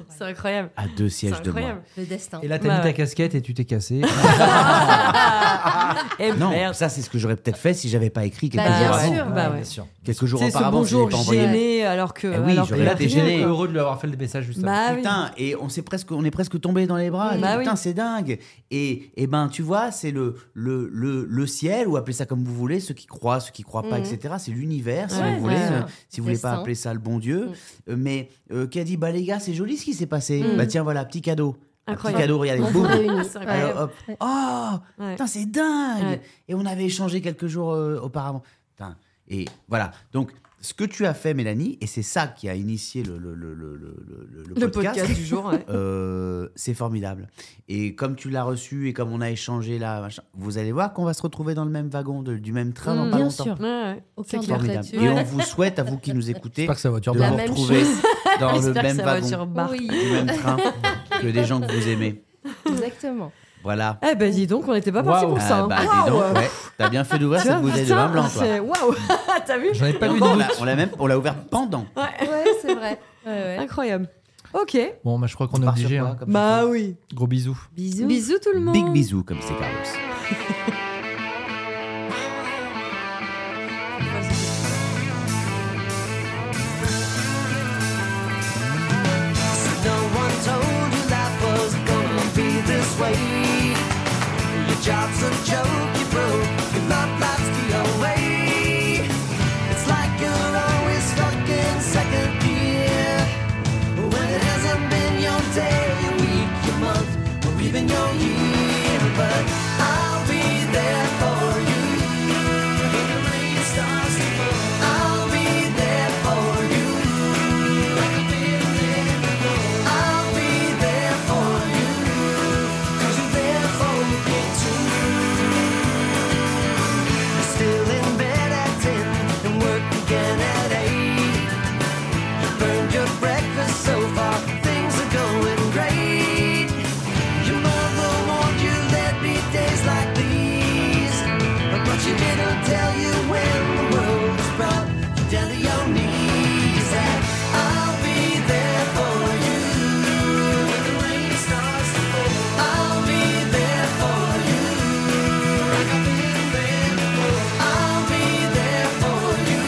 [SPEAKER 6] C'est
[SPEAKER 3] incroyable.
[SPEAKER 6] incroyable.
[SPEAKER 2] À deux
[SPEAKER 6] *laughs* C'est
[SPEAKER 2] sièges de moi.
[SPEAKER 6] incroyable.
[SPEAKER 3] Le destin.
[SPEAKER 1] Et là, t'as
[SPEAKER 6] Bah Ouais,
[SPEAKER 1] mis ta
[SPEAKER 6] ouais.
[SPEAKER 1] casquette et tu t'es
[SPEAKER 6] *laughs*
[SPEAKER 1] cassé. Ah,
[SPEAKER 6] Et
[SPEAKER 2] Non,
[SPEAKER 6] merde.
[SPEAKER 2] ça c'est ce que j'aurais peut-être fait si j'avais pas écrit quelque
[SPEAKER 3] Bah,
[SPEAKER 2] chose
[SPEAKER 3] bien
[SPEAKER 2] avant.
[SPEAKER 3] sûr.
[SPEAKER 6] Bah ouais.
[SPEAKER 1] bien sûr.
[SPEAKER 2] Quelques jours
[SPEAKER 6] C'est ce
[SPEAKER 2] auparavant, je l'ai
[SPEAKER 6] bonjour
[SPEAKER 2] pas envoyé.
[SPEAKER 6] gêné alors que.
[SPEAKER 2] Eh oui,
[SPEAKER 6] alors que-
[SPEAKER 2] j'aurais
[SPEAKER 1] Et là,
[SPEAKER 2] été
[SPEAKER 1] t'es gêné.
[SPEAKER 2] quoi.
[SPEAKER 1] Heureux de lui avoir fait le message juste avant.
[SPEAKER 6] Bah oui.
[SPEAKER 2] Putain, et on s'est presque, on est presque tombé dans les bras.
[SPEAKER 6] Bah
[SPEAKER 2] putain,
[SPEAKER 6] oui.
[SPEAKER 2] c'est dingue. Et, et ben, tu vois, c'est le, le, le, le ciel, ou appelez ça comme vous voulez, ceux qui croient, ceux qui croient pas,
[SPEAKER 3] Mhm.
[SPEAKER 2] etc. C'est l'univers, si
[SPEAKER 6] Mm. Ouais,
[SPEAKER 2] vous voulez,
[SPEAKER 6] bien sûr. Mm.
[SPEAKER 2] euh, si vous voulez pas
[SPEAKER 3] Destin.
[SPEAKER 2] appeler ça le bon Dieu.
[SPEAKER 3] Mhm.
[SPEAKER 2] Euh, Mais euh, qui a dit, bah les gars, c'est joli ce qui s'est passé.
[SPEAKER 6] Mhm.
[SPEAKER 2] Bah tiens, voilà, petit cadeau. Un Petit
[SPEAKER 6] Incroyable.
[SPEAKER 2] cadeau, regardez,
[SPEAKER 3] On
[SPEAKER 6] *laughs*
[SPEAKER 2] boum.
[SPEAKER 3] vous réunit.
[SPEAKER 6] C'est
[SPEAKER 3] Ouais.
[SPEAKER 6] incroyable.
[SPEAKER 2] Alors, hop. Oh,
[SPEAKER 6] Ouais.
[SPEAKER 2] Putain, c'est dingue
[SPEAKER 6] Ouais.
[SPEAKER 2] Et on avait échangé quelques jours euh, auparavant. Putain. Et voilà. Donc, ce que tu as fait, Mélanie, et c'est ça qui a initié le, le, le, le, le, le- le
[SPEAKER 6] Le podcast du jour. ouais.
[SPEAKER 2] *laughs* euh, c'est formidable. Et comme tu l'as reçu et comme on a échangé là, machin, vous allez voir qu'on va se retrouver dans le même wagon, de- du même train
[SPEAKER 6] Mm.
[SPEAKER 2] dans pas
[SPEAKER 3] Bien
[SPEAKER 2] longtemps.
[SPEAKER 3] sûr.
[SPEAKER 6] Ouais, ouais.
[SPEAKER 3] Aucun
[SPEAKER 6] C'est
[SPEAKER 3] doute
[SPEAKER 2] Formidable.
[SPEAKER 3] là-dessus.
[SPEAKER 2] Et on vous souhaite, à vous qui nous écoutez,
[SPEAKER 1] J'espère que sa voiture
[SPEAKER 2] de
[SPEAKER 3] La
[SPEAKER 1] va.
[SPEAKER 2] vous
[SPEAKER 3] même
[SPEAKER 2] retrouver
[SPEAKER 3] chose.
[SPEAKER 2] dans le
[SPEAKER 6] *laughs* J'espère que
[SPEAKER 2] même
[SPEAKER 6] ça va sur
[SPEAKER 2] wagon,
[SPEAKER 6] barre.
[SPEAKER 3] Oui,
[SPEAKER 2] du même train que des gens que vous aimez.
[SPEAKER 3] exactement.
[SPEAKER 2] Voilà.
[SPEAKER 6] Eh ben dis donc, on n'était pas parti
[SPEAKER 1] Waouh.
[SPEAKER 6] pour
[SPEAKER 2] Ah,
[SPEAKER 6] ça. hein.
[SPEAKER 2] bah, dis donc, ouais. T'as bien fait d'ouvrir
[SPEAKER 6] Tu vois,
[SPEAKER 2] cette bouteille de
[SPEAKER 6] putain,
[SPEAKER 2] vin blanc, toi.
[SPEAKER 6] c'est- Waouh *laughs* T'as vu
[SPEAKER 1] J'en ai pas
[SPEAKER 2] Et
[SPEAKER 1] vu de
[SPEAKER 2] encore, on
[SPEAKER 1] doute.
[SPEAKER 2] l'a- On l'a même, on l'a ouvert pendant.
[SPEAKER 3] Ouais, c'est vrai. Ouais, ouais.
[SPEAKER 6] Incroyable. Ok.
[SPEAKER 1] Bon, bah, je crois qu'on
[SPEAKER 2] On
[SPEAKER 1] est
[SPEAKER 2] part sur
[SPEAKER 1] obligé.
[SPEAKER 2] quoi,
[SPEAKER 1] hein.
[SPEAKER 2] comme
[SPEAKER 6] Bah oui.
[SPEAKER 1] Gros bisous.
[SPEAKER 3] Bisous.
[SPEAKER 6] Bisous tout le
[SPEAKER 2] ça
[SPEAKER 6] monde.
[SPEAKER 2] Big bisous, comme c'est Carlos.
[SPEAKER 5] No one told you life was gonna be this way. Your job's a joke, you broke, your love life's the away. It's like you're always stuck in second gear. When it hasn't been your day, your week, your month, or even your year. But I'll be there for you. When the rain starts to fall, I'll be there for you. Like I've been there I'll be there for you, cause you're there for me too. Still in bed at 10 and work again at 8. Burned your breakfast so far, things are going great. Your mother warned you there'd be days like these, but she didn't tell you when the world was brought you down to your knees. And I'll be there for you. When the rain starts to fall, I'll be there for you. Like I've been there before, I'll be there for you.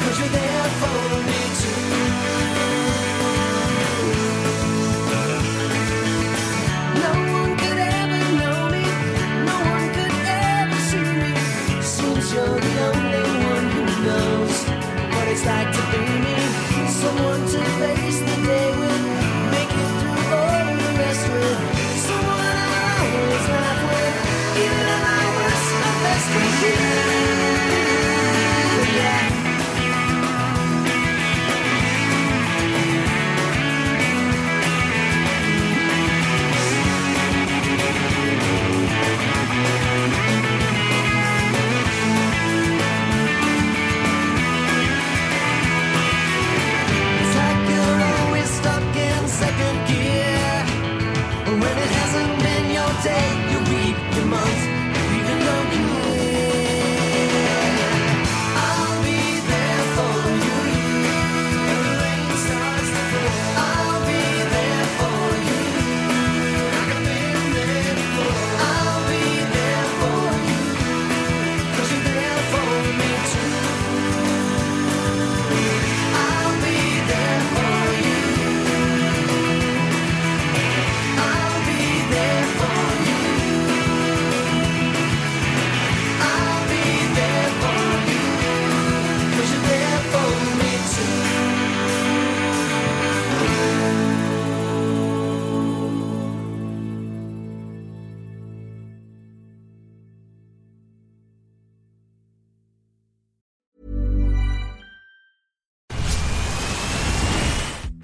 [SPEAKER 5] Cause you're there for me too. No one could ever know me, no one could ever see me. Seems you're the only one who knows what it's like to be me. Someone to face the day with, make it through all the rest with. Someone I always laugh with, even at my worst, my best with you. Yeah.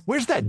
[SPEAKER 7] Where's that